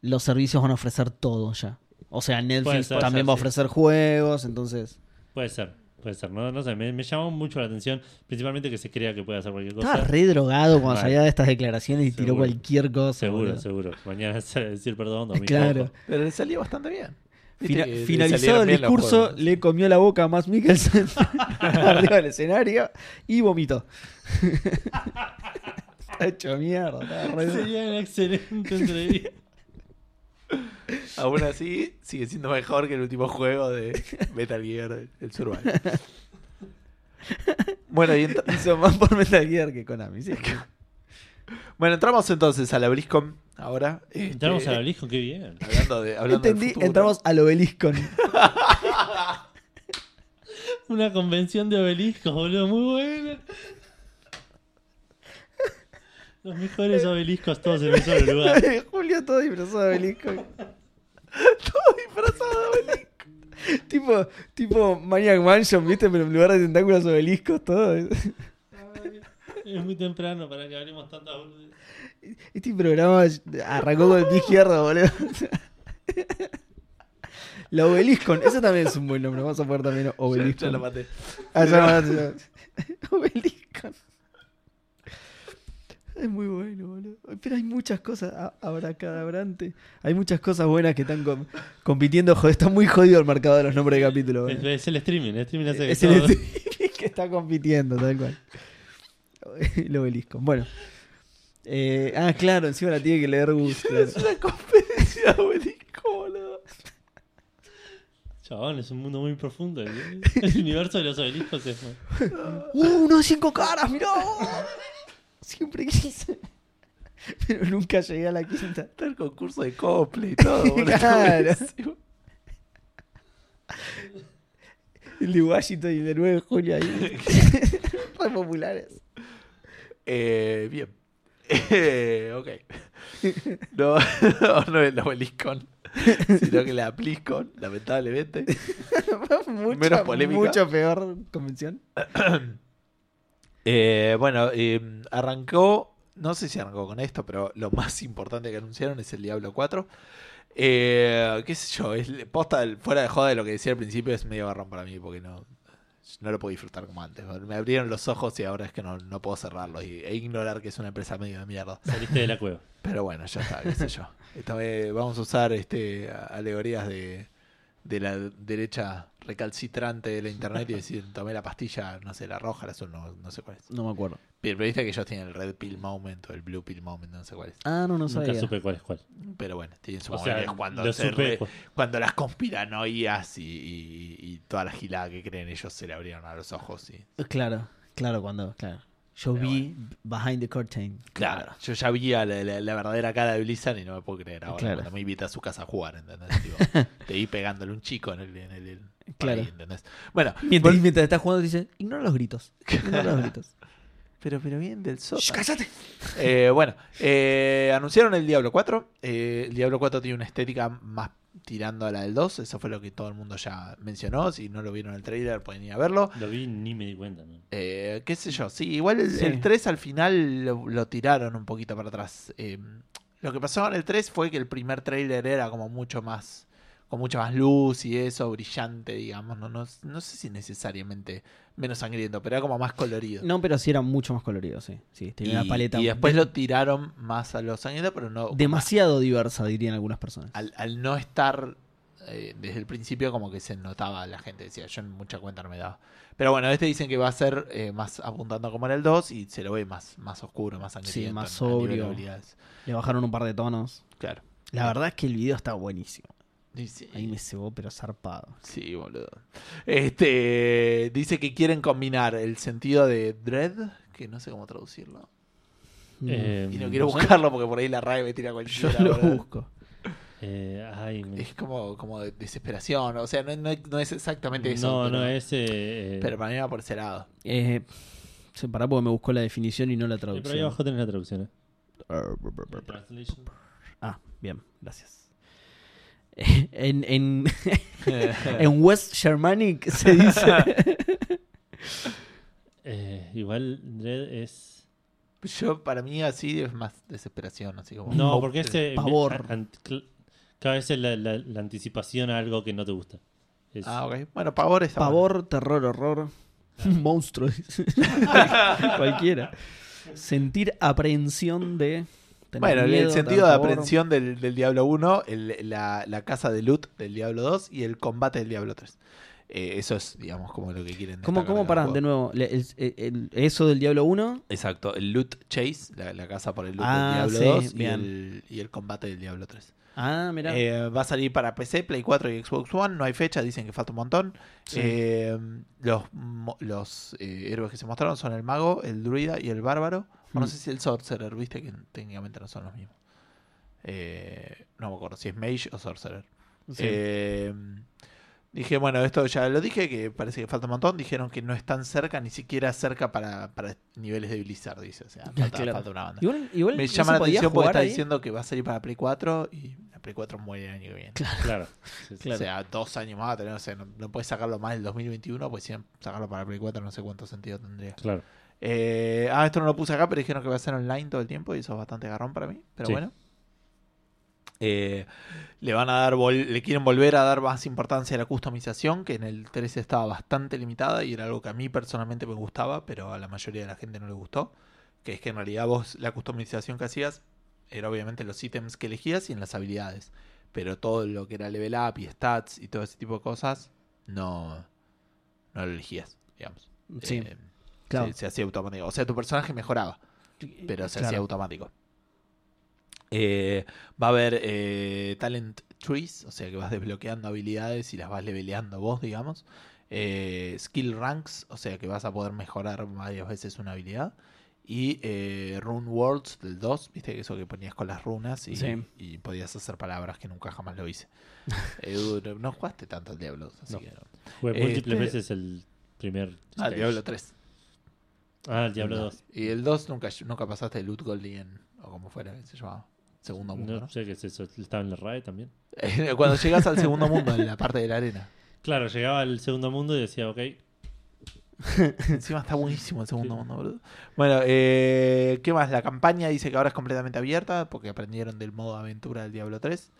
B: los servicios van a ofrecer todo ya. O sea,
A: Puede
B: Netflix
A: ser,
B: también
A: puede
B: va a
A: ser,
B: ofrecer juegos, entonces.
A: Puede ser, puede ser. No, no sé, me, me llamó mucho la atención. Principalmente que se crea que puede hacer cualquier cosa.
B: Estaba re drogado cuando
A: Vale.
B: salía de estas declaraciones y tiró
A: Seguro.
B: cualquier cosa.
A: Seguro,
B: boludo.
A: seguro. Mañana se va a decir perdón. domingo.
B: Claro.
C: Pero le salió bastante bien. Viste
B: Fina-
C: que le
B: finalizado
C: salieron
B: el
C: bien los
B: discurso,
C: juegos.
B: le comió la boca a Matt Mikkelsen arriba del escenario y vomitó. Está hecho mierda. estaba re-
A: Sería una excelente entrevista.
C: Aún así, sigue siendo mejor que el último juego de Metal Gear, el Survival. Bueno, y ent-
B: Hizo más por Metal Gear que Konami, sí.
C: bueno, entramos entonces a la BlizzCon ahora. Este,
A: Entramos a la BlizzCon, qué bien.
C: Hablando de. Hablando del
B: Entendí,
C: futuro.
B: entramos al obelisco.
A: Una convención de obeliscos, boludo, muy buena. Los
C: Eh,
A: mejores obeliscos todos en un solo lugar.
B: Julio todo disfrazado de obelisco.
C: Todo disfrazado de Obelisco.
B: tipo, tipo Maniac Mansion, ¿viste? Pero en lugar de tentáculos obeliscos, todo. Este
A: Es muy temprano para que hablemos tantas boludeces.
B: Este programa arrancó con el pie izquierdo, boludo. La Obeliscon, ese también es un buen nombre. Vamos a poner también
C: Ya, ya
B: Obeliscon.
C: lo maté.
B: Ah, ya lo mataste, ya lo mataste. Obeliscon. Es muy bueno, boludo. Pero hay muchas cosas a- abracadabrante. Hay muchas cosas buenas que están com- compitiendo. Joder, está muy jodido el mercado de los nombres de capítulos.
A: Es,
B: boludo.
A: es el streaming, el streaming hace que
B: Es el
A: todo-
B: streaming que está compitiendo, tal cual. El obelisco. Bueno. Eh, ah, claro, encima la tiene que leer Gus. claro.
C: Es una competencia de Obelisco, boludo.
A: Chabón, es un mundo muy profundo. El, el universo de los obeliscos es.
B: ¡Uh, uno de cinco caras! ¡Mirá! oh! Siempre quise. Pero nunca llegué a la quinta.
C: Está el concurso de cosplay y todo, boludo.
B: Claro.
C: Buenísimo.
B: El de Washington y el de 9 de julio ahí. Re populares.
C: Eh, bien. Eh, ok. No, no, no es la Obeliscon, sino que la Apliscon, lamentablemente.
B: mucho,
C: Menos polémica.
B: mucho peor convención.
C: Eh, bueno, eh, arrancó, no sé si arrancó con esto, pero lo más importante que anunciaron es el Diablo 4. Eh, qué sé yo, es posta del- fuera de joda de lo que decía al principio es medio barrón para mí porque no, no lo puedo disfrutar como antes. Me abrieron los ojos y ahora es que no, no puedo cerrarlos y- e ignorar que es una empresa medio de mierda.
A: Saliste de la cueva.
C: Pero bueno, ya está, qué sé yo. Esta vez vamos a usar este a- alegorías de, de la derecha recalcitrante de la internet y decir, tomé la pastilla, no sé, la roja, la azul, no, no sé cuál es.
B: No me acuerdo.
C: Pero viste que ellos tienen el red pill moment o el blue pill moment, no sé cuál es.
B: Ah, no, no
A: Nunca
B: sabía.
A: supe cuál es cuál.
C: Pero bueno, tienen su
A: O sea,
C: momento cuando,
A: lo
C: se
A: supe
C: re-
A: cu-
C: cuando las conspiranoias y, y, y toda la gilada que creen ellos se le abrieron a los ojos. Y...
B: Claro, claro, cuando, claro. Yo
C: Pero
B: vi Behind the Curtain.
C: Claro, yo ya vi a la, la- la verdadera cara de Blizzard y no me puedo creer ahora
B: Claro.
C: cuando me invita a su casa a jugar, ¿entendés? Tipo, te vi pegándole un chico en el... en el- en- por
B: Claro.
C: ahí, ¿entendés? Bueno,
B: Mientras,
C: vol-
B: mientras estás jugando, dice: ignora los gritos. Ignora los gritos.
C: pero, pero bien del sol.
B: ¡Cállate!
C: Eh, bueno, eh, anunciaron el Diablo 4. Eh, el Diablo 4 tiene una estética más tirando a la del 2. Eso fue lo que todo el mundo ya mencionó. Si no lo vieron en el trailer, pueden ir a verlo.
A: Lo vi y ni me di cuenta. ¿no?
C: Eh, qué sé yo, sí, igual el,
B: Sí.
C: el 3 al final lo, lo tiraron un poquito para atrás. Eh, lo que pasó con el 3 fue que el primer tráiler era como mucho más, con mucha más luz y eso, brillante, digamos, no, no, no sé si necesariamente menos sangriento, pero era como más colorido.
B: No, pero sí era mucho más colorido, sí. sí tenía
C: y,
B: una paleta
C: y después
B: de-
C: lo tiraron más a lo sangriento, pero no...
B: demasiado diversa, dirían algunas personas.
C: al, al no estar eh, desde el principio como que se notaba la gente decía yo en mucha cuenta no me daba pero bueno este dicen que va a ser eh, más apuntando como en el 2 y se lo ve más más oscuro más sangriento
B: más
C: en- a nivel de
B: sobrio.
C: habilidades.
B: Le bajaron un par de tonos.
C: claro
B: La verdad es que el video está buenísimo.
C: Y sí,
B: Ahí me cebó, pero zarpado.
C: sí, boludo este dice que quieren combinar el sentido de dread que no sé cómo traducirlo
B: Mm.
A: Eh,
C: y no quiero
A: sé.
C: buscarlo porque por ahí la RAE me tira
B: Yo
C: cualquiera
B: lo
C: boludo.
B: busco.
A: Eh, ay, me-
C: es como como de- desesperación o sea no, no- no es exactamente eso
A: no,
C: pero,
A: no, es. eh, eh,
C: pero para mí va por ese lado
B: Eh, se pará porque me buscó la definición y no la
A: eh, pero ahí
B: traducción.
A: abajo tenés la traducción. ¿eh?
B: Arr, brr, brr, brr, brr.
A: Translation.
B: Ah, bien, gracias. Eh, En, en, en West Germanic se dice.
A: Eh, igual Dread es.
C: Yo, para mí, así es más desesperación, así como.
A: No, porque este.
B: pavor.
A: Cada vez es la, la- la anticipación a algo que no te gusta. Es-
C: Ah, ok. Bueno, pavor es
B: Pavor, terror, horror. Un monstruo. dice. Cualquiera. Sentir aprehensión de. tener
C: Bueno, en
B: miedo,
C: el
B: tener
C: sentido de
B: pavor.
C: aprehensión del, del Diablo 1, el- la, la casa de loot del Diablo 2 y el combate del Diablo 3. Eh, eso es, digamos, como lo que quieren.
B: ¿Cómo,
C: destacar
B: cómo
C: del
B: pará?
C: juego.
B: De nuevo, le- el- el- eso del Diablo 1.
C: Exacto, el loot chase, la, la casa por el loot
B: Ah,
C: del
B: sí,
C: Diablo 2 y
B: bien.
C: el, y el combate del Diablo 3.
B: Ah, mirá.
C: Eh, va a salir para PC, Play 4 y Xbox One. No hay fecha, dicen que falta un montón.
B: Sí.
C: Eh, los mo- los eh, héroes que se mostraron son el mago, el druida y el bárbaro. O no
B: Mm.
C: sé si el sorcerer, viste que técnicamente no son los mismos. Eh, no me acuerdo si es mage o sorcerer.
B: Sí.
C: Eh, dije, bueno, esto ya lo dije, que parece que falta un montón. Dijeron que no están cerca, ni siquiera cerca para, para niveles de Blizzard, dice. O sea, falta,
B: Claro.
C: falta una banda.
B: igual igual
C: Me
B: no
C: llama
B: se
C: la
B: podía
C: atención porque
B: jugar
C: está
B: ahí.
C: diciendo que va a salir para Play 4 y la Play 4 muere el año que viene.
A: Claro. Sí, sí.
B: Claro.
C: O sea, dos años más va a tener, o sea, no, no puedes sacarlo más el 2021, pues si sacarlo para Play 4 no sé cuánto sentido tendría.
A: Claro.
C: Eh, ah, esto no lo puse acá, pero dijeron que va a ser online todo el tiempo y eso es bastante garrón para mí. Pero
A: Sí.
C: bueno. Eh, le van a dar, vol- le quieren volver a dar más importancia a la customización, que en el 13 estaba bastante limitada y era algo que a mí personalmente me gustaba, pero a la mayoría de la gente no le gustó. Que es que en realidad vos la customización que hacías era obviamente los ítems que elegías y en las habilidades. Pero todo lo que era level up y stats y todo ese tipo de cosas, no, no lo elegías, digamos.
B: Sí,
C: Eh,
B: claro.
C: se, se hacía automático. O sea, tu personaje mejoraba, pero se hacía
B: Claro.
C: automático. Eh, va a haber eh, talent trees, o sea que vas desbloqueando habilidades y las vas leveleando vos, digamos. Eh, skill ranks, o sea que vas a poder mejorar varias veces una habilidad. Y eh, rune worlds del 2, viste que eso que ponías con las runas y,
B: Sí.
C: y podías hacer palabras que nunca jamás lo hice. Edu, no- no jugaste tanto al Diablo, así
A: No.
C: que no.
A: Jugué
C: Eh,
A: múltiples
C: pero-
A: veces el primer.
C: Ah,
A: stage.
C: Diablo 3.
A: Ah, el Diablo
C: No.
A: 2.
C: Y el 2 nunca, nunca pasaste el Loot Golden, o como fuera que se llamaba. Segundo mundo,
A: No
C: ¿no?
A: sé qué es eso. Estaba en la RAE también.
C: Cuando llegas al segundo mundo, en la parte de la arena.
A: Claro, llegaba al segundo mundo y decía, ok,
C: Encima está buenísimo el segundo
A: Sí.
C: mundo, boludo. Bueno, eh, ¿qué más? La campaña dice que ahora es completamente abierta, porque aprendieron del modo aventura del Diablo 3.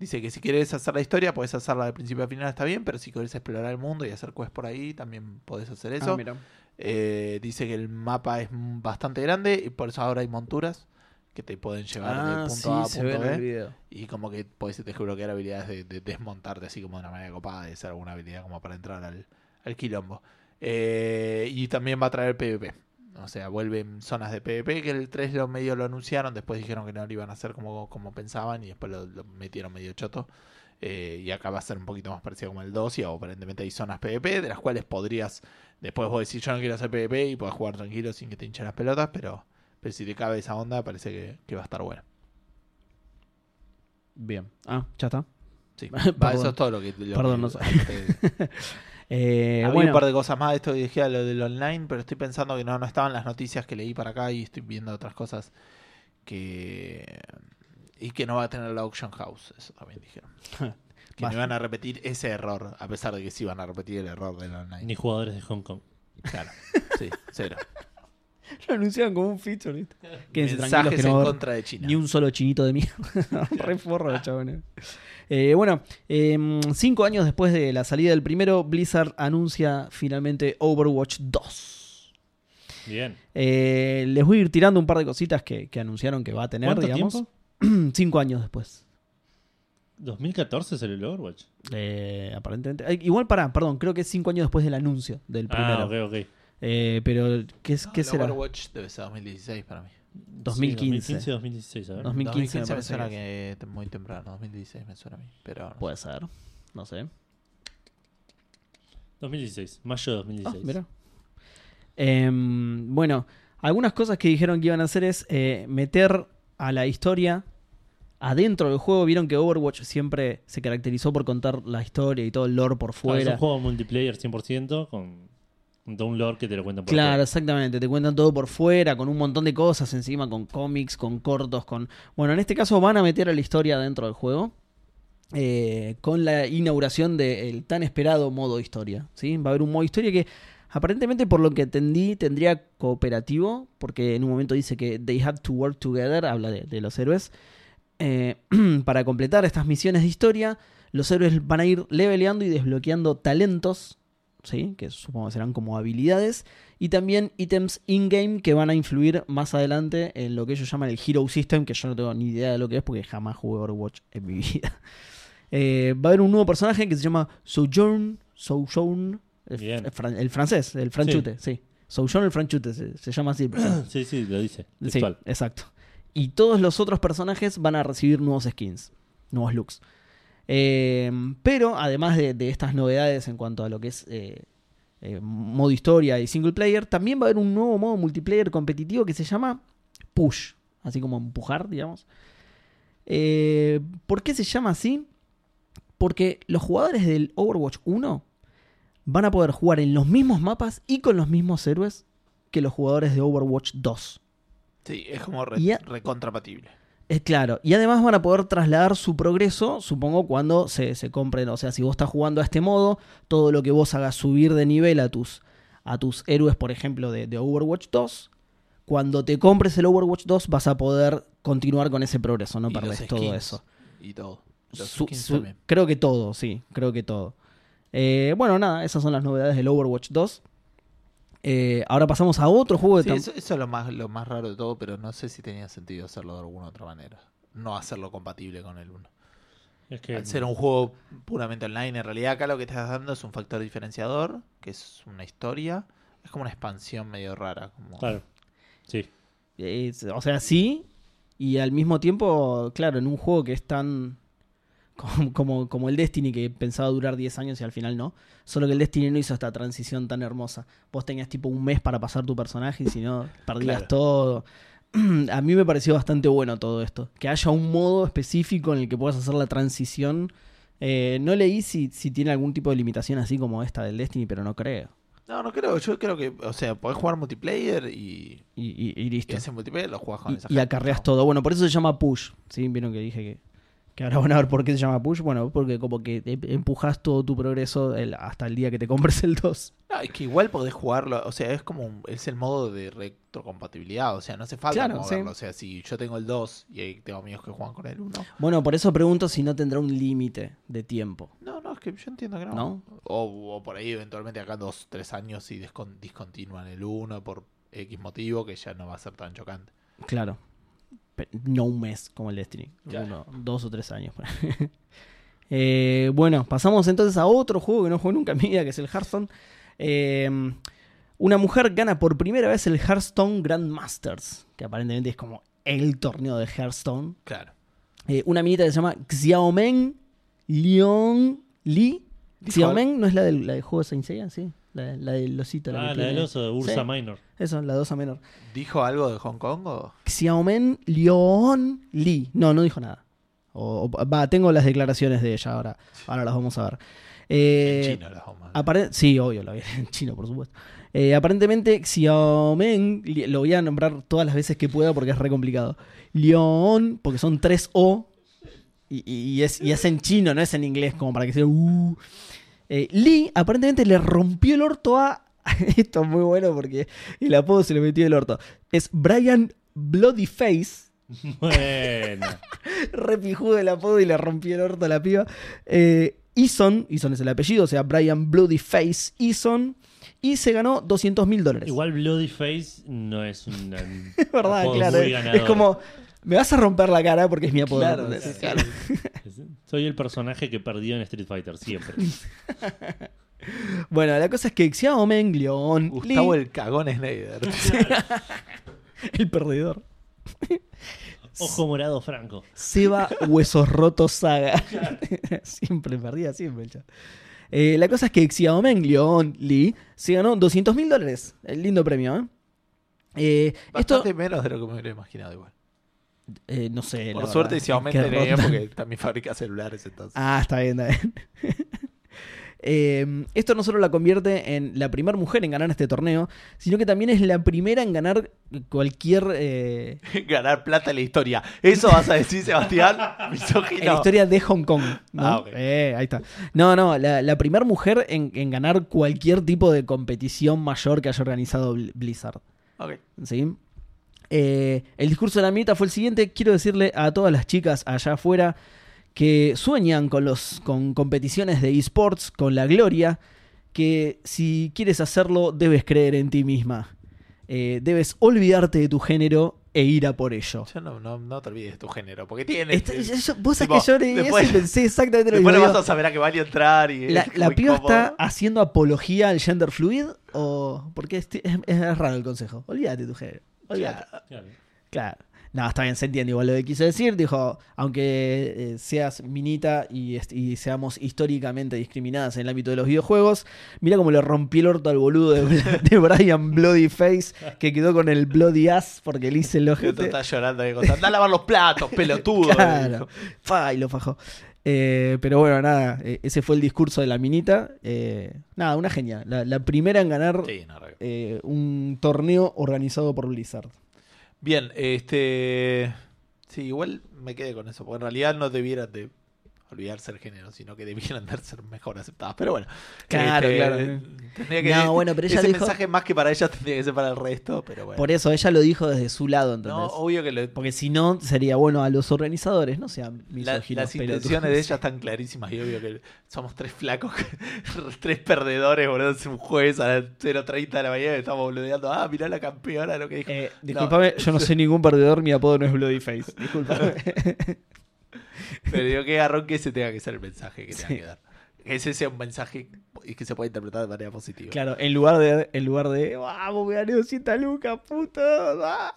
C: Dice que si quieres hacer la historia, podés hacerla de principio a final, está bien, pero si querés explorar el mundo y hacer quests por ahí, también podés hacer eso.
B: Ah, mirá.
C: Eh, dice que el mapa es m- bastante grande y por eso ahora hay monturas que te pueden llevar de
B: Ah,
C: punto
B: sí,
C: A a
B: se ve en
C: punto
B: el
C: B.
B: video.
C: Y como que puedes desbloquear habilidades de, de desmontarte así como de una manera copada y hacer alguna habilidad como para entrar al, al quilombo. Eh, y también va a traer PvP. O sea, vuelven zonas de PvP que el 3 lo medio lo anunciaron, después dijeron que no lo iban a hacer como, como pensaban y después lo, lo metieron medio choto. Eh, y acá va a ser un poquito más parecido como el 2 y aparentemente hay zonas PvP de las cuales podrías después vos decís yo no quiero hacer PvP y podés jugar tranquilo sin que te hinchen las pelotas, pero, pero si te cabe esa onda parece que, que va a estar bueno.
B: Bien. Ah, ya está.
C: Sí, va,
B: Perdón.
C: eso es todo lo que. lo
B: Perdón,
C: que-
B: no sé.
C: Había
B: Eh,
C: un
B: bueno,
C: par de cosas más de esto que dije a lo del online, pero estoy pensando que no, no estaban las noticias que leí para acá y estoy viendo otras cosas que. Y que no va a tener la Auction House, eso también dijeron. Que no
B: Vaya.
C: iban a repetir ese error, a pesar de que sí iban a repetir el error del online.
A: ni jugadores de Hong Kong.
C: Claro, sí, cero.
B: lo anunciaron como un feature, ¿viste? Quédense tranquilos
C: Mensajes
B: que no va a
C: en
B: haber
C: contra de China.
B: Ni un solo chinito de mierda. Re forro, los chabones. Eh, bueno, eh, cinco años después de la salida del primero, Blizzard anuncia finalmente Overwatch 2.
A: Bien.
B: Eh, les voy a ir tirando un par de cositas que, que anunciaron que va a tener,
A: ¿Cuánto
B: digamos.
A: tiempo?
B: Cinco años después.
A: ¿2014 salió el Overwatch?
B: Eh, aparentemente. Ay, igual para, perdón, creo que es cinco años después del anuncio del primero.
A: Ah, ok, ok. Sí,
B: Eh, pero, ¿qué, es-
C: No,
B: qué
C: el
B: será?
C: Overwatch debe ser 2016 para mí.
B: 2015.
A: 2015, 2016, a ver.
B: No. 2015 me
C: me
B: parece
C: suena
B: que
C: que te- muy temprano, 2016 me suena a mí. Pero no
B: Puede ser. No sé.
A: 2016, mayo de 2016.
B: Ah, mirá. Em, bueno, algunas cosas que dijeron que iban a hacer es eh, meter a la historia adentro del juego. Vieron que Overwatch siempre se caracterizó por contar la historia y todo el lore por
A: Claro, es
B: fuera.
A: un juego multiplayer 100% con, con todo un lore que te lo cuentan por
B: Claro,
A: fuera.
B: exactamente. Te cuentan todo por fuera, con un montón de cosas encima, con cómics, con cortos, con... Bueno, en este caso van a meter a la historia dentro del juego. eh, con la inauguración del tan esperado modo historia. ¿sí? Va a haber un modo historia que aparentemente, por lo que entendí, tendría cooperativo, porque en un momento dice que they have to work together, habla de, de los héroes. Eh, para completar estas misiones de historia, los héroes van a ir leveleando y desbloqueando talentos, ¿sí? que supongo que serán como habilidades, y también ítems in-game que van a influir más adelante en lo que ellos llaman el Hero System, que yo no tengo ni idea de lo que es porque jamás jugué Overwatch en mi vida. Eh, va a haber un nuevo personaje que se llama Sojourn Sojourn, el,
A: Bien.
B: el fran- el francés, el franchute, sí. Sojourn el franchute, se, se llama así. el personaje.
A: Sí, sí, lo dice.
B: sí,
A: Textual.
B: exacto. Y todos los otros personajes van a recibir nuevos skins, nuevos looks. Eh, pero además de, de estas novedades en cuanto a lo que es eh, eh, modo historia y single player, también va a haber un nuevo modo multiplayer competitivo que se llama Push, así como empujar, digamos. Eh, ¿Por qué se llama así? Porque los jugadores del Overwatch 1 van a poder jugar en los mismos mapas y con los mismos héroes que los jugadores de Overwatch 2.
C: Sí, es como re-
B: Y a-
C: recontrapatible.
B: Es Eh, claro. Y además van a poder trasladar su progreso, supongo, cuando se, se compren. O sea, si vos estás jugando a este modo, todo lo que vos hagas subir de nivel a tus, a tus héroes, por ejemplo, de, de Overwatch 2, cuando te compres el Overwatch 2 vas a poder continuar con ese progreso, no
C: Y los
B: perdés todo
C: skins
B: eso.
C: Y todo. Los
B: Su-
C: skins
B: su-
C: también.
B: creo que todo, sí, creo que todo. Eh, bueno, nada, esas son las novedades del Overwatch 2. Eh, ahora pasamos a otro juego de
C: Sí,
B: tam-
C: eso, eso es lo más, lo más raro de todo, pero no sé si tenía sentido hacerlo de alguna otra manera. No hacerlo compatible con el 1.
A: Es que
C: Al ser un juego puramente online, en realidad acá lo que estás dando es un factor diferenciador, que es una historia. Es como una expansión medio rara. Como...
A: Claro. Sí.
B: Es- o sea, sí. Y al mismo tiempo, claro, en un juego que es tan. Como, como, como el Destiny, que pensaba durar 10 años y al final no. Solo que el Destiny no hizo esta transición tan hermosa. Vos tenías tipo un mes para pasar tu personaje y si no, perdías
C: Claro.
B: todo. A mí me pareció bastante bueno todo esto. Que haya un modo específico en el que puedas hacer la transición. Eh, no leí si, si tiene algún tipo de limitación así como esta del Destiny, pero no creo.
C: No, no creo. Yo creo que, o sea, podés jugar multiplayer y,
B: Y, y- y
C: y
B: listo.
C: ese multiplayer lo jugás con
B: y,
C: esa
B: y
C: gente,
B: acarreas
C: chao.
B: todo. Bueno, por eso se llama push. ¿sí? Vieron que dije que, que ahora van a ver por qué se llama push. Bueno, porque como que em- empujas todo tu progreso el- hasta el día que te compres el 2.
C: No, es que igual podés jugarlo, o sea, es como un- es el modo de retrocompatibilidad, o sea, no hace falta
B: Claro, sí.
C: moverlo, o sea, si yo tengo el 2 y ahí tengo amigos que juegan con el 1,
B: Bueno, por eso pregunto si no tendrá un límite de tiempo.
C: no, no, es que yo entiendo que no.
B: ¿No?
C: O, o por ahí eventualmente acá 2, 3 años y descon- discontinúan el 1 por X motivo que ya no va a ser tan chocante.
B: Claro. Pe- No un mes como el Destiny.
C: Claro.
B: Uno, dos o tres años. Eh, bueno, pasamos entonces a otro juego que no jugué nunca en mi vida, que es el Hearthstone. Eh, una mujer gana por primera vez el Hearthstone Grandmasters, que aparentemente es como el torneo de Hearthstone.
C: Claro.
B: Eh, una minita que se llama Xiaomen Leon Li.
C: Dijo-
B: Xiaomen no es la del, la del juego de Saint Seiya, sí. La, la del osito.
A: Ah,
B: que
A: la del
B: tiene-
A: oso, Ursa
B: Sí.
A: Minor.
B: Eso, la dosa menor.
C: ¿Dijo algo de Hong Kong o...?
B: Xiaomen Leon Li. No, no dijo nada. O- o- va, tengo las declaraciones de ella ahora. Ahora las vamos a ver. Eh,
C: en chino las vamos a-
B: apare- sí, obvio, lo vi en chino, por supuesto. Eh, aparentemente, Xiaomen, li- lo voy a nombrar todas las veces que pueda porque es re complicado. Leon, porque son tres O. Y, y- y es, y es en chino, no es en inglés, como para que sea. "Uh". Eh, Lee aparentemente le rompió el orto a. Esto es muy bueno porque el apodo se le metió el orto. Es Brian Bloodyface.
A: Bueno.
B: Repijudo el apodo y le rompió el orto a la piba. Eh, Eason, Eason es el apellido, o sea, Brian Bloodyface Eason. Y se ganó 200 mil dólares.
A: Igual Bloody Face no es un.
B: es verdad, claro. eh. Es como, me vas a romper la cara porque es mi apodo.
C: Claro,
B: ¿entendés?
C: sí, claro.
A: Soy el personaje que perdió en Street Fighter siempre.
B: Bueno, la cosa es que Xiaomen, León,
C: Gustavo
B: Lee,
C: el cagón Snyder.
B: el perdedor.
A: Ojo morado franco.
B: Seba Huesos Rotos Saga. siempre perdía, siempre el chat. Eh, la cosa es que Xiaomen Leon Lee se ganó 200 mil dólares. El lindo premio, ¿eh? Eh, esto,
C: Bastante menos de lo que me hubiera imaginado igual.
B: eh, no sé. la
C: Por
B: verdad,
C: suerte Xiaomi
B: qué
C: tenía
B: rota.
C: porque también fabrica celulares entonces.
B: Ah, está bien, está bien. Eh, esto no solo la convierte en la primera mujer en ganar este torneo, sino que también es la primera en ganar cualquier eh,
C: Ganar plata en la historia. Eso vas a decir, Sebastián.
B: En la
C: Misógino.
B: historia de Hong Kong. ¿no?
C: Ah, ok.
B: Eh, ahí está. No, no, la, la primera mujer en, en ganar cualquier tipo de competición mayor que haya organizado Bl- Blizzard.
C: Ok.
B: ¿sí? Eh, el discurso de la mitad fue el siguiente. Quiero decirle a todas las chicas allá afuera que sueñan con, los, con competiciones de esports, con la gloria, que si quieres hacerlo debes creer en ti misma. Eh, debes olvidarte de tu género e ir a por ello.
C: Yo no, no, no te olvides de tu género, porque tiene.
B: Esta- yo- yo- vos sabés
C: tipo,
B: que yo leí eso y
C: después-
B: pensé exactamente lo mismo.
C: Después le vas
B: Digo,
C: a saber a qué vale entrar y.
B: la,
C: es
B: la
C: muy Ah,
B: piba está
C: incómodo.
B: haciendo apología al gender fluid o porque es, es- es raro el consejo. Olvídate de tu género. Olvídate.
C: Claro.
A: Claro.
B: Claro. No, está bien, se entiende igual lo que quiso decir. Dijo, aunque eh, seas minita y, est- y seamos históricamente discriminadas en el ámbito de los videojuegos, mira cómo le rompí el orto al boludo de, Bla- de Brian Bloody Face, que quedó con el Bloody Ass porque le hice el
C: El otro
B: ojete.
C: está llorando ahí, cosa, Anda a lavar los platos, pelotudo.
B: Claro.
C: dijo.
B: Fa, y lo fajó. Eh, pero bueno, nada, eh, ese fue el discurso de la minita. Eh, nada, una genia. La, la primera en ganar
C: Sí, no, re-
B: eh, un torneo organizado por Blizzard.
C: Bien, este. Sí, igual me quedé con eso, porque en realidad no debieran de olvidarse el género, sino que debieran de ser mejor aceptadas. Pero bueno. este,
B: Claro, claro.
C: Tendría que,
B: No, bueno, pero ella
C: ese
B: dijo-
C: mensaje más que para ella tendría que ser para el resto, pero bueno.
B: Por eso, ella lo dijo desde su lado, entonces.
C: no, obvio que lo-
B: Porque si no, sería bueno a los organizadores, no sean
C: la-
B: misóginos.
C: las
B: pelotudos.
C: intenciones de ella están clarísimas y obvio que somos tres flacos, que- tres perdedores, boludo. Es un jueves a las 0.30 de la mañana y estamos boludeando. Ah, mirá la campeona, lo que dijo.
B: Eh, disculpame, yo no soy ningún perdedor, mi apodo no es Bloodyface. Disculpame.
C: Pero digo que garrón que ese tenga que ser el mensaje que
B: Sí.
C: tenga que dar. Que ese sea un mensaje y que se pueda interpretar de manera positiva.
B: claro, en lugar de. En lugar de ¡Vamos, me gané 200 lucas, puto! ah".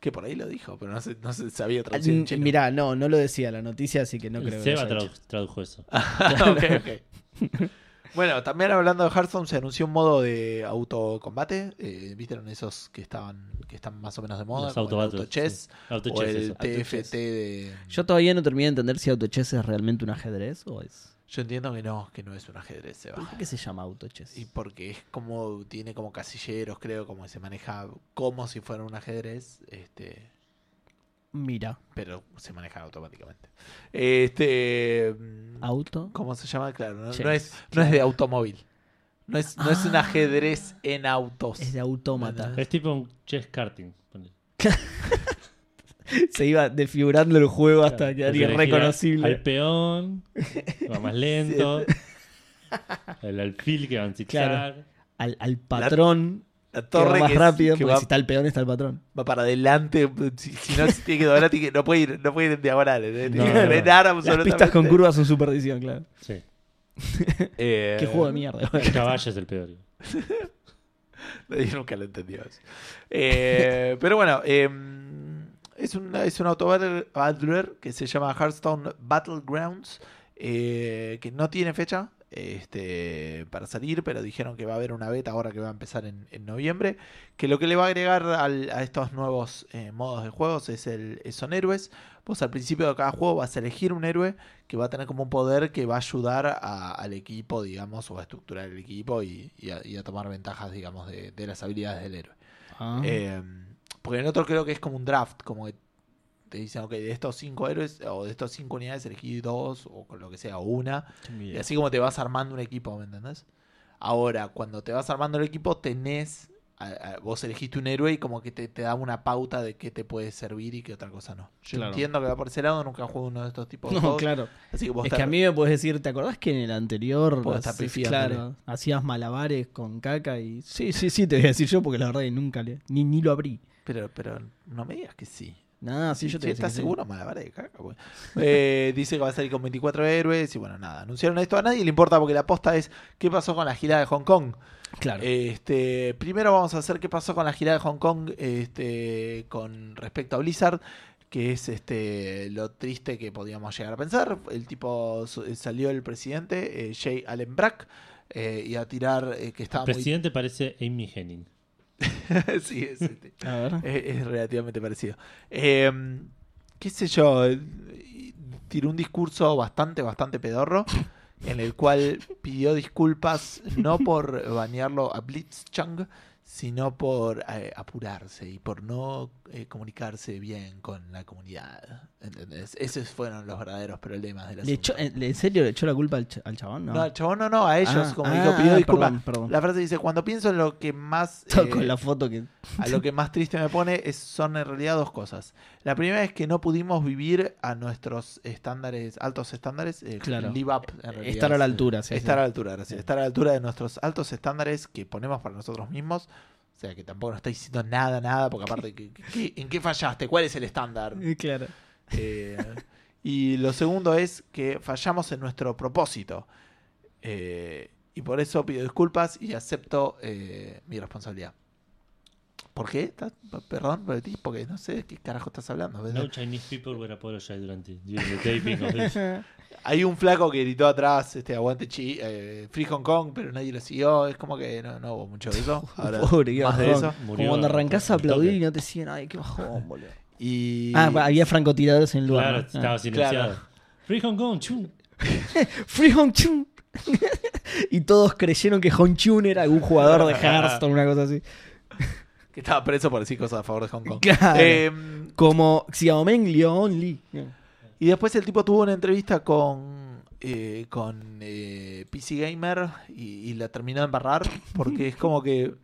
C: Que por ahí lo dijo, pero no se, no se sabía traducir en
B: Mm,
C: chino.
B: Mirá, no, no lo decía la noticia, así que no
A: El
B: creo que. lo
A: Seba
B: haya
A: tradu-
B: hecho.
A: tradujo eso.
C: Ah, ok, ok. Bueno, también hablando de Hearthstone, se anunció un modo de autocombate. Eh, ¿Vieron esos que estaban que están más o menos de moda?
A: Los
C: como el
A: autobattles,
C: Autochess
A: sí. Autochess,
C: o el
A: eso.
C: TFT de...
B: Yo todavía no terminé de entender si autochess es realmente un ajedrez o es.
C: Yo entiendo que no, que no es un ajedrez, se
B: ¿Por qué se llama autochess?
C: Y porque es como, tiene como casilleros, creo, como que se maneja como si fuera un ajedrez, este,
B: Mira,
C: pero se maneja automáticamente. Este, mm,
B: auto.
C: ¿Cómo se llama? Claro, no, no
B: Chess,
C: es, no es de automóvil. No es, no es un
B: Ah.
C: ajedrez en autos.
B: Es de autómata.
A: Es tipo un chess karting. ponele.
B: Se iba desfigurando el juego hasta
A: Claro.
B: quedar
A: Entonces elegía
B: irreconocible.
A: Al peón, va más lento. El alfil que va en zigzag.
B: Claro. al, al patrón
C: La
B: que va
C: torre
B: más
C: que, es-
B: rápido.
C: que
B: porque
C: va,
B: si está el peón, está el patrón.
C: va para adelante. Si, si no, si tiene que doblar, tiene que- no, puede ir, no puede ir en diagonal. ¿eh? Tiene
A: No,
C: que
A: no, no.
C: frenar
B: Las
C: absolutamente.
B: pistas con curvas son su perdición, claro.
A: Sí.
C: Eh,
B: Qué juego de mierda.
A: El caballo es el peor.
C: Yo nunca lo entendí. eso. Eh, pero bueno, eh, es un, es un autobattler que se llama Hearthstone Battlegrounds, eh, que no tiene fecha este, para salir, pero dijeron que va a haber una beta ahora que va a empezar en, en noviembre, que lo que le va a agregar al- a estos nuevos eh, modos de juegos es el es- son héroes. Vos al principio de cada juego vas a elegir un héroe que va a tener como un poder que va a ayudar a- al equipo, digamos, o a estructurar el equipo y, y a, y a tomar ventajas, digamos, de, de las habilidades del héroe.
B: Ah,
C: Eh, porque en otro creo que es como un draft, como que te dicen, ok, de estos cinco héroes o de estos cinco unidades elegí dos o con lo que sea, o una. Y así como te vas armando un equipo, ¿me entendés? Ahora, cuando te vas armando el equipo, tenés. a- a- vos elegiste un héroe y como que te, te da una pauta de qué te puede servir y qué otra cosa no. Yo
B: Claro.
C: entiendo que va por ese lado, nunca juego uno de estos tipos de
B: no,
C: juegos,
B: claro.
C: Así que vos
B: Es
C: te-
B: que a mí me puedes decir, ¿te acordás que en el anterior
C: Puedo estar
B: hacías-
C: pifiándole.
B: claro, hacías malabares con caca y. Sí, sí, sí, te voy a decir yo porque la verdad que nunca le. Ni, ni lo abrí.
C: Pero, pero no me digas que sí.
B: Nada, sí,
C: Si
B: yo te voy a decir
C: ¿Estás
B: que sí.
C: seguro? Malabares de caca, güey. Eh, dice que va a salir con 24 héroes y bueno, nada. Anunciaron esto. A nadie le importa porque la aposta es qué pasó con la gira de Hong Kong.
B: Claro.
C: Este, primero vamos a hacer qué pasó con la gira de Hong Kong este, con respecto a Blizzard, que es este, lo triste que podíamos llegar a pensar. El tipo su- salió el presidente, eh, Jay Allen Brack, eh, y a tirar eh,
A: El
C: que estaba muy...
A: presidente parece Amy Henning.
C: sí, es, este,
B: a ver.
C: es- es relativamente parecido. Eh, qué sé yo, eh, tiró un discurso bastante, bastante pedorro, en el cual pidió disculpas no por banearlo a Blitzchung, sino por eh, apurarse y por no eh, comunicarse bien con la comunidad. ¿Entendés? Esos fueron los verdaderos problemas de la
B: ¿Le echó- ¿En en serio le echó la culpa al, ch- al chabón? No.
C: eh, No, al chabón no, no, a ellos,
B: Ah,
C: como
B: ah,
C: dijo, pidió
B: ah,
C: disculpas.
B: perdón, perdón.
C: La frase dice, cuando pienso en lo que más... eh,
B: Con la foto que.
C: a lo que más triste me pone es, son en realidad dos cosas. La primera es que no pudimos vivir a nuestros estándares, altos estándares, eh,
B: Claro.
C: live up, en realidad.
B: Estar a la altura, sí. sí.
C: Estar a la altura, gracias. Estar a la altura de nuestros altos estándares que ponemos para nosotros mismos. sea, que tampoco no está diciendo nada, nada, porque aparte, ¿qué- qué- ¿en qué fallaste? ¿Cuál es el estándar?
B: Claro.
C: Eh, y lo segundo es que fallamos en nuestro propósito. Eh, y por eso pido disculpas y acepto eh, mi responsabilidad. ¿Por qué? ¿Estás- Perdón, repetí, porque no sé de qué carajo estás hablando.
A: No Chinese people were apologized durante during the taping of this.
C: Hay un flaco que gritó atrás, este aguante chi, eh, Free Hong Kong, pero nadie lo siguió. Es como que no, no hubo mucho de eso. Ahora,
B: Pobre, qué
C: más de
B: bajón.
C: eso.
A: Murió
B: Como cuando arrancás a
A: al toque.
B: aplaudir y no te siguen. Ay, qué bajón, boludo.
C: Y...
B: Ah, había francotiradores en el lugar.
A: Claro,
B: ¿no?
A: estaba
B: Ah.
A: silenciado.
C: claro.
A: Free Hong Kong, chum.
B: Free Hong Chun. y todos creyeron que Hong Chun era algún jugador de Hearthstone, una cosa así.
C: Que estaba preso por decir cosas a favor de Hong Kong.
B: Claro.
C: Em,
B: Como Xiaomeng Leon Lee.
C: Y después el tipo tuvo una entrevista con, eh, con eh, PC Gamer y, y la terminó de embarrar porque es como que...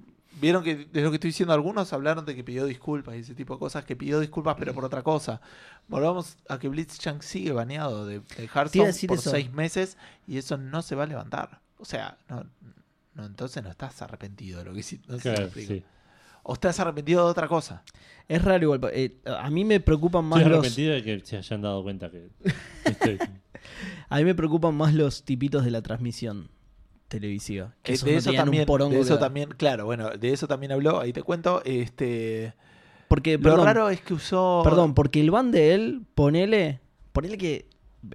C: Vieron que de lo que estoy diciendo algunos hablaron de que pidió disculpas y ese tipo de cosas, que pidió disculpas pero por otra cosa. Volvamos a que Blitzchang sigue baneado de, de
B: Te iba a
C: Hearthstone
B: decir
C: por
B: eso.
C: seis meses y eso no se va a levantar. O sea, no, no entonces no estás arrepentido de lo que hiciste. No sé si me
A: Claro,
C: explico.
A: sí.
C: O estás arrepentido de otra cosa.
B: Es raro igual. pa- eh, a mí me preocupan más
A: Estoy
B: los.
A: arrepentido de que se hayan dado cuenta que estoy.
B: A mí me preocupan más los tipitos de la transmisión televisiva. Que
C: Eh,
B: esos no tenían un porongo
C: de
B: que
C: eso
B: ver.
C: también, claro, bueno, de eso también habló, ahí te cuento, este
B: Porque,
C: lo
B: Eh, perdón,
C: raro es que usó
B: perdón, porque el ban de él, ponele. Ponele que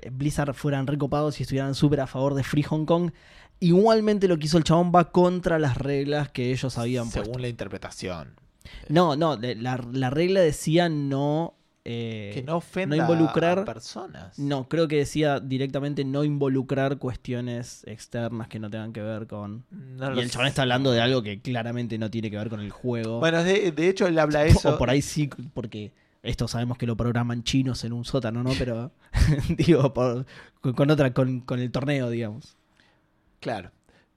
B: eh, Blizzard fueran recopados y estuvieran súper a favor de Free Hong Kong. Igualmente lo que hizo el chabón va contra las reglas que ellos habían puesto.
C: según la interpretación,
B: No, no, de- la, la regla decía no. eh,
C: que no ofenda
B: involucrar-
C: a personas.
B: No, creo que decía directamente no involucrar cuestiones externas que no tengan que ver con.
C: No lo
B: y el
C: sé.
B: chabón está hablando de algo que claramente no tiene que ver con el juego.
C: Bueno, de, de hecho él habla
B: O-
C: eso.
B: O por ahí sí, porque esto sabemos que lo programan chinos en un sótano, ¿no? Pero. digo, por- con, con otra, con, con el torneo, digamos.
C: Claro.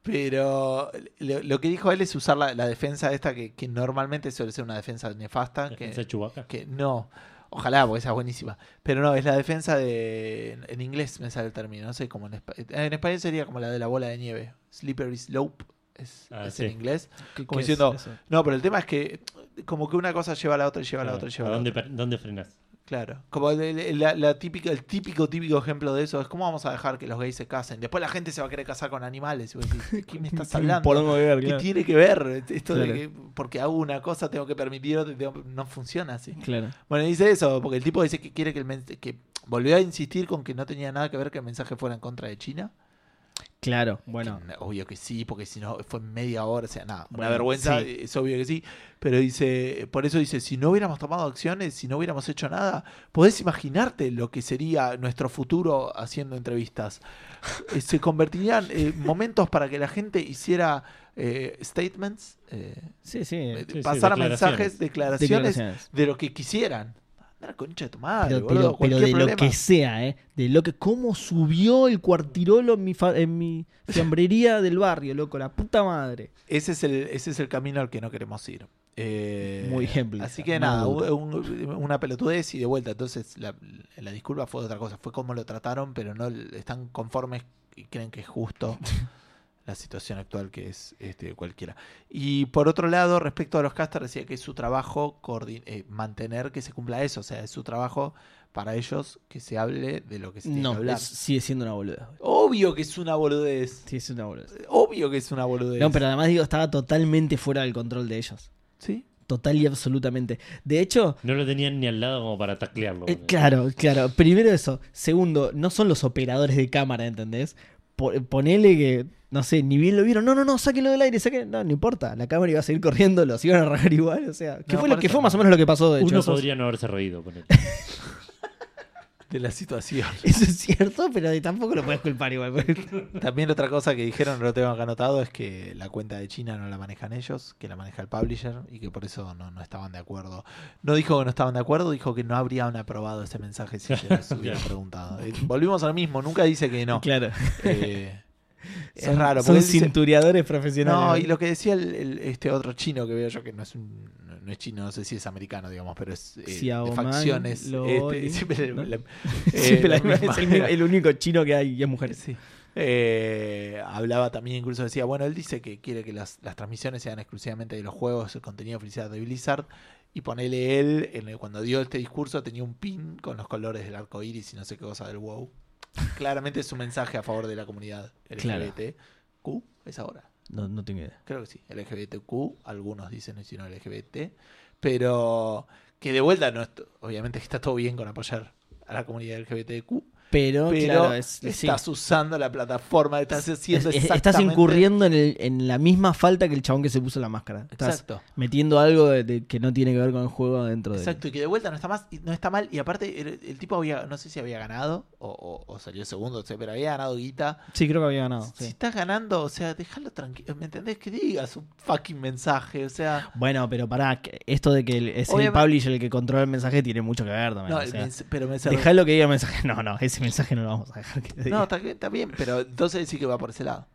C: Pero lo, lo que dijo él es usar la, la defensa esta que, que normalmente suele ser una defensa nefasta. que-
A: ¿Esa chubaca?
C: que no. Ojalá, porque esa es buenísima. Pero no, es la defensa de. En inglés me sale el término, no sé cómo en español. En español sería como la de la bola de nieve. Slippery slope es,
A: Ah,
C: es
A: sí.
C: en inglés.
B: ¿Qué-
C: Como
B: qué es
C: diciendo,
B: eso?
C: No, pero el tema es que. Como que una cosa lleva a la otra y lleva a la otra y lleva
A: ¿A
C: a la
A: dónde,
C: otra.
A: per- dónde frenas?
C: Claro. Como el, el- la- la típica, el típico, típico ejemplo de eso es cómo vamos a dejar que los gays se casen. Después la gente se va a querer casar con animales. Y vos decís, ¿qué me estás
B: Tiene un
C: hablando?
B: porongo que ver,
C: ¿Qué
B: claro.
C: tiene que ver esto de
B: Claro.
C: que porque hago una cosa tengo que permitir otra? y tengo- No funciona así.
B: Claro.
C: Bueno, dice eso, porque el tipo dice que quiere que el men- que volvió a insistir con que no tenía nada que ver que el mensaje fuera en contra de China.
B: Claro, bueno.
C: Que, obvio que sí, porque si no fue media hora, o sea, nada, una
B: Bueno,
C: vergüenza,
B: sí.
C: es obvio que sí, pero dice, por eso dice, si no hubiéramos tomado acciones, si no hubiéramos hecho nada, podés imaginarte lo que sería nuestro futuro haciendo entrevistas. Eh, Se convertirían eh, momentos para que la gente hiciera eh, statements, eh,
B: Sí, sí.
C: eh,
A: sí,
C: pasara
A: declaraciones.
C: mensajes, declaraciones
B: Declaraciones.
C: de lo que quisieran. Andá a la concha de tu madre,
B: Pero,
C: boludo,
B: pero- pero
C: cualquier
B: de lo
C: problema.
B: que sea, ¿eh? De lo que. ¿Cómo subió el cuartirolo en mi, fa- en mi fiambrería del barrio, loco? La puta madre.
C: Ese es el, ese es el camino al que no queremos ir. Eh,
B: Muy ejemplo.
C: Así que
B: Muy
C: nada,
B: duro.
C: un- una pelotudez y de vuelta. Entonces la, la disculpa fue otra cosa, fue como lo trataron, pero no l- están conformes y creen que es justo la situación actual que es este, cualquiera. Y por otro lado, respecto a los casters, decía que es su trabajo coordi- eh, mantener que se cumpla eso, o sea, es su trabajo para ellos que se hable de lo que se tiene que
B: No,
C: hablar.
B: es- sigue siendo una boludez. güey.
C: Obvio que es una boludez.
B: Sigue siendo una boludez.
C: Obvio que es una boludez.
B: No, pero además digo, estaba totalmente fuera del control de ellos.
C: ¿Sí?
B: Total y absolutamente. De hecho,
A: No lo tenían ni al lado como para taclearlo.
B: eh,
A: boludo.
B: claro, claro. Primero eso. Segundo, no son los operadores de cámara, ¿entendés? Po- Ponele que, no sé, ni bien lo vieron. No, no, no, sáquenlo del aire, sáquenlo. No, no importa. La cámara iba a seguir corriendo, los iban a rajar igual. O sea, que
C: No,
B: fue lo
C: por
B: que
C: eso
B: fue
C: no.
B: más o menos lo que pasó de hecho.
A: Uno
B: Eso-
A: podría no haberse reído. ponele.
C: De la situación.
B: Eso es cierto, pero tampoco lo puedes culpar igual. por esto.
C: También otra cosa que dijeron, no lo tengo acá anotado, es que la cuenta de China no la manejan ellos, que la maneja el publisher y que por eso no, no estaban de acuerdo. No dijo que no estaban de acuerdo, dijo que no habrían aprobado ese mensaje si se les hubiera preguntado. Eh, Volvimos al mismo, nunca dice que no.
B: Claro.
C: Eh, es
B: Son-
C: raro.
B: Son
C: porque él dice-
B: cintureadores profesionales.
C: no, y lo que decía el, el- este otro chino que veo yo, que no es, un, no- no es chino, no sé si es americano, digamos, pero es eh, de
B: Xiaoman,
C: facciones.
B: Lo-
C: este, siempre
B: ¿no?
C: la- la- eh,
B: Siempre
C: la
B: la misma-
C: misma
B: es el, mi-
C: era.
B: el único chino que hay y es mujer.
C: Sí. Eh, hablaba también, incluso decía, bueno, él dice que quiere que las, las transmisiones sean exclusivamente de los juegos, el contenido oficial de Blizzard. Y ponele él, en el- cuando dio este discurso, tenía un pin con los colores del arco iris y no sé qué cosa del WoW. Claramente es un mensaje a favor de la comunidad
B: Claro.
C: LGBTQ, es ahora.
B: No, no tengo idea.
C: Creo que sí, LGBTQ, algunos dicen, si no LGBT, pero que de vuelta no, est- obviamente que está todo bien con apoyar a la comunidad LGBTQ,
B: Pero,
C: pero
B: claro, es, sí.
C: estás usando la plataforma, estás haciendo
B: Es- es-
C: exactamente...
B: estás incurriendo en, el- en la misma falta que el chabón que se puso la máscara. Estás
C: Exacto,
B: metiendo algo de- de- que no tiene que ver con el juego dentro de
C: exacto, y que de vuelta no está, más, no está mal, y aparte el, el tipo había, no sé si había ganado, o, o- o salió segundo, o sea, pero había ganado guita,
B: Sí, creo que había ganado.
C: si estás ganando, o sea, déjalo tranquilo, ¿me entendés? Que digas un fucking mensaje, o sea...
B: Bueno, pero pará, que esto de que el- es
C: Obviamente-
B: el publisher el que controla el mensaje tiene mucho que ver también.
C: No,
B: o
C: el
B: sea,
C: mens- pero me cerró-
B: dejalo que diga el mensaje. No, no, ese mensaje no lo vamos a dejar que te diga.
C: No, está bien, está bien, pero entonces sí que va por ese lado.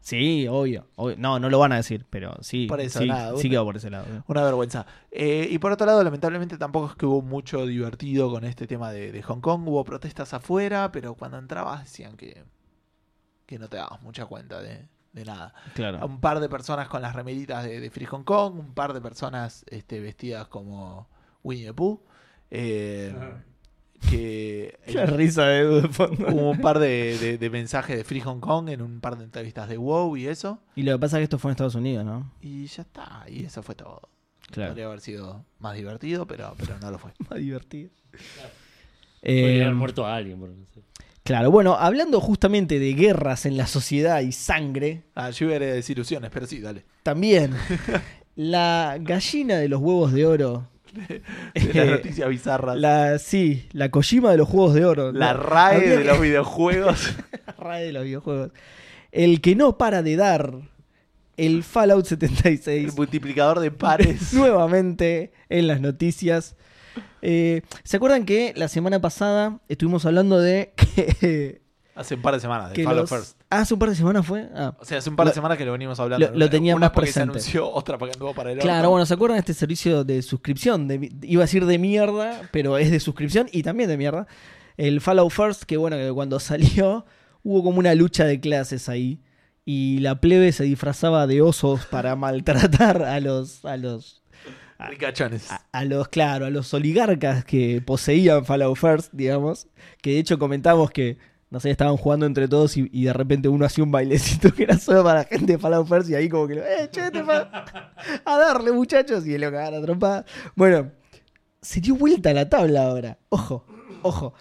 B: Sí, obvio, obvio. No, no lo van a decir, pero sí.
C: Por eso,
B: sí,
C: nada,
B: sí
C: una-
B: que va por ese lado. ¿no?
C: Una vergüenza. Eh, y por otro lado, lamentablemente tampoco es que hubo mucho divertido con este tema de, de Hong Kong. Hubo protestas afuera, pero cuando entrabas decían que, que no te dabas mucha cuenta de, de nada.
B: Claro.
C: Un par de personas con las remeritas de, de Free Hong Kong, un par de personas este, vestidas como Winnie the Pooh. eh, que
B: La risa de Edu de fondo.
C: hubo un par de, de- de mensajes de Free Hong Kong en un par de entrevistas de WoW y eso.
B: Y lo que pasa es que esto fue en Estados Unidos, ¿no?
C: Y ya está, y eso fue todo.
B: Claro.
C: Podría haber sido más divertido, pero, pero no lo fue.
B: Más divertido.
A: Podría
B: Eh,
A: haber muerto a alguien. por- sí.
B: claro, bueno, hablando justamente de guerras en la sociedad y sangre,
C: Ah, yo iba a desilusiones, pero sí, dale.
B: también la gallina de los huevos de oro.
C: De las
B: Eh,
C: noticias bizarras. La,
B: La, sí, la Kojima de los juegos de oro. No,
C: RAE
B: habría
C: de
B: que-
C: los videojuegos.
B: la RAE de los videojuegos. El que no para de dar el Fallout
C: el
B: 76
C: multiplicador de pares.
B: nuevamente en las noticias. Eh, ¿Se acuerdan que la semana pasada estuvimos hablando de que,
C: Hace un par de semanas, de
B: que
C: Follow
B: los-
C: First.
B: Ah, hace un par de semanas fue. Ah,
C: O sea, hace un par de
B: Lo-
C: semanas que lo venimos hablando.
B: lo- lo tenía
C: Una
B: más
C: porque
B: presente.
C: se anunció, otra porque anduvo para el
B: Claro,
C: orto.
B: bueno, ¿se acuerdan de este servicio de suscripción? De mi- iba a decir de mierda, pero es de suscripción y también de mierda. El Fallout First, que bueno, que cuando salió hubo como una lucha de clases ahí. Y la plebe se disfrazaba de osos para maltratar a los, a los,
C: Ah, Ricachones.
B: a, a los, claro, a los oligarcas que poseían Fallout First, digamos. Que de hecho comentamos que, no sé, estaban jugando entre todos y, y de repente uno hacía un bailecito que era solo para la gente de Fallout First y ahí como que, lo, eh, che, te fa- a darle muchachos y lo cagaron a trompadas. Bueno, se dio vuelta la tabla ahora. Ojo, ojo.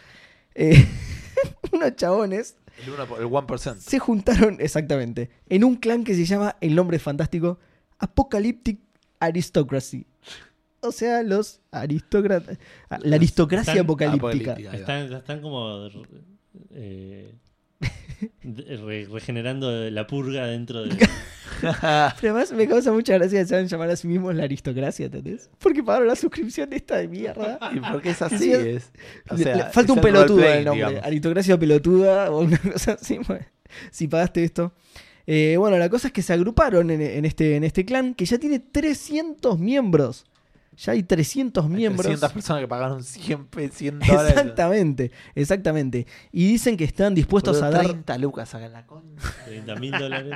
B: Eh, unos chabones
C: El, uno por- el 1%.
B: se juntaron, exactamente, en un clan que se llama, el nombre es fantástico, Apocalyptic Aristocracy. O sea, los aristócratas. ah, La aristocracia
A: Están
B: apocalíptica.
C: Apocalíptica, ahí va.
A: Están, están como eh, de- re- regenerando la purga dentro de...
B: Pero además me causa mucha gracia que se van a llamar a sí mismos la aristocracia, ¿entendés? Porque pagaron la suscripción esta de mierda.
C: ¿Y por qué es así?
B: Le-
C: es, o
B: Le-
C: sea,
B: le- falta
C: es
B: un
C: el
B: pelotudo en
C: roleplay,
B: el nombre.
C: digamos.
B: Aristocracia pelotuda o una cosa así. bueno, si pagaste esto. Eh, bueno, la cosa es que se agruparon en, en este, en este clan que ya tiene 300 miembros. Ya hay 300
C: Hay
B: miembros.
C: 300 personas que pagaron 100, pe- 100 dólares.
B: Exactamente, exactamente. Y dicen que están dispuestos
C: Boludo,
B: a dar.
C: 30 lucas acá en la concha.
A: 30 mil dólares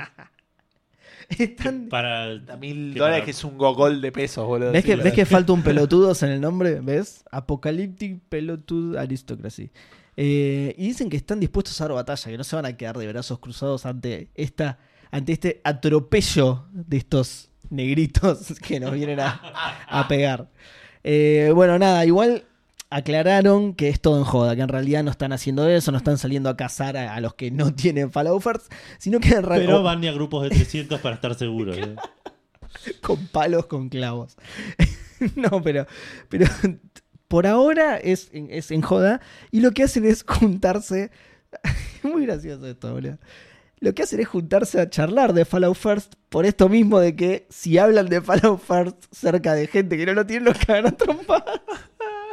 B: están-
A: para...
C: 30 mil
A: Que
C: dólares
A: para-
C: que es un gogol de pesos, boludo.
B: ¿Ves,
C: Sí,
B: que,
C: la-
B: ¿Ves que falta un pelotudos en el nombre? ¿Ves? Apocalyptic Pelotud Aristocracy. Eh, y dicen que están dispuestos a dar batalla, que no se van a quedar de brazos cruzados ante, esta, ante este atropello de estos negritos que nos vienen a, a pegar. Eh, bueno, nada, igual aclararon que es todo en joda, que en realidad no están haciendo eso, no están saliendo a cazar a, a los que no tienen Fallout First, sino que en realidad...
A: Pero van a grupos de 300 para estar seguros. ¿eh?
B: con palos con clavos. no, pero, pero por ahora es, en- es en joda. Y lo que hacen es juntarse. Muy gracioso esto, boludo. Lo que hacen es juntarse a charlar de Fallout First por esto mismo de que si hablan de Fallout First cerca de gente que no lo tiene, los cagan a trompadas.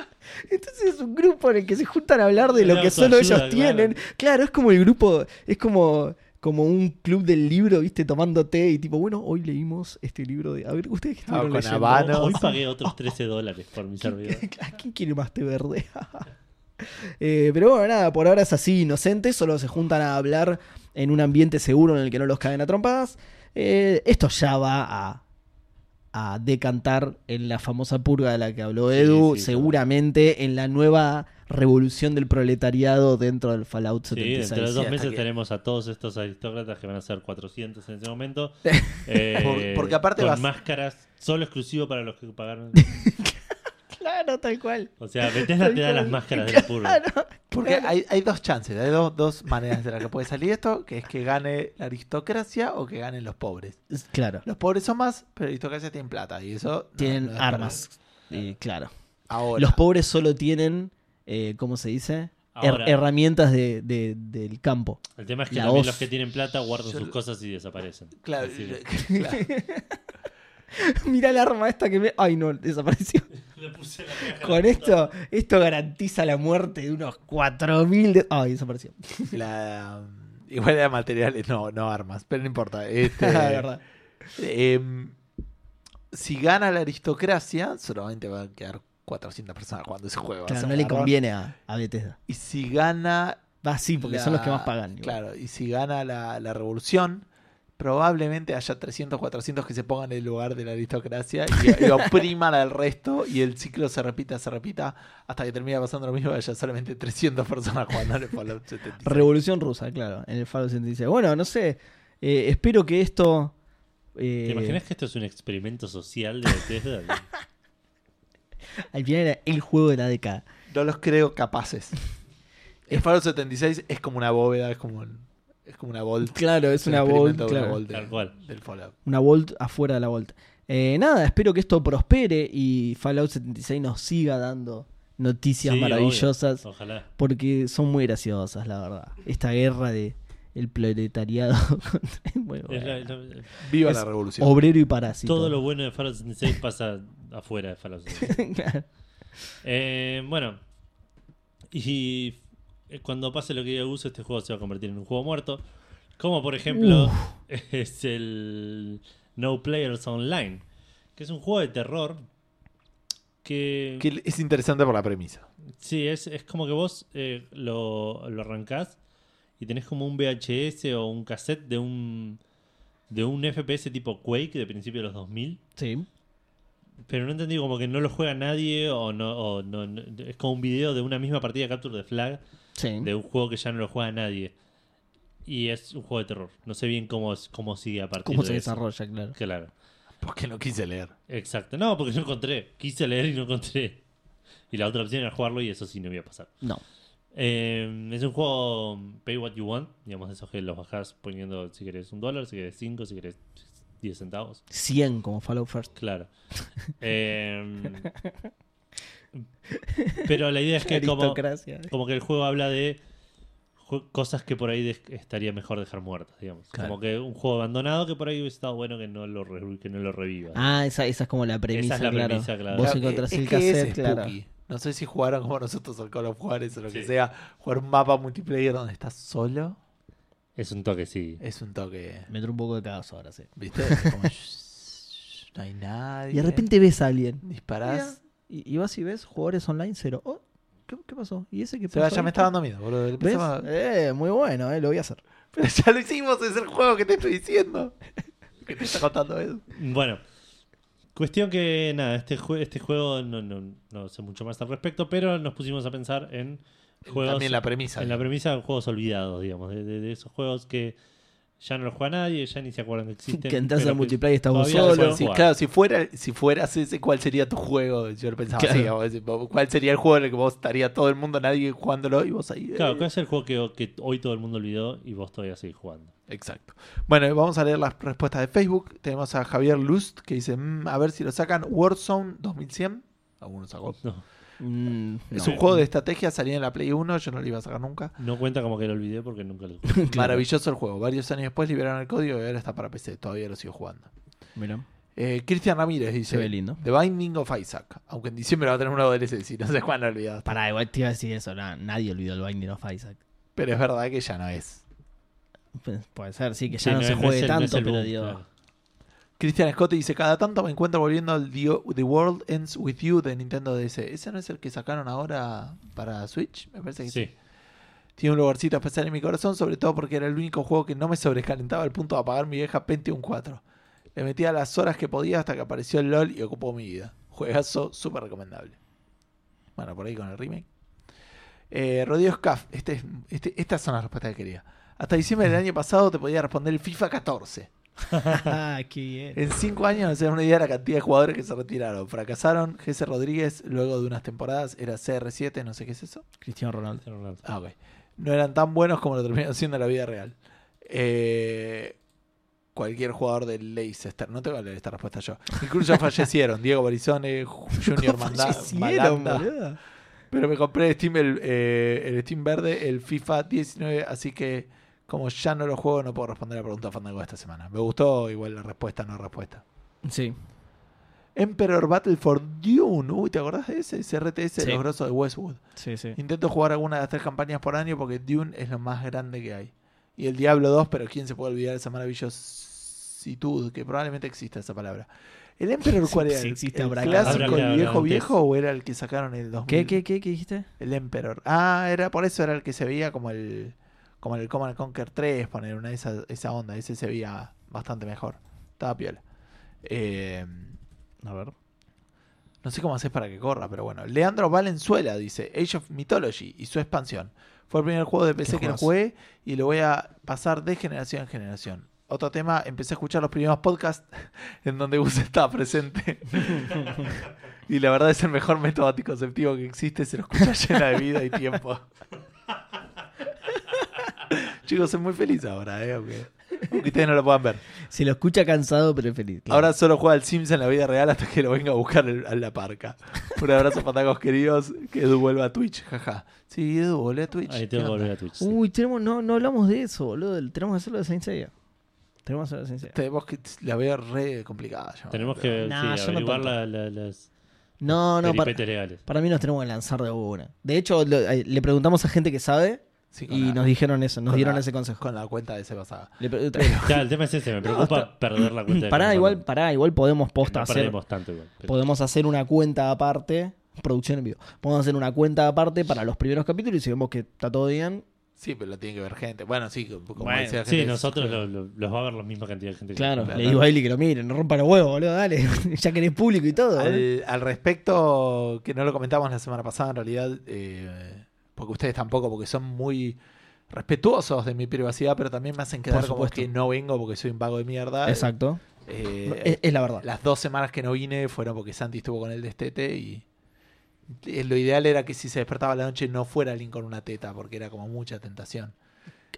B: Entonces es un grupo en el que se juntan a hablar de lo
A: La
B: que solo ellos
A: autoayuda, claro.
B: tienen. Claro, es como el grupo, es como, como un club del libro, viste, tomando té y tipo, bueno, hoy leímos este libro de... A ver, ¿ustedes qué
C: Ah,
B: estuvieron
C: con
B: leyendo?
C: Habano.
A: Hoy pagué otros 13 dólares por mi servidor.
B: ¿A quién quiere más té verde? Eh, pero bueno, nada, por ahora es así inocente, solo se juntan a hablar en un ambiente seguro en el que no los caen a trompadas. Eh, esto ya va a, a decantar en la famosa purga de la que habló
A: Sí,
B: Edu,
A: sí,
B: seguramente en la nueva revolución del proletariado dentro del Fallout
A: Sí,
B: 76.
A: dentro de dos
C: hasta
A: meses
C: que-
A: tenemos a todos estos aristócratas que van a ser 400 en ese momento. Eh,
C: Por- porque aparte
A: con
C: vas-
A: máscaras, solo exclusivo para los que pagaron.
B: Claro, tal cual.
A: O sea, Bethesda te da las máscaras de la purga.
B: Claro.
C: Porque hay, hay dos chances, hay dos, dos maneras de las que puede salir esto, que es que gane la aristocracia o que ganen los pobres.
B: Claro.
C: Los pobres son más, pero la aristocracia tienen plata y eso... no-
B: Tienen
C: no es para-
B: armas. Eh, claro.
C: Ahora,
B: Los pobres solo tienen, eh, ¿cómo se dice? Her-
A: Ahora.
B: herramientas de- de- del campo.
A: El tema es que
B: La
A: también
B: hoz.
A: los que tienen plata guardan
C: Yo-
A: sus cosas y desaparecen.
C: claro,
A: Así que-
C: claro.
B: Mira el arma esta que me... Ay, no, desapareció.
A: Le puse la caja.
B: Con esto, esto garantiza la muerte de unos 4.000... de- Ay, desapareció.
C: La- mm, igual era materiales, no, no armas, pero no importa. Este,
B: La verdad.
C: em, si gana la aristocracia, solamente van a quedar 400 personas jugando ese juego. va a
B: Claro,
C: ser
B: no
C: un
B: le
C: garrón.
B: conviene a, a Bethesda.
C: Y si gana.
B: Va, sí, porque
C: la-
B: son los que más pagan. igual.
C: Claro, y si gana la, la revolución, probablemente haya 300, 400 que se pongan en el lugar de la aristocracia y, y opriman al resto. Y el ciclo se repita, se repita, hasta que termina pasando lo mismo. y Haya solamente 300 personas jugando en el Fallout 76.
B: Revolución rusa, claro, en el Fallout 76. Bueno, no sé. eh, espero que esto... eh,
A: ¿Te imaginas que esto es un experimento social de Bethesda?
B: Al final era el juego de la década.
C: No los creo capaces. El Fallout 76 es como una bóveda, es como, un- es como una Volt.
B: Claro, es
C: un
B: una
C: experimento
B: Volt,
C: de una
B: claro.
C: Volt de-
A: Tal cual.
C: del Fallout.
B: Una Volt afuera de la Volt. Eh, nada, espero que esto prospere y Fallout 76 nos siga dando noticias
A: Sí,
B: maravillosas
A: obvio. Ojalá.
B: porque son muy graciosas, la verdad. Esta guerra de el proletariado contra- muy
A: Es la-
B: buena.
A: la-
C: Viva
B: Es
C: la revolución.
B: obrero y parásito.
A: todo lo bueno de Fallout 76 pasa afuera de Fallout 76.
B: Claro.
A: Eh, bueno, y eh, cuando pase lo que yo uso, este juego se va a convertir en un juego muerto. Como por ejemplo es el No Players Online, que es un juego de terror que...
C: Que es interesante por la premisa.
A: Sí, es, es como que vos eh, lo, lo arrancás y tenés como un VHS o un cassette de un, de un FPS tipo Quake de principio de los 2000.
B: Sí.
A: Pero no entendí, como que no lo juega nadie o no, o no- no- es como un video de una misma partida de Capture the Flag
B: Sí.
A: de un juego que ya no lo juega nadie. Y es un juego de terror. No sé bien cómo, es- cómo sigue a partir
B: Cómo
A: de
B: se
A: eso.
B: desarrolla, claro.
A: Claro,
C: Porque no quise leer.
A: exacto. No, porque no encontré. Quise leer y no encontré. Y la otra opción era jugarlo y eso sí no iba a pasar.
B: No.
A: Eh, es un juego um, pay what you want, digamos, esos que los bajás poniendo si querés un dólar, si querés cinco, si querés 10 centavos.
B: 100 como Fallout First.
A: Claro. Eh, pero la idea es que como,
B: Aristocracia.
A: como que el juego habla de ju- cosas que por ahí des- estaría mejor dejar muertas, digamos.
B: Claro.
A: Como que un juego abandonado que por ahí hubiese estado bueno que no lo, re- que no lo reviva.
B: Ah, esa, esa es como la premisa,
A: es la
B: claro.
A: premisa, claro.
B: Vos
A: Claro,
B: encontrás
C: es
B: el
C: que es
B: cassette, claro.
C: spooky. No sé si jugaron como nosotros al Call of Juárez o lo que
A: Sí.
C: sea. Jugar un mapa multiplayer donde estás solo
A: Es un toque, sí.
C: es un toque.
B: Me entró un poco de caos ahora, sí.
C: ¿Viste? Es como, "Shh, no hay nadie.
B: Y de repente ves a alguien.
C: Disparás.
B: Y, y vas y ves jugadores online cero. Oh, ¿qué, qué pasó? ¿Y ese que
C: Se va, ya me está dando miedo, boludo.
B: ¿Ves?
C: Empezaba-
B: Eh, muy bueno, eh, lo voy a hacer.
C: Pero ya lo hicimos, es el juego que te estoy diciendo. Que te está contando Edu.
A: Bueno, cuestión que nada, este, jue- este juego no, no- no sé mucho más al respecto, pero nos pusimos a pensar en juegos.
C: También la premisa.
A: en la premisa de juegos olvidados, digamos, de, de- de esos juegos que ya no los juega nadie, ya ni se acuerdan que existen.
B: Que entras
A: pero
B: al multiplayer y estás vos
A: todavía se
B: solo.
A: pueden
C: Sí,
A: jugar.
C: claro, si fuera, si fueras ese, ¿cuál sería tu juego? Yo lo pensaba así,
B: Claro.
C: vos decís, ¿cuál sería el juego en el que vos estaría todo el mundo, nadie jugándolo y vos ahí? eh,
A: Claro, ¿cuál es el juego que, que hoy todo el mundo olvidó y vos todavía seguís jugando?
C: Exacto. Bueno, vamos a leer las respuestas de Facebook. Tenemos a Javier Lust que dice, "Mm, a ver si lo sacan, Warzone 2100. Algunos sacó.
A: No,
B: Mm,
C: Es
B: no.
C: un juego de estrategia, salía en la Play 1, yo no lo iba a sacar nunca.
A: no cuenta como que lo olvidé porque nunca lo jugué.
C: Maravilloso el juego. Varios años después liberaron el código y ahora está para PC. Todavía lo sigo jugando.
B: Mirá.
C: Eh, Cristian Ramírez dice:
B: Se ve lindo.
C: The Binding of Isaac. Aunque en diciembre va a tener un nuevo DLC, si no sé cuándo lo olvidado.
B: Pará, igual te iba a decir eso. na- nadie olvidó el Binding of Isaac.
C: Pero es verdad que ya no es.
B: Pues, Puede ser, sí, que ya
A: Sí,
B: no, se
A: es-
B: juegue
A: es el- no
B: tanto,
A: es el
B: pero
A: boom,
B: digo.
A: claro.
C: Christian Scott dice, cada tanto me encuentro volviendo al Dio- The World Ends With You de Nintendo DS. ¿Ese no es el que sacaron ahora para Switch? Me parece que sí.
A: Sí.
C: Tiene un lugarcito especial en mi corazón, sobre todo porque era el único juego que no me sobrecalentaba al punto de apagar mi vieja Pentium 4. Le metía las horas que podía hasta que apareció el LOL y ocupó mi vida. Juegazo súper recomendable. Bueno, por ahí con el remake. Eh, Rodrigo Scaff, este, es- este, estas son las respuestas que quería. Hasta diciembre del año pasado te podía responder el FIFA 14.
B: ah, qué bien.
C: En cinco años, no se dan una idea de la cantidad de jugadores que se retiraron. Fracasaron. GC Rodríguez, luego de unas temporadas, era CR7, no sé qué es eso.
B: Cristiano Ronaldo.
C: Ah, ok. No eran tan buenos como lo terminaron siendo en la vida real. Eh, cualquier jugador del Leicester. No tengo que leer esta respuesta yo. Incluso fallecieron. Diego Barizone, Junior Manda-
B: Fallecieron,
C: Malanda.
B: boludo.
C: Pero me compré el Steam, el, eh, el Steam verde, el FIFA 19, así que como ya no lo juego, no puedo responder la pregunta Fandango de esta semana. Me gustó igual la respuesta, no respuesta.
B: Sí.
C: Emperor Battle for Dune. Uy, ¿te acordás de ese? Ese RTS de
B: Sí.
C: los grosos de Westwood.
B: Sí, sí.
C: Intento jugar alguna de las tres campañas por año porque Dune es lo más grande que hay. Y el Diablo 2, pero ¿quién se puede olvidar de esa maravillositud? Que probablemente exista esa palabra. ¿El Emperor cuál era?
B: Si existe,
C: ¿El
B: habrá que-
C: clásico,
A: habrá que
C: el viejo
A: hablar antes.
C: viejo o era el que sacaron en el 2000?
B: ¿Qué, qué, qué, qué dijiste?
C: El Emperor. Ah, era por eso era el que se veía como el como el Command Conquer 3, poner una de esa, esa onda, ese se veía bastante mejor. Estaba piola. Eh,
B: A ver.
C: no sé cómo haces para que corra, pero bueno. Leandro Valenzuela dice Age of Mythology y su expansión. Fue el primer juego de PC
B: Qué
C: que lo
B: juegazo.
C: jugué y lo voy a pasar de generación en generación. Otro tema, empecé a escuchar los primeros podcasts en donde Gus estaba presente. y la verdad es el mejor método anticonceptivo que existe, se lo escucha llena de vida y tiempo. Chicos, soy muy feliz ahora, ¿eh? aunque, aunque ustedes no lo puedan ver.
B: Se lo escucha cansado, pero es feliz.
C: Ahora solo juega al Sims en la vida real hasta que lo venga a buscar el- a la parca. Un abrazo, patacos queridos. Que Edu vuelva a Twitch, jaja. Sí, Edu, vuelve a Twitch.
A: Ahí tengo
C: ¿Qué
A: que
C: onda?
A: volver a Twitch. sí.
B: Uy, tenemos, no, no hablamos de eso, boludo. Tenemos que hacerlo de Saint Seiya. Tenemos que hacerlo de Saint Seiya.
C: Tenemos que la veo re complicada. yo.
A: Tenemos que
B: Nah,
A: sí,
B: yo no
A: averiguar
B: tanto.
A: la- la- las
B: No, no, para,
A: peripecias legales.
B: para mí nos tenemos que lanzar de una. De hecho, lo- eh, le preguntamos a gente que sabe
C: Sí, con
B: y
C: la-
B: nos dijeron eso, nos
C: con
B: dieron
C: la-
B: ese consejo.
C: Con la cuenta de ese pasada.
B: Le pre-
A: Ya, el tema es ese, me preocupa perder la cuenta. de
B: pará,
A: Comic
B: igual,
A: Con.
B: pará, igual podemos posta
A: No
B: hacer.
A: perdemos tanto igual. pero-
B: Podemos hacer una cuenta aparte. Producción en vivo. Podemos hacer una cuenta aparte para los primeros capítulos y si vemos que está todo bien.
C: Sí, pero lo tiene que ver gente. Bueno, sí, como
B: Bueno,
C: decía la
A: Sí,
C: gente,
A: nosotros lo- lo- los va a ver la misma cantidad de gente. que-
B: Claro,
C: Claro.
B: le digo a Eli que lo mire, no rompa los huevos, boludo, dale. ya que eres público y todo. ¿eh?
C: Al, al respecto, que no lo comentamos la semana pasada, en realidad, eh, porque ustedes tampoco, porque son muy respetuosos de mi privacidad, pero también me hacen quedar como
B: supuesto.
C: que no vengo porque soy un vago de mierda.
B: Exacto.
C: Eh,
B: es, es la verdad.
C: Las dos semanas que no vine fueron porque Santi estuvo con el destete y eh, lo ideal era que si se despertaba a la noche no fuera alguien con una teta, porque era como mucha tentación.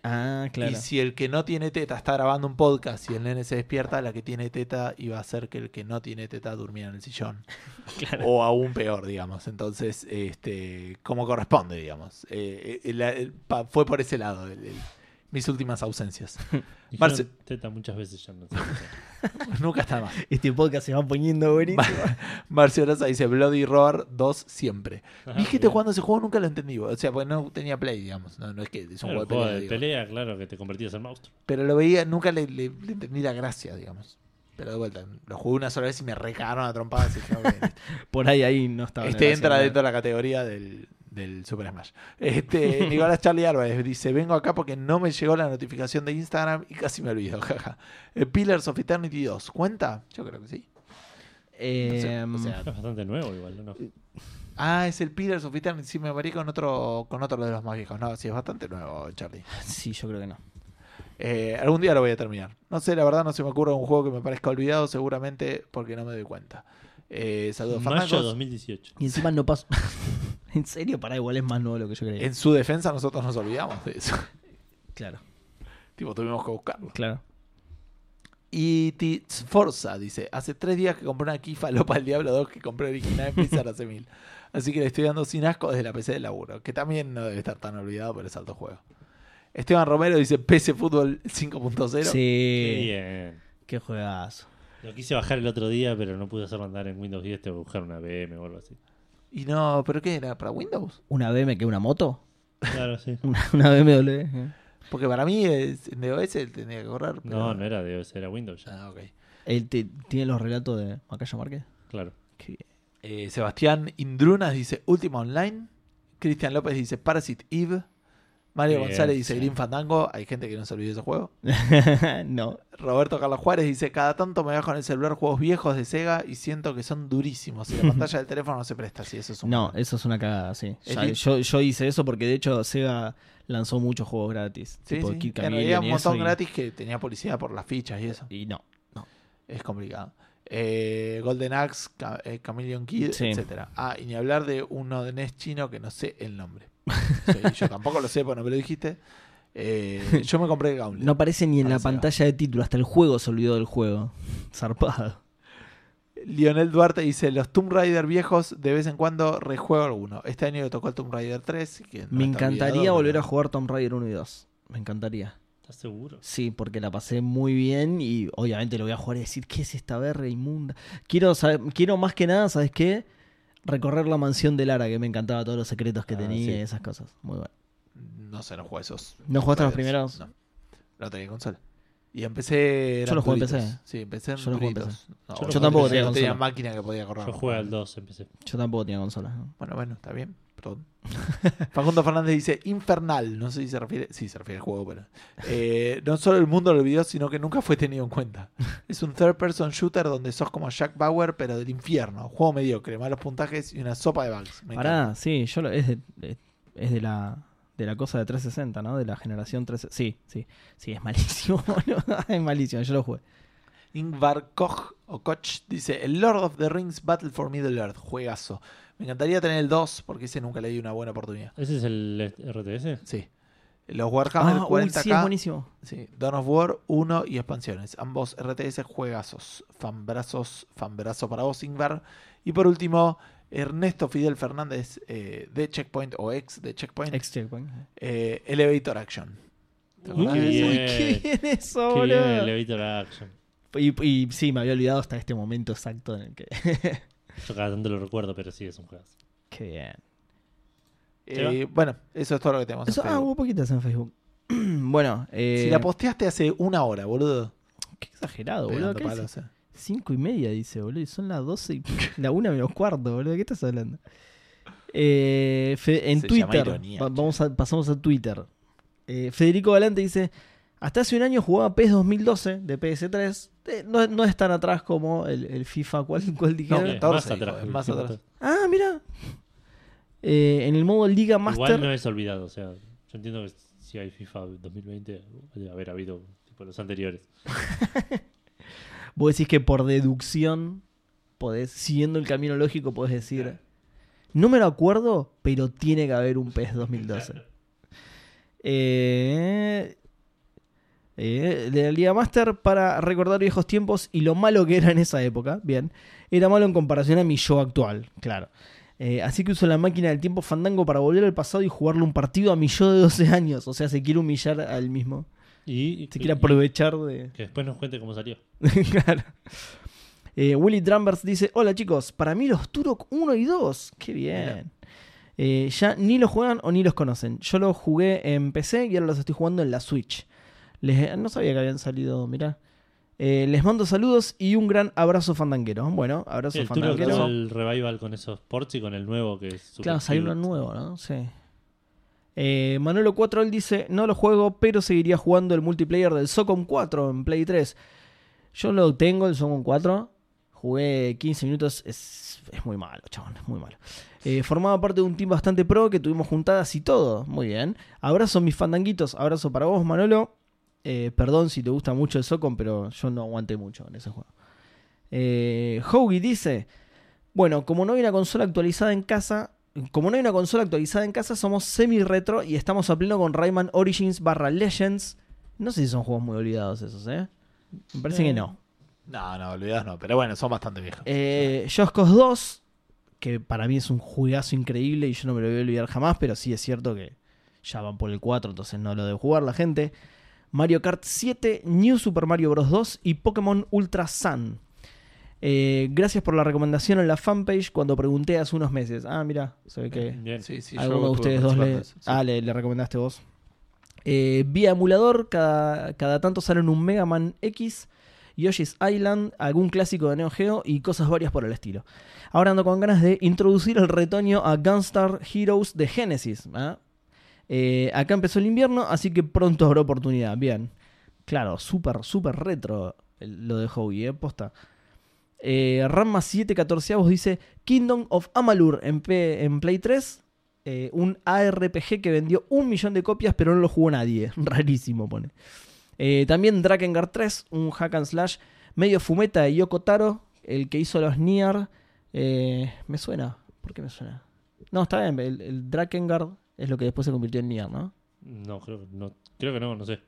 B: Ah, claro.
C: Y si el que no tiene teta está grabando un podcast y el nene se despierta, la que tiene teta iba a hacer que el que no tiene teta durmiera en el sillón. O aún peor, digamos. Entonces, este, como corresponde, digamos. Eh, eh, la- el- pa- fue por ese lado el- el- mis últimas ausencias.
A: Dijeron
C: Marce-
A: teta muchas veces ya no sé.
C: Nunca está de más.
B: Este podcast se va poniendo buenísimo.
C: Marcio Rosa dice Bloody Roar 2 siempre.
A: Ajá,
C: Dije este
A: mirá.
C: jugando ese juego nunca lo entendí. O sea, pues no tenía play, digamos. No, no es que es un
A: Claro,
C: juego de pelea,
A: de
C: digo.
A: pelea, claro, que te convertías en monstruo.
C: Pero lo veía, nunca le, le- le entendí la gracia, digamos. Pero de vuelta, lo jugué una sola vez y me recagaron a trompadas. y dije, "Ok,
B: Por ahí, ahí no estaba. la
C: este
B: gracia,
C: entra
B: ¿verdad?
C: dentro de la categoría del, del Super Smash. Este, Nicolás Charlie Álvarez dice: Vengo acá porque no me llegó la notificación de Instagram y casi me olvido, jaja. Eh, Pillars of Eternity 2, ¿cuenta? Yo creo que sí.
B: Eh,
C: No sé, o sea,
A: Es bastante nuevo igual, ¿no?
C: Ah, es el Pillars of Eternity. Sí, me mareé con otro, con otro de los más viejos. No, sí, es bastante nuevo, Charlie.
B: sí, yo creo que no.
C: Eh, algún día lo voy a terminar. No sé, la verdad no se me ocurre un juego que me parezca olvidado, seguramente porque no me doy cuenta. Eh, saludos,
A: Mayo
C: Fernando.
A: 2018.
B: Y encima no pasó. en serio, pará, igual es más nuevo de lo que yo creía.
C: En su defensa nosotros nos olvidamos de eso.
B: Claro,
C: tipo, tuvimos que buscarlo.
B: claro.
C: Y Forza dice, hace tres días que compré una key falopa al Diablo 2 que compré original en Blizzard hace mil. Así que le estoy dando sin asco desde la PC del laburo, que también no debe estar tan olvidado, pero es alto juego. Esteban Romero dice PC Fútbol 5.0.
A: Qué
B: sí,
A: bien.
B: qué juegazo.
A: Lo quise bajar el otro día, pero no pude hacerlo andar en Windows 10. Tengo que buscar una BM o algo así.
C: Y no, ¿pero qué era? ¿Para Windows?
B: ¿Una BM que una moto?
A: Claro, sí.
B: Una, una BMW. ¿eh?
C: Porque para mí es, en DOS tendría que correr. pero-
A: No, no era de OS, era Windows ya.
C: Ah, ok.
B: Él te- tiene los relatos de Macaya Márquez.
A: Claro.
B: Qué bien.
C: Eh, Sebastián Indrunas dice Última Online. Cristian López dice Parasite Eve. Mario
A: Bien,
C: González dice
A: sí.
C: Green Fandango. Hay gente que no se olvidó de ese juego.
B: no.
C: Roberto Carlos Juárez dice: Cada tanto me bajo en el celular juegos viejos de Sega y siento que son durísimos. Y la pantalla del teléfono no se presta. Si eso es un.
B: No, eso es una cagada, sí.
C: Es
B: Ya-
C: decir-
B: yo, yo hice eso porque de hecho Sega lanzó muchos juegos gratis.
C: Sí,
B: tipo
C: sí.
B: Kid
C: En realidad,
B: Chameleon
C: un
B: y eso,
C: montón
B: y-
C: gratis que tenía publicidad por las fichas y eso.
B: Y no.
C: Es complicado. Eh, Golden Axe, Ca- eh, Chameleon Kid,
B: Sí.
C: etcétera. Ah, y ni hablar de uno de NES chino que no sé el nombre. Sí, yo tampoco lo sé, porque no me lo dijiste. Eh, yo me compré el Gauntlet.
B: No aparece ni en
C: Para
B: la
C: Sega.
B: pantalla de título, hasta el juego se olvidó del juego. Zarpado.
C: Lionel Duarte dice: Los Tomb Raider viejos, de vez en cuando rejuego alguno. Este año le tocó el Tomb Raider 3. que no
B: Me
C: está
B: encantaría
C: olvidado,
B: volver
C: pero-
B: a jugar Tomb Raider 1 y 2. Me encantaría.
A: ¿Estás seguro?
B: Sí, porque la pasé muy bien y obviamente lo voy a jugar y decir, ¿qué es esta verga inmunda? Quiero, saber- quiero más que nada, ¿sabes qué? Recorrer la mansión de Lara, que me encantaba todos los secretos que
A: Ah,
B: tenía
A: sí.
B: y esas cosas. Muy bueno.
C: No sé, no jugué esos.
B: ¿No jugaste los
C: Raiders.
B: primeros?
C: No. No tenía consola. Y empecé.
B: Yo los jugué en
C: duritos.
B: PC.
C: Sí, empecé en
B: Yo los jugué en
C: duritos. No,
A: Yo los
C: no
A: tampoco
B: tenía
C: No tenía
B: consola.
C: máquina que podía correr.
A: Yo jugué al 2, empecé.
B: Yo tampoco tenía consola. ¿no?
C: Bueno, bueno, está bien. Perdón. Facundo Fernández dice Infernal. No sé si se refiere. Sí, se refiere al juego, pero. eh, no solo el mundo lo olvidó, sino que nunca fue tenido en cuenta. Es un third-person shooter donde sos como Jack Bauer, pero del infierno. Juego mediocre, malos puntajes y una sopa de bugs. Me encanta.
B: Pará, sí, yo lo- es, de, de- es de la de la cosa de 360, ¿no? De la generación 360. Sí, sí, sí, es malísimo, boludo. es malísimo, yo lo jugué.
C: Ingvar Koch o Koch dice: El Lord of the Rings Battle for Middle Earth. Juegazo. Me encantaría tener el 2 porque ese nunca le di una buena oportunidad.
A: ¿Ese es el RTS?
C: Sí. Los Warhammer
B: Ah, uy,
C: 40K.
B: sí, es buenísimo.
C: Sí, Dawn of War 1 y expansiones. Ambos RTS juegazos. Fanbrazos, fanbrazo para vos, Ingvar. Y por último, Ernesto Fidel Fernández eh, de Checkpoint o ex de Checkpoint.
B: Ex Checkpoint.
C: eh, Elevator Action. ¿Te
A: Uy,
C: acordás
A: qué
C: de ese?
A: bien.
B: Uy, qué bien eso,
A: Qué bien, el
B: boludo.
A: Elevator Action.
B: Y, y sí, me había olvidado hasta este momento exacto en el que.
A: Yo cada tanto lo recuerdo, pero sí, es un juego.
B: qué bien.
C: Eh, bueno, eso es todo lo que tenemos. en
B: Eso- ah,
C: Facebook.
B: hubo poquitas en Facebook. bueno, eh,
C: si la posteaste hace una hora, boludo.
B: qué exagerado, Ah, boludo.
C: Pegando
B: ¿qué
C: palos,
B: decís?
C: eh.
B: Cinco y media, dice, boludo. Y son las doce y la una menos cuarto, boludo. ¿De qué estás hablando? Eh, Fe- en
C: Se llama
B: Twitter.
C: ironía,
B: va-
C: che.
B: vamos a, pasamos a Twitter. Eh, Federico Galante dice: Hasta hace un año jugaba E PES 2012 de PS3. Eh, no, no es tan atrás como el, el FIFA. ¿Cuál, cuál dijeron?
C: No,
A: Eh,
C: 14, hijo, es más
A: sí,
C: atrás.
B: Ah, mira. Eh, en el modo Liga Master.
A: Igual no es olvidado, o sea, yo entiendo que si hay FIFA 2020, debe haber habido tipo los anteriores.
B: Vos decís que por deducción, podés, siguiendo el camino lógico, podés decir, no me lo acuerdo, pero tiene que haber un PES 2012. Eh, eh, de la Liga Master para recordar viejos tiempos y lo malo que era en esa época, bien, era malo en comparación a mi yo actual, claro. Eh, así que uso la máquina del tiempo fandango para volver al pasado y jugarle un partido a mi yo de 12 años. O sea, se quiere humillar al mismo.
A: Y
B: Se quiere
A: y-
B: aprovechar de...
A: que después nos cuente cómo salió.
B: claro. Eh, Willy Drumbers dice: Hola chicos, para mí los Turok 1 y 2. Qué
C: Mira.
B: bien. Eh, ya ni los juegan o ni los conocen. Yo los jugué en PC y ahora los estoy jugando en la Switch. Les- eh, no sabía que habían salido, mirá. Eh, les mando saludos y un gran abrazo fandanguero. Bueno, abrazo
A: El Turok
B: fandanguero.
A: tuvo el revival con esos ports y con el nuevo que es super
B: Claro, salió uno
A: cute.
B: nuevo, ¿no? Sí. Eh, Manolo 4 él dice, no lo juego, pero seguiría jugando el multiplayer del Socom 4 en Play 3. Yo lo tengo, el Socom 4. Jugué 15 minutos, es, es muy malo, chabón, es muy malo. Eh, formaba parte de un team bastante pro que tuvimos juntadas y todo. Muy bien. Abrazo mis fandanguitos, abrazo para vos, Manolo. Eh, perdón si te gusta mucho el Socom, pero yo no aguanté mucho en ese juego. Eh, Hoagie dice, bueno, como no hay una consola actualizada en casa, como no hay una consola actualizada en casa, somos semi-retro y estamos a pleno con Rayman Origins barra Legends. No sé si son juegos muy olvidados esos, ¿eh? Me parece que no.
C: No, no, olvidas no. Pero bueno, son bastante viejos.
B: Eh, Just Cause 2, que para mí es un juegazo increíble y yo no me lo voy a olvidar jamás, pero sí es cierto que ya van por el 4, entonces no lo debe jugar la gente. Mario Kart 7, New Super Mario Bros. 2 y Pokémon Ultra Sun. Eh, gracias por la recomendación en la fanpage cuando pregunté hace unos meses. Ah, mira, se ve que
A: Bien.
C: Sí, sí, yo
B: alguno de
C: estuve
B: ustedes dos le,
C: participando, sí.
B: ah, le, le recomendaste vos. Eh, vía emulador, cada, cada tanto salen un Mega Man X Yoshi's Island, algún clásico de Neo Geo y cosas varias por el estilo. Ahora ando con ganas de introducir el retoño a Gunstar Heroes de Genesis. ¿ah? Eh, acá empezó el invierno, así que pronto habrá oportunidad. Bien. Claro, súper, súper retro el- lo de Howie, ¿eh? Posta. Eh, Ramma 714 dice Kingdom of Amalur en, P- en Play 3. eh, un ARPG que vendió un millón de copias, pero no lo jugó nadie. Rarísimo, pone. Eh, también Drakengard 3, un hack and slash medio fumeta de Yoko Taro, el que hizo los Nier. Eh, me suena. ¿Por qué me suena? No, está bien. El, el Drakengard es lo que después se convirtió en Nier, ¿no?
A: No, creo, que no, creo que no, no sé.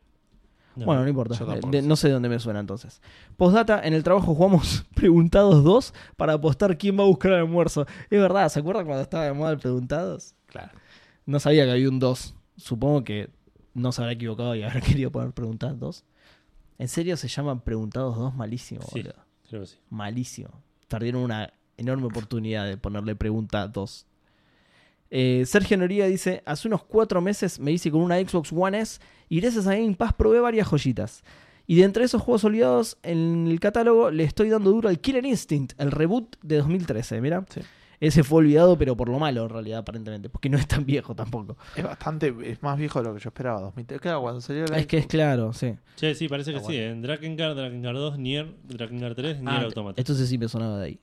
A: No.
B: Bueno, no importa.
C: yo tampoco
B: Eh, de-
C: sé.
B: no sé de dónde me suena entonces. Postdata, en el trabajo jugamos Preguntados 2 para apostar quién va a buscar el almuerzo. Es verdad, ¿se acuerdan cuando estaba de moda el Preguntados?
C: Claro.
B: No sabía que había un 2. Supongo que no se habrá equivocado y habrá querido poner Preguntados 2. En serio se llaman Preguntados 2 malísimo,
A: Sí.
B: boludo.
A: creo que sí.
B: Malísimo. Tardieron una enorme oportunidad de ponerle pregunta 2. Eh, Sergio Noría dice: Hace unos cuatro meses me hice con una Xbox One S y gracias a Game Pass probé varias joyitas. Y de entre esos juegos olvidados en el catálogo le estoy dando duro al Killer Instinct, el reboot de 2013. Mira,
C: Sí.
B: ese fue olvidado, pero por lo malo en realidad, aparentemente, porque no es tan viejo tampoco.
C: Es bastante, es más viejo de lo que yo esperaba. 2003. Claro, cuando salió la
B: Es que es claro, sí.
A: Che, sí, parece que
C: Ah,
A: sí.
C: bueno.
A: En Drakengard, Drakengard 2, Nier, Drakengard 3, Nier
B: Ah,
A: Automata.
B: Entonces sí me sonaba de ahí.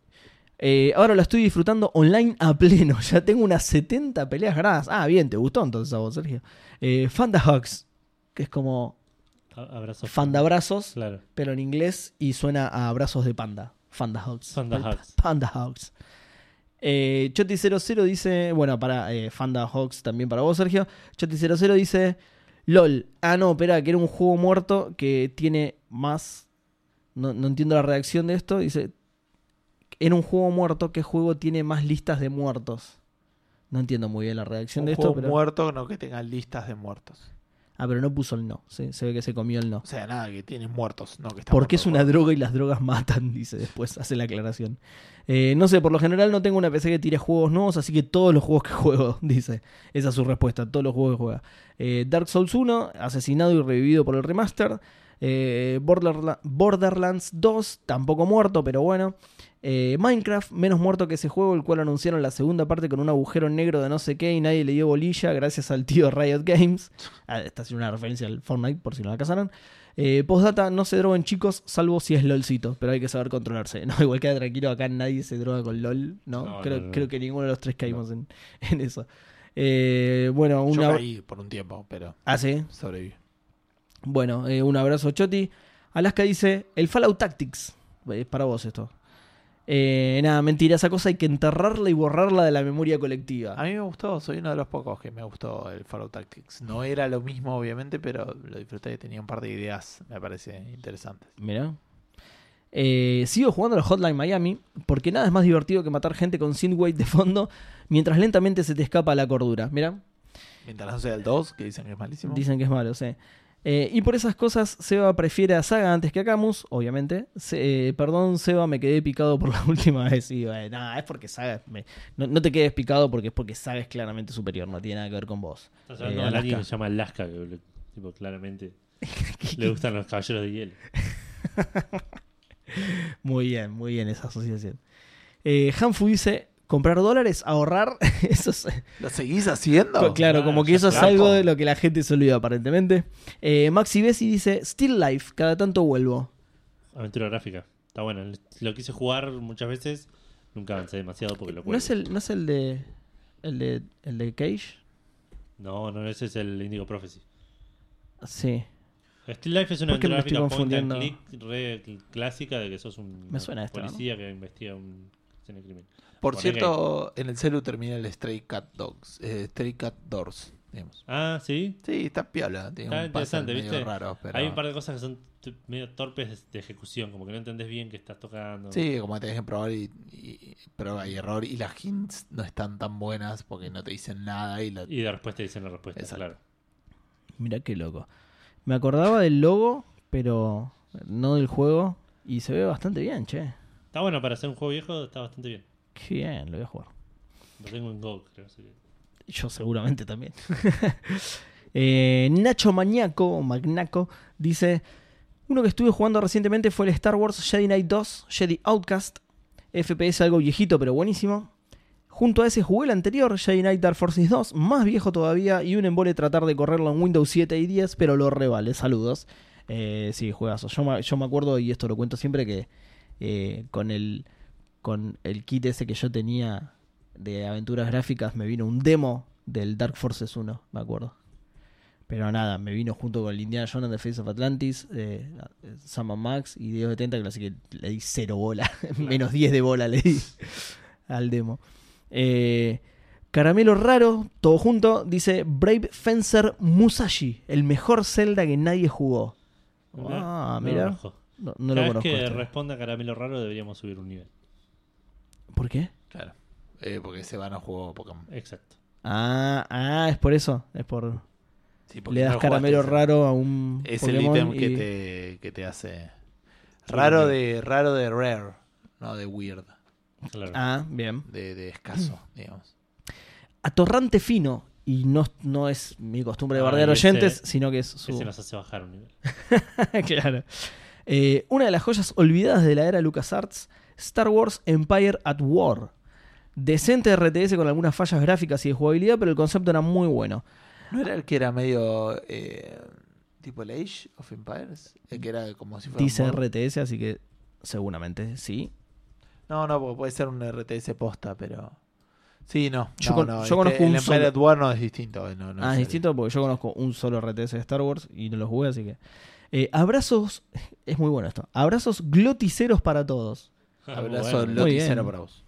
B: Eh, ahora lo estoy disfrutando online a pleno. Ya tengo unas 70 peleas ganadas. Ah, bien, te gustó entonces a vos, Sergio. Eh, Fandahugs, que es como
A: A- Abrazo.
B: fandabrazos,
A: Claro.
B: pero en inglés y suena a brazos de panda. Fandahugs.
A: Fandahugs.
B: Fandahugs. Eh, Choti00 dice, bueno, para eh, Fandahugs también para vos, Sergio. Choti00 dice, LOL. Ah, no, espera, que era un juego muerto que tiene más... No, no entiendo la reacción de esto. Dice, era un juego muerto, ¿qué juego tiene más listas de muertos? No entiendo muy bien la reacción
C: un
B: de
C: juego
B: esto, pero...
C: muerto, no que tenga listas de muertos.
B: Ah, pero no puso el no. sí, se ve que se comió el no.
C: O sea, nada, que tiene muertos, no que está
B: Porque es
C: muerto
B: una
C: el juego.
B: droga y las drogas matan, dice después, hace la aclaración. Eh, no sé, por lo general no tengo una PC que tire juegos nuevos, así que todos los juegos que juego, dice. Esa es su respuesta, todos los juegos que juega. Eh, Dark Souls 1, asesinado y revivido por el remaster. Eh, Borderla- Borderlands 2, tampoco muerto, pero bueno. Eh, Minecraft, menos muerto que ese juego, el cual anunciaron la segunda parte con un agujero negro de no sé qué y nadie le dio bolilla, gracias al tío Riot Games. Ah, Está haciendo una referencia al Fortnite, por si no la casaron. Eh, postdata, no se droguen chicos, salvo si es LOLcito, pero hay que saber controlarse. No, igual queda tranquilo, acá nadie se droga con LOL, ¿no?
A: No,
B: creo,
A: no, no.
B: creo que ninguno de los tres caímos en, en eso. Eh, bueno,
C: pues. Yo
B: una...
C: caí por un tiempo, pero
B: Ah, sí.
C: sobreviví.
B: Bueno, eh, un abrazo, Choti. Alaska dice: El Fallout Tactics. Es para vos esto. Eh, nada, mentira, esa cosa hay que enterrarla y borrarla de la memoria
C: A
B: colectiva.
C: mí me gustó, soy uno de los pocos que me gustó el Fallout Tactics. No era lo mismo, obviamente, pero lo disfruté y tenía un par de ideas, me parece, interesantes.
B: Mira. Eh, sigo jugando a los Hotline Miami porque nada es más divertido que matar gente con Synthwave de fondo mientras lentamente se te escapa la cordura. Mira.
C: Mientras no sea el 2, que dicen que es malísimo.
B: Dicen que es malo, sí. Eh, y por esas cosas, Seba prefiere a Saga antes que a Camus, obviamente. Se- eh, perdón, Seba, me quedé picado por la última vez. Y bueno, nada, es porque Saga. es- me- no, no te quedes picado porque es porque Saga es claramente superior, no tiene nada que ver con vos.
A: Estás hablando
B: Eh,
A: de alguien que se
B: Alaska.
A: llama Alaska, que le- tipo, claramente le gustan los caballeros de hielo.
B: Muy bien, muy bien esa asociación. Eh, Hanfu dice: comprar dólares, ahorrar. Eso es,
C: ¿Lo seguís haciendo?
B: Co- Pues, claro,
A: claro,
B: como
A: Ah,
B: que
A: ya
B: eso es
A: está.
B: algo de lo que la gente se olvida, aparentemente. Eh, Maxi Bessi dice: Still Life, cada tanto vuelvo.
A: Aventura gráfica. Está bueno. Lo quise jugar muchas veces. Nunca avancé demasiado porque pues lo
B: ¿No
A: juego.
B: es el, no es el de. el de. el de Cage?
A: No, no, ese es el Indigo Prophecy.
B: Sí,
A: Steel Life es una
B: ¿Por qué me
A: aventura gráfica
B: estoy
A: point and
B: confundiendo?
A: click re cl- clásica de que sos un
B: Me suena esto, ¿no?
A: policía que investiga un escena de crimen.
C: Por
A: Ponele.
C: cierto, en el celu termina el Stray Cat Dogs, eh, Stray Cat Doors, digamos.
A: Ah, sí.
C: Sí, está piola, tiene
A: Está
C: un puzzle
A: interesante,
C: medio
A: ¿viste?
C: raro, pero...
A: Hay un par de cosas que son t- medio torpes de ejecución, como que no entendés bien qué estás tocando.
C: Sí, como tenés que probar y, y- prueba y error y las hints no están tan buenas porque no te dicen nada y la...
A: Y de respuesta dicen la respuesta,
C: Exacto.
A: claro.
B: mirá qué loco. Me acordaba del logo, pero no del juego. Y se ve bastante bien, che.
A: Está bueno para hacer un juego viejo, está bastante bien.
B: Qué bien, lo voy a jugar.
A: Lo tengo en Go, creo. así que-
B: Yo seguramente también. Eh, Nacho Mañaco, o Magnaco, dice: Uno que estuve jugando recientemente fue el Star Wars Jedi Knight 2, Jedi Outcast. FPS algo viejito, pero buenísimo. Junto a ese jugué el anterior, Jedi Knight Dark Forces 2, más viejo todavía, y un embole tratar de correrlo en Windows 7 y 10, pero lo revale. Saludos. Eh, sí, juegazo. Yo me, yo me acuerdo, y esto lo cuento siempre, que eh, con, el, con el kit ese que yo tenía de aventuras gráficas me vino un demo del Dark Forces 1, me acuerdo. Pero nada, me vino junto con el Indiana Jones and the Face of Atlantis, eh, Sam and Max y Dios 70, que así que le di cero bola, menos 10 de bola le di al demo. Eh, Caramelo Raro, todo junto, dice Brave Fencer Musashi, el mejor Zelda que nadie jugó. Ah,
A: no lo
B: mira.
A: conozco.
B: No, no lo
A: Cada
B: conozco.
A: vez que
B: este.
A: responda Caramelo Raro deberíamos subir un nivel.
B: ¿Por qué?
C: Claro. Eh, porque se van a jugar Pokémon.
A: Exacto.
B: Ah, ah, es por eso. Es por.
C: Sí, porque
B: Le das
C: no lo
B: caramelo
C: jugaste,
B: raro a un.
C: Es
B: Pokémon
C: el ítem que,
B: y-
C: te, que te hace. Raro de, raro de rare, no de weird,
A: Claro.
B: Ah, bien.
C: de, de escaso,
B: Mm.
C: digamos.
B: Atorrante fino. Y no, no es mi costumbre de
A: Ah,
B: bardear
A: y ese-
B: oyentes, sino que es su.
A: Ese nos hace bajar un nivel.
B: claro. Eh, una de las joyas olvidadas de la era LucasArts, Star Wars Empire at War. Decente RTS con algunas fallas gráficas y de jugabilidad, pero el concepto era muy bueno.
C: ¿No era el que era medio. eh, tipo el Age of Empires? El que era como si fuera. un
B: Dice
C: mod.
B: RTS, así que seguramente sí.
C: No, no, porque puede ser un RTS posta, pero. Sí, no.
B: Yo
C: no,
B: con-
C: no,
B: yo
C: este-
B: conozco
C: el
B: un
C: Empire
B: solo.
C: at War no es distinto. eh, No, no
B: ah, es
C: el-
B: distinto porque yo conozco un solo RTS de Star Wars y no lo jugué, así que. Eh, abrazos. Es muy bueno esto. Abrazos gloticeros para todos.
C: Abrazo
A: Ah, Bueno.
C: del
B: Muy bien.
C: loticero para vos.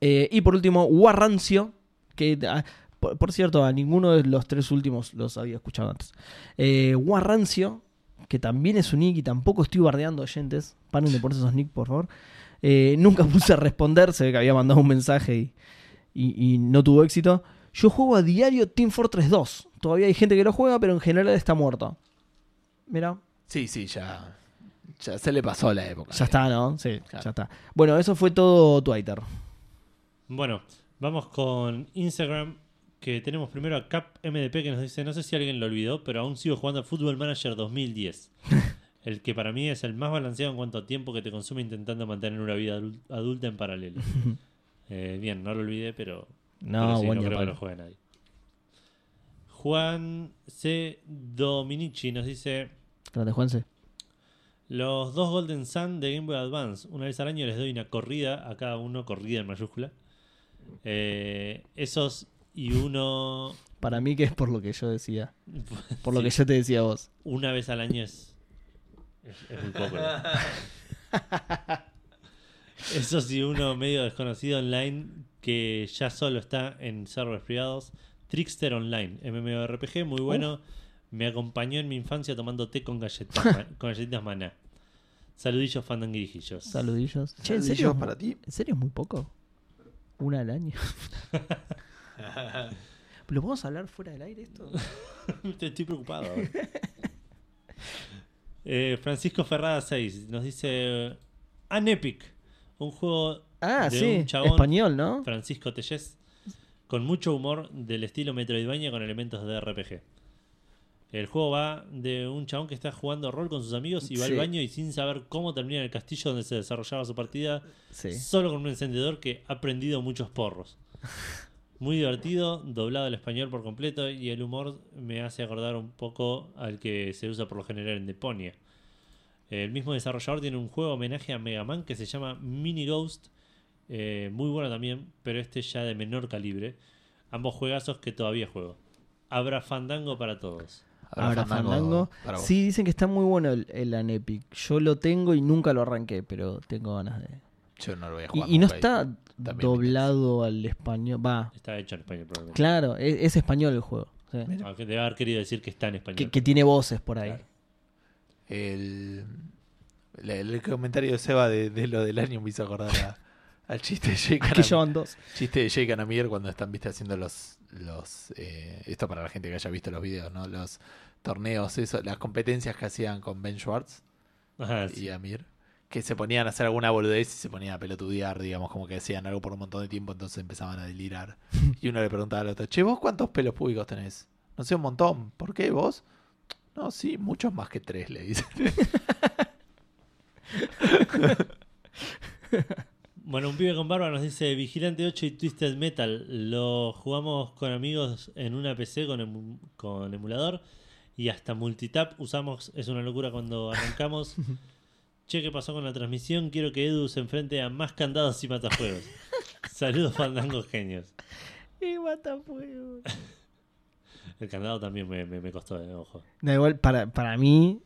B: Eh, y por último, Warrancio. Que, ah, por, por cierto, a ninguno de los tres últimos los había escuchado antes. Eh, Warrancio, que también es un nick y tampoco estoy bardeando oyentes. Paren de ponerse esos nick, por favor. Eh, nunca puse a responder, se ve que había mandado un mensaje y, y- y no tuvo éxito. Yo juego a diario Team Fortress 2. Todavía hay gente que lo juega, pero en general está muerto. Mira,
C: Sí, sí, ya. Ya se le pasó la época.
B: ya está, ¿no? Sí,
C: Claro.
B: ya está. Bueno, eso fue todo Twitter.
A: Bueno, vamos con Instagram. Que tenemos primero a Cap MDP que nos dice: No sé si alguien lo olvidó, pero aún sigo jugando a Football Manager 2010. El que para mí es el más balanceado en cuanto a tiempo que te consume intentando mantener una vida adul- adulta en paralelo. Eh, bien, no lo olvidé, pero. pero
B: No,
A: sí,
B: buen
A: no
B: día,
A: creo que
B: Pablo.
A: lo juegue nadie. Juan C. Dominici nos dice:
B: Grande, Juanse.
A: Los dos Golden Sun de Game Boy Advance. Una vez al año les doy una corrida a cada uno, corrida en mayúscula. Eh, esos y uno.
B: Para mí que es por lo que yo decía. Por lo que yo te decía a vos.
A: Una vez al año es. Es, es muy poco. ¿no? Esos y uno medio desconocido online que ya solo está en servers privados. Trickster Online, MMORPG, muy bueno. Me acompañó en mi infancia tomando té con galletitas, ma- con galletitas maná. Saludillos fandanguirijillos.
B: Saludillos. Che, ¿en
C: Saludillos
B: serio, es mu-
C: para ti.
B: ¿En serio es muy poco? Una al año. ¿Lo podemos hablar fuera del aire esto?
A: Te estoy preocupado. ahora. Eh, Francisco Ferrada 6 nos dice An Epic, un juego
B: Ah,
A: de
B: sí.
A: un chabón
B: Español, ¿no?
A: Francisco Tellez con mucho humor del estilo Metroidvania con elementos de RPG. El juego va de un chabón que está jugando rol con sus amigos y va
B: Sí.
A: al baño y sin saber cómo termina en el castillo donde se desarrollaba su partida,
B: Sí.
A: solo con un encendedor que ha prendido muchos porros. Muy divertido, doblado al español por completo y el humor me hace acordar un poco al que se usa por lo general en Deponia. El mismo desarrollador tiene un juego homenaje a Mega Man que se llama Mini Ghost, eh, muy bueno también, pero este ya de menor calibre. Ambos juegazos que todavía juego. Habrá fandango para todos.
B: Ahora Fandango.
C: para vos.
B: Sí, dicen que está muy bueno el, el Anepic. Yo lo tengo y nunca lo arranqué, pero tengo ganas de.
C: Yo no lo voy a
B: Y,
C: jugar.
B: y no
C: nunca,
B: está
C: bien
B: doblado al español. Va,
A: Está hecho en español, probablemente.
B: claro, e, es, es español el juego. sí.
A: Aunque debe haber querido decir que está en español.
B: Que, que tiene voces por ahí. Ah,
A: Claro.
C: El, el, el comentario de Seba de, de lo del año me hizo acordar a- al chiste de Jay
B: Que
C: Canamier.
B: llevan dos.
C: Chiste de Jay Canamier cuando están viste haciendo los los eh, esto para la gente que haya visto los videos, ¿no? Los torneos, eso, las competencias que hacían con Ben Schwartz
A: Ajá, Ah, sí.
C: y Amir, que se ponían a hacer alguna boludez y se ponían a pelotudear, digamos, como que hacían algo por un montón de tiempo, entonces empezaban a delirar. Y uno le preguntaba al otro, "Che, vos cuántos pelos públicos tenés?" No sé, un montón. ¿Por qué vos? No, sí, muchos más que tres, le dicen.
A: Bueno, un pibe con barba nos dice Vigilante 8 y Twisted Metal. Lo jugamos con amigos en una PC con, emu- con emulador y hasta multitap usamos. Es una locura cuando arrancamos. che, ¿qué pasó con la transmisión? Quiero que Edu se enfrente a más candados y matafuegos. Saludos, fandangos genios.
B: Y matafuego.
A: El candado también me, me- me costó, eh, ojo.
B: Da igual, para, para mí,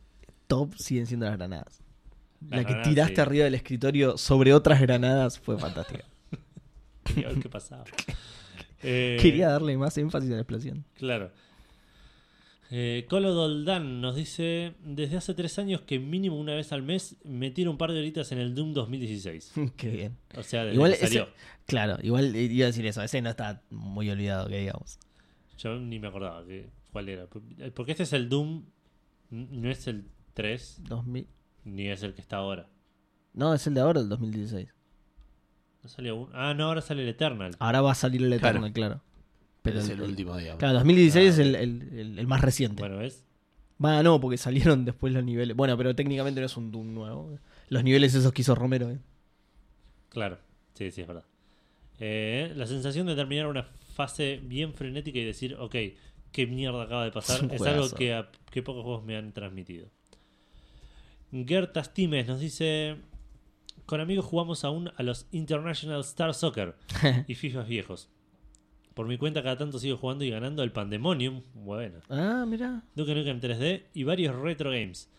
B: top siguen siendo las granadas. La
A: Las
B: que
A: granadas,
B: tiraste
A: sí.
B: arriba del escritorio sobre otras granadas fue fantástica.
A: Quería ver qué pasaba. Eh,
B: Quería darle más énfasis a la explosión.
A: Claro. Eh, Colo Doldán nos dice: Desde hace tres años que mínimo una vez al mes me tiro un par de horitas en el Doom 2016.
B: Qué bien.
A: O sea, desde
B: Igual
A: que salió.
B: ese- claro, igual eh, iba a decir eso. Ese no está muy olvidado, que digamos.
A: Yo ni me acordaba que, cuál era. Porque este es el Doom, n- no es el 3,
B: 2000.
A: ni es el que está ahora.
B: No, es el de ahora, el 2016.
A: No salió un- Ah, no, ahora sale el Eternal.
B: Ahora va a salir el
C: Claro.
B: Eternal, claro. Pero
C: es el, último, digamos.
B: Claro, 2016
A: Ah,
B: es el, el- el- el más reciente.
A: Bueno, ¿ves?
B: Va, no, porque salieron después los niveles. Bueno, pero técnicamente no es un Doom nuevo. Los niveles esos que hizo Romero. ¿eh?
A: Claro. Sí, sí, es verdad. Eh, la sensación de terminar una fase bien frenética y decir, ok, qué mierda acaba de
B: Es
A: pasar,
B: un
A: es, algo
B: juegazo.
A: que, a- que pocos juegos me han transmitido. Gertas Times nos dice: Con amigos jugamos aún a los International Star Soccer y FIFAs viejos. Por mi cuenta, cada tanto sigo jugando y ganando el Pandemonium. Bueno.
B: ah, mira.
A: Duke Nukem 3D y varios retro games.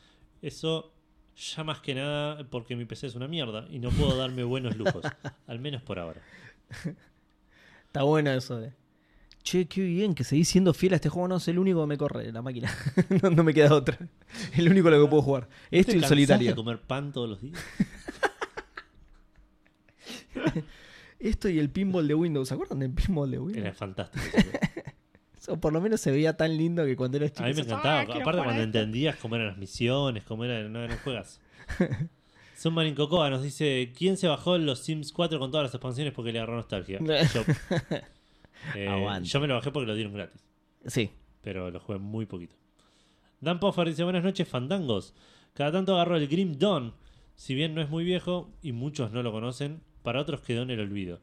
A: Eso ya más que nada porque mi PC es una mierda y no puedo darme buenos lujos, al menos por ahora.
B: Está bueno eso de. Che, qué bien que seguís siendo fiel a este juego. No, es el único que me corre la máquina. no, no me queda otra. El único a lo que puedo jugar. Este y
A: ¿Te
B: el
A: cansás
B: solitario.
A: de comer pan todos los días?
B: Esto y el pinball de Windows. ¿Se acuerdan del pinball de
A: Era
B: Windows?
A: fantástico. ese juego.
B: O por lo menos se veía tan lindo que cuando eras
A: A
B: chico.
A: mí me
B: decías,
A: encantaba.
B: "Ah, quiero
A: Aparte
B: jugar a
A: cuando
B: esto".
A: entendías cómo eran las misiones, cómo eran, no eran juegas. Sunmarin Cocoa nos dice, ¿quién se bajó los Sims 4 con todas las expansiones porque le agarró nostalgia? Yo, Eh,
B: Aguante.
A: yo me lo bajé porque lo dieron gratis.
B: Sí.
A: pero lo jugué muy poquito. Dan Poffer dice: Buenas noches, fandangos. Cada tanto agarro el Grim Dawn. Si bien no es muy viejo y muchos no lo conocen, para otros quedó en el olvido.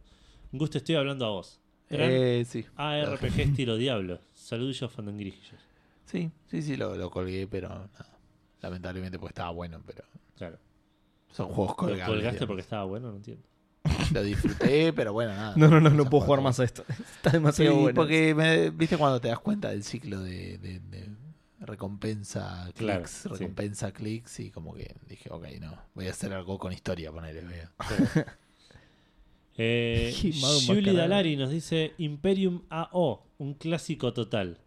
A: Gusto, estoy hablando a vos. Gran
C: Eh, sí.
A: ARPG estilo Diablo. Saludillos, fandangrijillos.
C: Sí, sí, sí, lo, lo colgué, pero nada. Lamentablemente porque estaba bueno, pero
A: Claro.
C: son juegos
A: ¿Lo
C: colgables.
A: colgaste
C: digamos.
A: porque estaba bueno? No entiendo.
C: Lo disfruté, pero bueno, nada.
B: No, no, no,
C: Son
B: no puedo jugar
C: juegos-
B: más a esto. Está
C: Sí,
B: demasiado bueno.
C: porque me- viste cuando te das cuenta del ciclo de, de- de recompensa clics,
A: Claro, sí.
C: recompensa clics y como que dije, ok, no, voy a hacer algo con historia, ponele, veo.
A: Eh,
B: Qué mago
A: Julie
B: enmascarado.
A: Dalari nos dice Imperium AO, un clásico total.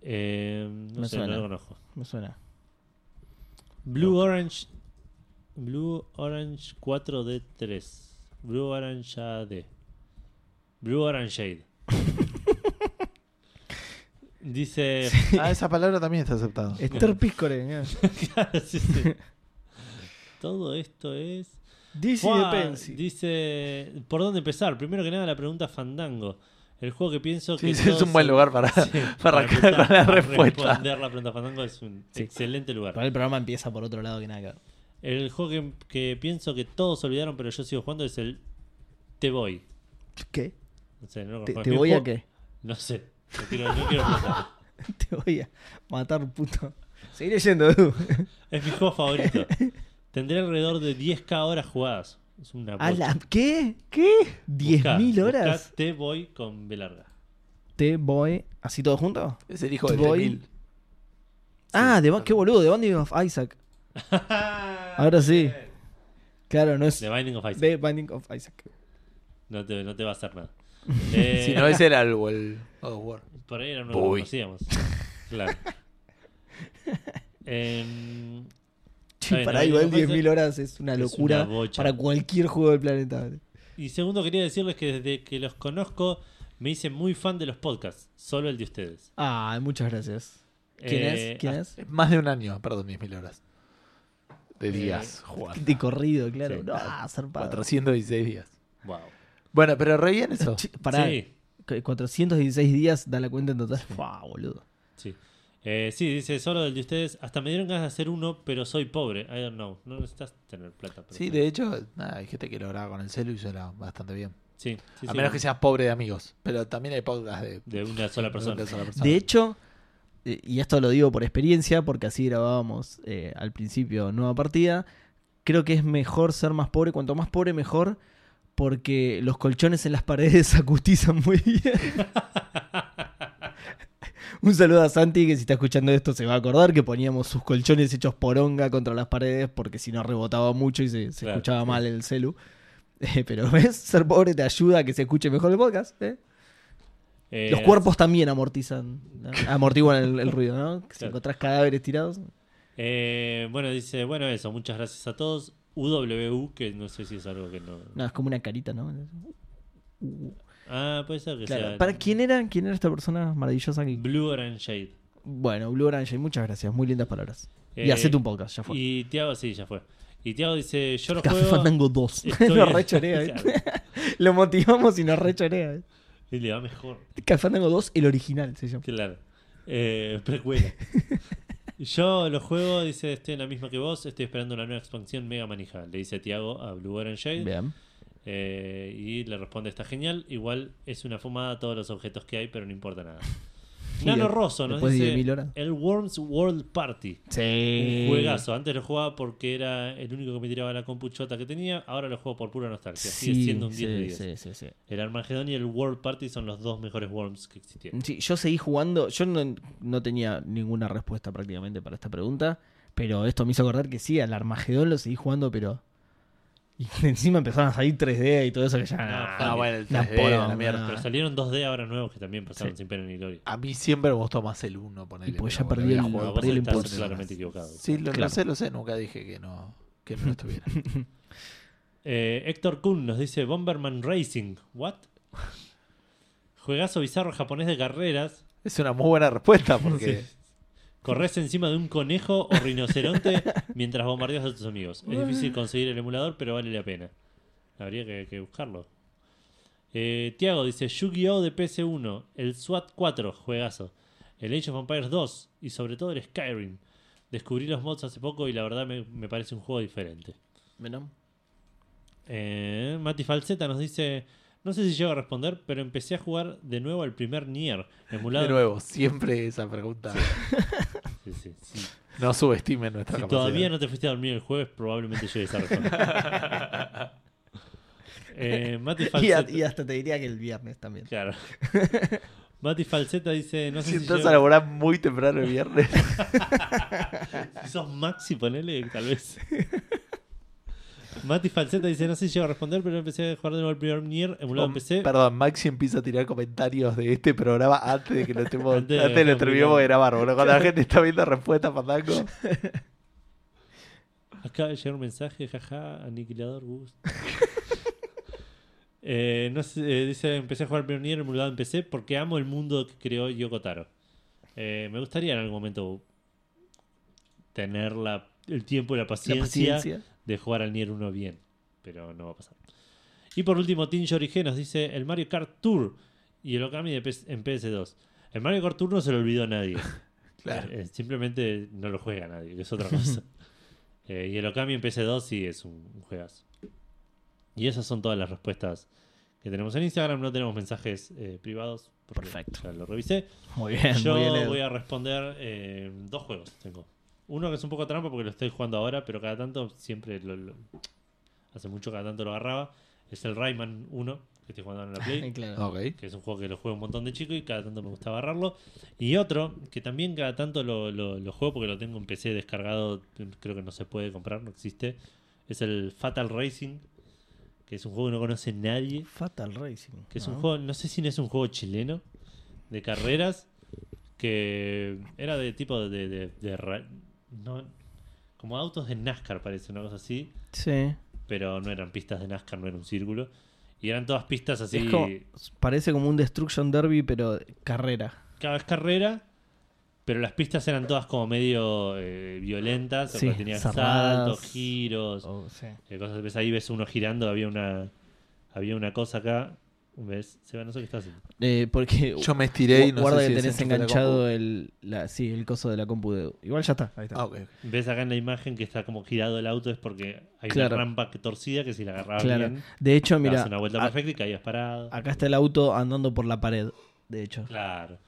A: Eh, no
B: Me
A: sé, no
B: suena.
A: lo conozco.
B: Me suena.
A: Blue Orange. Blue Orange 4D3. Blue Orange AD. Blue Orange Shade. Dice.
C: Ah, esa palabra también está aceptada.
B: Esther Piscore. mira.
A: Claro, sí, sí. Todo esto es.
B: DC
A: Fua,
B: de Pensi.
A: dice. ¿Por dónde empezar? Primero que nada, la pregunta Fandango. El juego que pienso
C: Sí,
A: que.
C: sí, es
A: todos-
C: un buen lugar para,
A: Sí,
C: para arrancar
A: empezar
C: con la
A: a
C: respuesta.
A: Responder la pregunta Fandango es un
B: Sí.
A: excelente lugar.
B: Pero el programa empieza por otro lado que nada que ver.
A: El juego que, que pienso que todos olvidaron, pero yo sigo jugando, es el Te Voy.
B: ¿Qué?
A: No sé, no lo
B: ¿Te,
A: conozco.
B: te
A: Es mi
B: voy a
A: juego-
B: qué?
A: No sé. No quiero, no quiero pensar.
B: Te voy a matar, puto. Seguí leyendo, Edu.
A: Es mi juego favorito. Tendré alrededor de 10k horas jugadas. Es una
B: ¿A
A: bocha.
B: la- ¿Qué? ¿Qué?
A: Buscá,
B: ¿10.000 horas?
A: buscá Te Voy con B larga.
B: Te voy. ¿Así todo junto?
C: Es el hijo de
B: Voy-
C: Emil.
B: ah, de, qué boludo, de Bonding of Isaac. Ahora sí. Claro, no es
A: The Binding of Isaac.
B: The Binding of Isaac.
A: No te, no te va a hacer nada. Eh,
C: Si no, ese era el, o el God of War.
A: Por ahí era uno
C: Voy.
A: que conocíamos. Claro. Em,
B: Sí,
A: bien,
B: para
A: The
B: igual
A: Binding of
B: 10.000
A: Isaac
B: horas es una
A: es
B: locura
A: una bocha.
B: para cualquier juego del planeta.
A: y segundo, quería decirles que desde que los conozco me hice muy fan de los podcasts. Solo el de ustedes.
B: Ah, muchas gracias. ¿Quién
A: Eh,
B: es? ¿Quién
A: ah,
B: es?
C: Más de un año, perdón, 10.000 horas. De
A: Eh,
C: días jugando.
B: De corrido, claro.
A: Sí.
B: No, ah, zarpado.
C: 416 días.
A: Wow.
C: Bueno, pero re bien eso.
B: Ch- Pará,
A: Sí,
B: cu- 416 días da la cuenta en total. Fua, boludo.
A: sí. Eh, sí, dice, solo del de ustedes. Hasta me dieron ganas de hacer uno, pero soy pobre. I don't know. No necesitas tener plata. pero
C: Sí,
A: bueno.
C: de hecho, nada, hay gente que lo graba con el celu y suena bastante bien.
A: Sí, sí,
C: a
A: sí,
C: menos que seas pobre de amigos. Pero también hay podcasts de,
A: De una sola persona.
C: de una sola persona.
B: De hecho, eh, y esto lo digo por experiencia, porque así grabábamos eh, al principio nueva partida, creo que es mejor ser más pobre, cuanto más pobre mejor, porque los colchones en las paredes se acustizan muy bien. Un saludo a Santi, que si está escuchando esto se va a acordar que poníamos sus colchones hechos poronga contra las paredes, porque si no rebotaba mucho y se, se
A: Claro,
B: escuchaba
A: sí.
B: mal el celu. Eh, pero ves, ser pobre te ayuda a que se escuche mejor el podcast. ¿eh?
A: Eh,
B: Los cuerpos también amortizan, amortiguan el, el ruido, ¿no? Que Si
A: Claro.
B: encontrás cadáveres tirados.
A: eh, bueno, dice, bueno, eso. Muchas gracias a todos. UWU, que no sé si es algo que no.
B: No, es como una carita, ¿no? Uh,
A: Ah, puede ser que
B: claro.
A: sea.
B: ¿Para quién era, quién era esta persona maravillosa aquí?
A: Blue Orange Shade.
B: Bueno, Blue Orange, muchas gracias, muy lindas palabras. y
A: Eh,
B: hacete un podcast, ya fue.
A: Y Tiago, sí, ya fue. Y Tiago dice, yo lo
B: Café
A: juego.
B: Fandango 2.
A: estoy-
B: Lo rechorea, ¿eh? Lo motivamos y nos rechorea. ¿eh?
A: Y le va mejor.
B: Café Fandango 2, el original se llama.
A: Claro. Eh, precuela. Yo lo juego, dice, estoy en la misma que vos, estoy esperando una nueva expansión mega manija. Le dice Tiago a Blue Orange Shade.
B: Bien.
A: Eh, y le responde, está genial. Igual es una fumada todos los objetos que hay, pero no importa nada. Nano
B: de-
A: Rosso nos
B: después de
A: dice
B: 10.000 horas. Eh.
A: el Worms World Party.
B: Sí.
A: Un juegazo. Antes lo jugaba porque era el único que me tiraba la compuchota que tenía. Ahora lo juego por pura nostalgia. Sigue
B: Sí,
A: siendo un 10 de
B: sí,
A: 10.
B: sí, sí, sí.
A: El Armageddon y el World Party son los dos mejores Worms que existieron.
B: Sí, yo seguí jugando. Yo no, no tenía ninguna respuesta prácticamente para esta pregunta. Pero esto me hizo acordar que sí, al Armagedón lo seguí jugando, pero. Y encima empezaron a salir 3D y todo eso que ya.
A: No,
C: Ah, bueno, el
B: Una
C: 3D, la
B: poronga.
C: mierda.
A: Pero salieron 2D ahora nuevos que también pasaron
B: Ah. Sí. Ah,
A: sin pena ni gloria.
C: A mí siempre me gustó más el 1, ponerle.
B: Y pues ya perdí el-
A: No,
B: Bueno,
A: vos
B: perdí el
A: estás
B: impulso.
A: claramente equivocado.
C: Sí, lo, lo
B: Claro.
C: sé, lo sé. Nunca dije que no, que no lo estuviera.
A: Eh, Héctor Kuhn nos dice Bomberman Racing. ¿What? Juegazo bizarro japonés de carreras.
C: es una muy buena respuesta porque
A: Sí. Corres encima de un conejo o rinoceronte mientras bombardeas a tus amigos. Es difícil conseguir el emulador, pero vale la pena. Habría que, que buscarlo. Eh, Tiago dice: Yu-Gi-Oh! de PS1, el SWAT 4, juegazo. El Age of Empires 2 y sobre todo el Skyrim. Descubrí los mods hace poco y la verdad me, me parece un juego diferente.
B: Bueno.
A: Eh, Mati Falseta nos dice: No sé si llego a responder, pero empecé a jugar de nuevo al primer Nier, emulado.
C: de nuevo, siempre esa pregunta.
A: Sí, sí, sí.
C: No subestimen nuestra
A: Si
C: capacidad.
A: todavía no te fuiste a dormir el jueves, probablemente llegues a respuesta. eh, Mati
B: Y, a-
A: Falseta.
B: y hasta te diría que el viernes también.
A: Claro. Mati Falseta dice: No sé
C: Si
A: si,
C: entras
A: llego-
C: a laborar muy temprano el viernes.
A: si sos Maxi, ponele, tal vez. Mati Falseta dice: No sé si llego a responder, pero empecé a jugar de nuevo el primer Nier, emulado en
C: Om-
A: PC.
C: Perdón, Maxi empieza a tirar comentarios de este programa antes de que lo, estemos-
A: Antes de
C: antes de lo
A: dejar
C: terminemos de
A: publicado.
C: grabar. Bueno, cuando la gente está viendo respuesta, Fandango.
A: Acaba de llegar un mensaje, jaja, aniquilador, Gus. Eh, no sé, eh, dice, empecé a jugar Primer Nier emulado en PC porque amo el mundo que creó Yoko Taro. Eh, me gustaría en algún momento tener la- el tiempo y la
B: La
A: paciencia,
B: paciencia.
A: de jugar al Nier 1 bien, pero no va a pasar. Y por último, Tin Yorige nos dice el Mario Kart Tour y el Okami de PS en PS2. El Mario Kart Tour no se lo olvidó a nadie.
C: Claro.
A: Eh, eh, simplemente no lo juega nadie, es otra cosa. Eh, y el Okami en PC2 sí es un, un juegazo. Y esas son todas las respuestas que tenemos en Instagram. No tenemos mensajes eh, privados. porque
B: Perfecto.
A: ya lo revisé.
B: Muy bien,
A: Yo
B: muy bien. Edu.
A: voy a responder eh, dos juegos. Tengo uno que es un poco trampa porque lo estoy jugando ahora, pero cada tanto siempre lo. lo- hace mucho cada tanto lo agarraba. Es el Rayman 1 que estoy jugando ahora en la Play
B: Eh, claro.
C: Ok.
A: que es un juego que lo juego un montón de chicos y cada tanto me gusta agarrarlo. Y otro, que también cada tanto lo, lo- lo juego porque lo tengo en PC descargado, creo que no se puede comprar, no existe, es el Fatal Racing, que es un juego que no conoce nadie,
B: Fatal Racing.
A: que es un
B: ¿no?
A: juego, no sé si no es un juego chileno, de carreras, que era de tipo de... de- de ra- no, como autos de NASCAR parece, una cosa así,
B: Sí.
A: pero no eran pistas de NASCAR, no era un círculo. Y eran todas pistas así...
B: Es como- parece como un Destruction Derby, pero de carrera.
A: cada vez carrera, pero las pistas eran todas como medio eh, violentas, o
B: Sí,
A: sea, tenías
B: cerradas.
A: saltos, giros,
B: Oh, sí.
A: eh, cosas. Ves ahí ves uno girando, había una había una cosa acá ¿Ves? Seba, no sé qué estás haciendo.
B: Eh, porque
C: Yo me estiré y
B: gu-
C: no
B: guarda
C: sé si
B: que tenés
C: desenchufé la
B: enganchado el, la- sí, el coso de la compu de- Igual ya está. Ahí
C: compu.
B: está.
C: Ah, ok.
A: ¿Ves acá en la imagen que está como girado el auto? Es porque hay
B: Claro.
A: una rampa que torcida que si la agarrabas
B: Claro.
A: bien,
B: De hecho,
A: dabas
B: mira,
A: una vuelta
B: a-
A: perfecta y caías parado.
B: acá está el auto andando por la pared. De hecho.
A: Claro.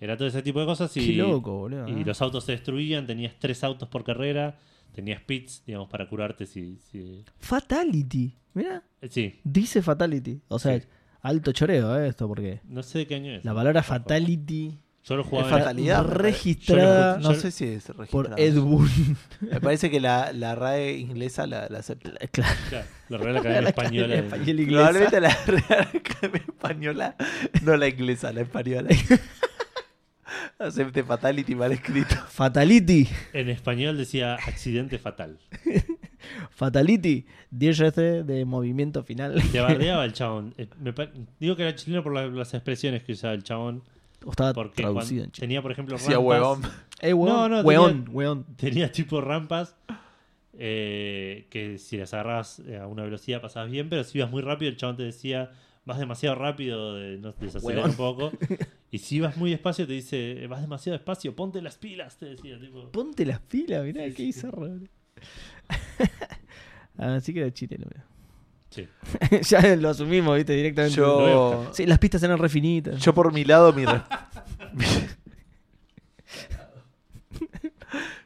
A: Era todo ese tipo de cosas y,
B: Qué loco, boludo.
A: y
B: ¿eh?
A: los autos se destruían, tenías tres autos por carrera, tenías pits, digamos, para curarte si... si...
B: Fatality. Mira,
A: eh, Sí,
B: dice Fatality. O sea,
A: Sí.
B: alto choreo eh, esto, porque
A: no sé de qué año es.
B: la palabra
A: Ojo.
B: fatality
A: Yo lo
C: Es
A: jugaba... en-
C: fatal. fatalidad, me parece.
B: registrada
A: Yo
C: No
A: lo-
C: sé si es registrado.
B: por Ed Boon.
C: Me parece que la, la RAE inglesa la, la acepta.
B: Claro,
A: Claro, la Real Academia Española. de-
B: español inglesa.
C: Probablemente la Real Academia Española, no la inglesa, la española. Acepte fatality mal escrito.
B: Fatality.
A: En español decía accidente fatal.
B: Fatality. 10 de movimiento final.
A: Te bardeaba el chabón. Eh, me pa- digo que era chileno por la- las expresiones que usaba el chabón.
B: O estaba
A: Porque
B: traducido
A: cuando
B: en chino.
A: tenía, por ejemplo,
C: Decía
A: rampas.
C: huevón.
B: Eh, weón.
A: No, no,
B: weón,
A: tenía-
B: weón.
A: Tenía tipo rampas eh, que si las agarrabas eh, a una velocidad pasabas bien, pero si ibas muy rápido, el chabón te decía vas demasiado rápido, de, no, desacelera un poco. Y si ibas muy despacio, te dice vas demasiado despacio, ponte las pilas, te decía. Tipo.
B: Ponte las pilas, mirá, qué bizarro. boludo. Así que era chileno, mirá.
A: Sí.
B: ya lo asumimos, viste, directamente.
C: Yo,
B: Sí, las pistas eran refinitas.
C: yo por mi lado, mi, re- mi-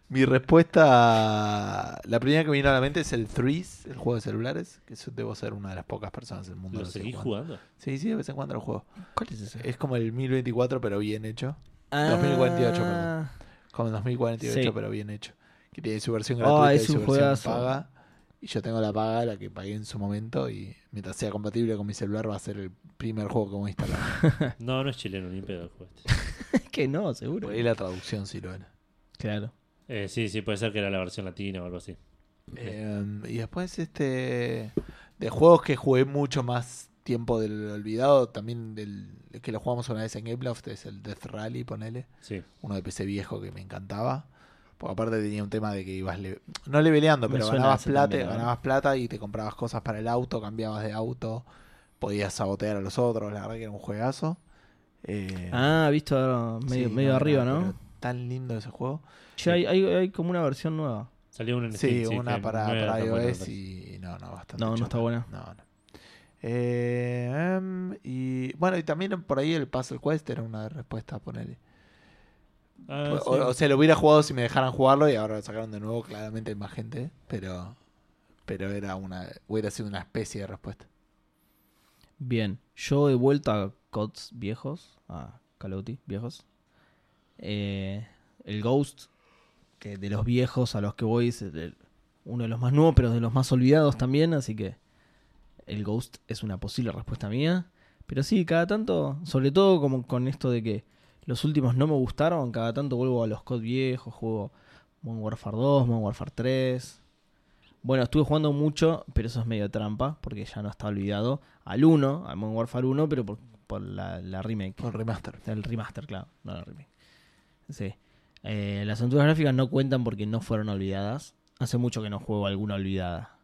C: mi respuesta. La primera que me vino a la mente es el Threes, el juego de celulares. Que eso debo ser una de las pocas personas del mundo
A: ¿Lo
C: que sigue
A: seguís
C: jugando.
A: jugando?
C: Sí, sí, de vez en cuando lo juego.
B: ¿Cuál es ese?
C: Es como el 1024, pero bien hecho.
B: Ah,
C: 2048, perdón. Como el 2048,
B: Sí.
C: pero bien hecho. Que tiene su versión
B: Ah,
C: gratuita y
B: es
C: su
B: un
C: versión
B: juegazo.
C: paga. Y yo tengo la paga, la que pagué en su momento. Y mientras sea compatible con mi celular, va a ser el primer juego que voy a instalar.
A: No, no es chileno, ni pedo el juego este.
B: Es que no, seguro.
C: Por ahí la traducción sí lo era.
B: Claro.
A: Eh, sí, sí, puede ser que era la versión latina o algo así.
C: Eh, y después, este. De juegos que jugué mucho más tiempo del olvidado, también del que lo jugamos una vez en Game Loft, es el Death Rally, ponele.
A: Sí.
C: uno de PC viejo que me encantaba. Porque aparte tenía un tema de que ibas le- no leveleando,
B: Me
C: pero
B: suena
C: ganabas
B: ese
C: plata,
B: también, ¿eh?
C: ganabas plata y te comprabas cosas para el auto, cambiabas de auto, podías sabotear a los otros, la verdad que era un juegazo. Eh,
B: Ah, visto ahora medio,
C: sí,
B: medio
C: no,
B: arriba,
C: no,
B: ¿no?
C: pero Tan lindo ese juego.
B: Che, hay, hay- hay como una versión nueva.
A: Salió una en
C: Sí,
A: Steam,
C: una
A: que
C: para,
A: no era
C: para
A: tan buena, me
C: iOS
A: parece.
C: y no, no, bastante.
B: No, no
C: chota.
B: está buena.
C: No, no. Eh, em, y bueno, y también por ahí el Puzzle Quest era una respuesta, ponele.
A: Ah,
C: O,
A: sí.
C: o sea, lo hubiera jugado si me dejaran jugarlo y ahora lo sacaron de nuevo, claramente hay más gente, pero pero era una hubiera sido una especie de respuesta.
B: Bien. Yo he vuelto a CODs viejos. A Call of Duty viejos. Eh, el Ghost. Que de los viejos a los que voy es el- uno de los más nuevos, pero de los más olvidados también. Así que el Ghost es una posible respuesta mía. Pero sí, cada tanto, sobre todo como con esto de que los últimos no me gustaron, cada tanto vuelvo a los COD viejos, juego Modern Warfare 2, Modern Warfare 3. Bueno, estuve jugando mucho, pero eso es medio trampa, porque ya no está olvidado. Al 1, al Modern Warfare 1, pero por, por la, la remake.
C: Con remaster.
B: El remaster, claro, no la remake. Sí. Eh, las aventuras gráficas no cuentan porque no fueron olvidadas. Hace mucho que no juego alguna olvidada.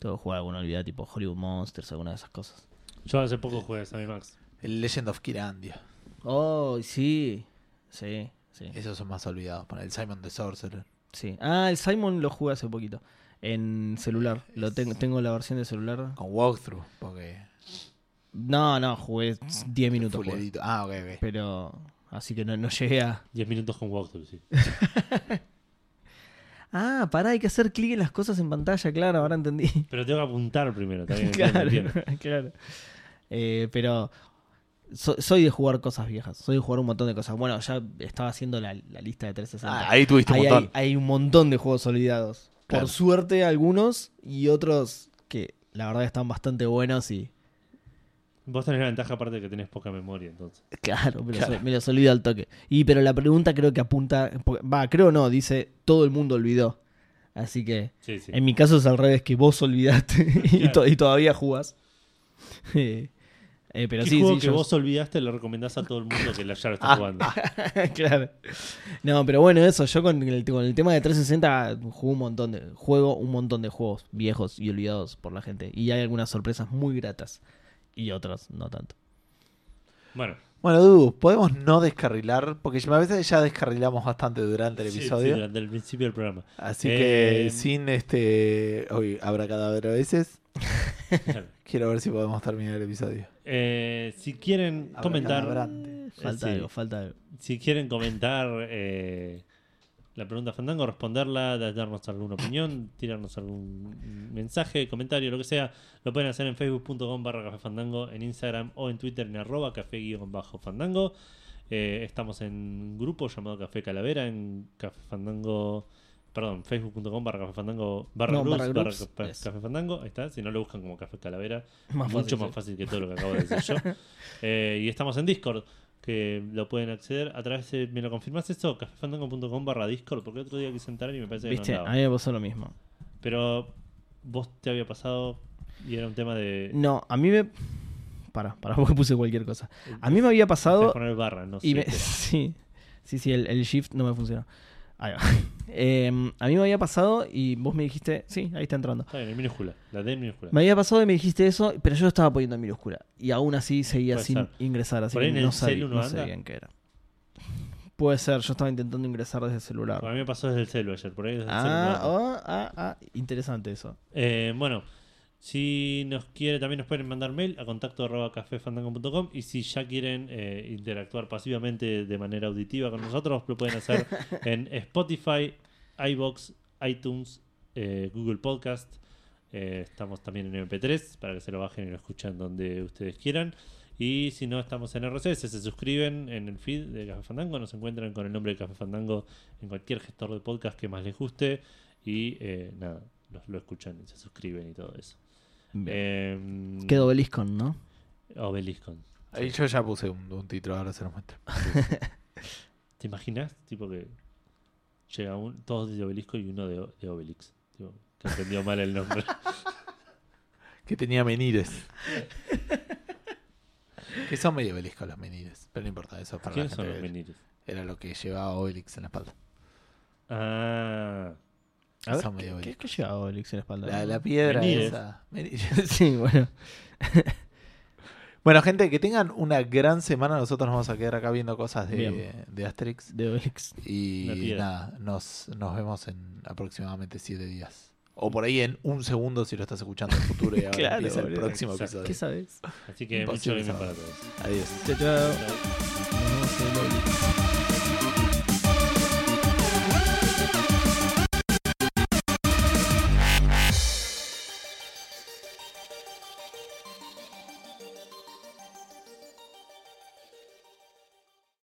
B: Tengo que jugar alguna olvidada tipo Hollywood Monsters, alguna de esas cosas.
A: Yo hace poco jugué a mi Max.
C: El Legend of Kirandia.
B: Oh, sí. Sí, sí.
C: Esos son más olvidados. Para el Simon the Sorcerer.
B: sí. Ah, el Simon lo jugué hace poquito. En celular. Lo tengo, tengo la versión de celular.
C: Con walkthrough. Porque.
B: No, no, jugué 10 minutos. jugué.
C: Fulerito. Ah, ok, ok.
B: Pero. Así que no, no llegué a.
A: 10 minutos con walkthrough, sí.
B: Ah, pará, hay que hacer clic en las cosas en pantalla, claro, ahora entendí.
A: Pero tengo que apuntar primero también.
C: Eh,
A: entiendo,
B: Claro,
A: entiendo.
B: claro. Eh, pero so- soy de jugar cosas viejas, soy de jugar un montón de cosas. Bueno, ya estaba haciendo la, la lista de 360.
C: Ah, ahí tuviste un
B: Ahí
C: montón.
B: hay, hay un montón de juegos olvidados.
C: Claro.
B: Por suerte algunos y otros que la verdad están bastante buenos y...
A: Vos tenés la ventaja aparte de que tenés poca memoria, entonces.
B: Claro, me los,
C: Claro.
B: me los olvido al toque. Y pero la pregunta creo que apunta... Va, creo no, dice todo el mundo olvidó. Así que...
A: Sí, sí.
B: En mi caso es al revés, que vos olvidaste y, to-
A: Claro.
B: y todavía jugás. Eh, eh, pero
A: ¿Qué
B: sí,
A: juego
B: sí,
A: que
B: yo-
A: vos olvidaste le recomendás a todo el mundo que la- ya lo está
C: Ah,
A: jugando?
B: claro. No, pero bueno, eso, yo con el, con el tema de 360 jugué un montón de, juego un montón de juegos viejos y olvidados por la gente. Y hay algunas sorpresas muy gratas. y otros no tanto.
A: Bueno,
C: Bueno, Dudu, podemos no descarrilar, porque a veces ya descarrilamos bastante durante el
A: sí,
C: episodio.
A: sí, durante el principio del programa.
C: Así
A: Eh,
C: que sin este. Hoy habrá cadáver a veces.
A: Claro.
C: Quiero ver si podemos terminar el episodio.
A: Eh, si quieren comentar,
C: Abracadabrante.
B: Falta
A: Eh, sí.
B: algo, falta algo.
A: si quieren comentar eh, la pregunta Fandango, responderla, da- darnos alguna opinión, tirarnos algún mensaje, comentario, lo que sea, lo pueden hacer en facebook.com barra café fandango, en Instagram o en Twitter en arroba café guión bajo fandango. Eh, estamos en un grupo llamado Café Calavera, en Café Fandango, perdón, facebook.com barra café fandango barra,
B: No,
A: groups,
B: barra
A: barra
B: groups,
A: Café-
B: eso.
A: café fandango, ahí está, si no lo buscan como Café Calavera,
B: Más
A: mucho
B: fácil,
A: más
B: sí.
A: fácil que todo lo que acabo de decir yo. Eh, y estamos en Discord, que lo pueden acceder a través de. ¿Me lo confirmas esto? cafefandango.com barra Discord, porque otro día quise entrar y me parece que
B: Viste,
A: no
B: a
A: andaba.
B: mí me pasó lo mismo.
A: Pero vos te había pasado y era un tema de.
B: No, a mí me. Para, para, porque puse cualquier cosa. A mí me había
A: Puedes
B: pasado.
A: poner barra, no sé.
B: Y me-
A: pero-
B: sí, sí, sí, el, el shift no me funcionó. Ahí va. Em, a mí me había pasado y vos me dijiste. Sí, ahí está entrando.
A: Está bien, en minúscula, la D en minúscula.
B: Me había pasado y me dijiste eso, pero yo lo estaba poniendo en minúscula. Y aún así seguía
A: Puede
B: sin
A: ser.
B: ingresar, así
A: Por ahí
B: que
A: en el
B: no, sabía,
A: celu no
B: no sé
A: anda.
B: bien qué era. Puede ser, yo estaba intentando ingresar desde el
A: A mí
B: celular.
A: me pasó desde el celu ayer, por ahí desde el celu no
B: Ah,
A: anda.
B: oh, ah, ah, interesante eso.
A: Eh, bueno, si nos quiere, también nos pueden mandar mail a contacto arroba cafefandango.com y si ya quieren eh, interactuar pasivamente de manera auditiva con nosotros, lo pueden hacer en Spotify, iBox, iTunes, eh, Google Podcast. Eh, estamos también en MP3 para que se lo bajen y lo escuchen donde ustedes quieran. Y si no, estamos en RSS, se suscriben en el feed de Café Fandango, nos encuentran con el nombre de Café Fandango en cualquier gestor de podcast que más les guste. Y eh, nada, los- lo, escuchan y se suscriben y todo eso.
B: Bien.
A: Em,
B: Quedó Beliscon, ¿no?
A: Obeliscon.
C: Ahí yo ya puse un, un título, ahora se los muestro.
A: ¿Te imaginas? Tipo que llega un, todos de Obelisco y uno de, O- de Obelix. Tipo, que entendió mal el nombre.
C: Que tenía menires. que son medio obeliscos los menires. Pero no importa, eso es para la
A: ¿Quiénes
C: gente.
A: son los
C: que-
A: menires?
C: Era lo que llevaba Obelix en la espalda.
A: Ah,
B: A ver,
C: Son medio
B: ¿qué- ¿qué,
C: obeliscos.
B: qué lleva Obelix en la espalda?
C: La, la piedra
A: Menires.
C: esa. Menires.
B: sí, bueno.
C: Bueno, gente, que tengan una gran semana. Nosotros nos vamos a quedar acá viendo cosas de,
B: Bien.
C: de Asterix.
B: De Obelix.
A: Una
C: Y
A: piedra.
C: nada, nos, nos vemos en aproximadamente siete días. O por ahí en un segundo si lo estás escuchando en el futuro y ahora
B: Claro,
C: empieza el
B: boludo.
C: próximo
A: Exacto.
C: episodio.
B: ¿Qué sabes?
A: así que mucho
C: Imposible
A: bien
C: saber.
A: para todos.
C: Adiós.
B: Chao, chao.
A: Chao.
B: Nos vemos.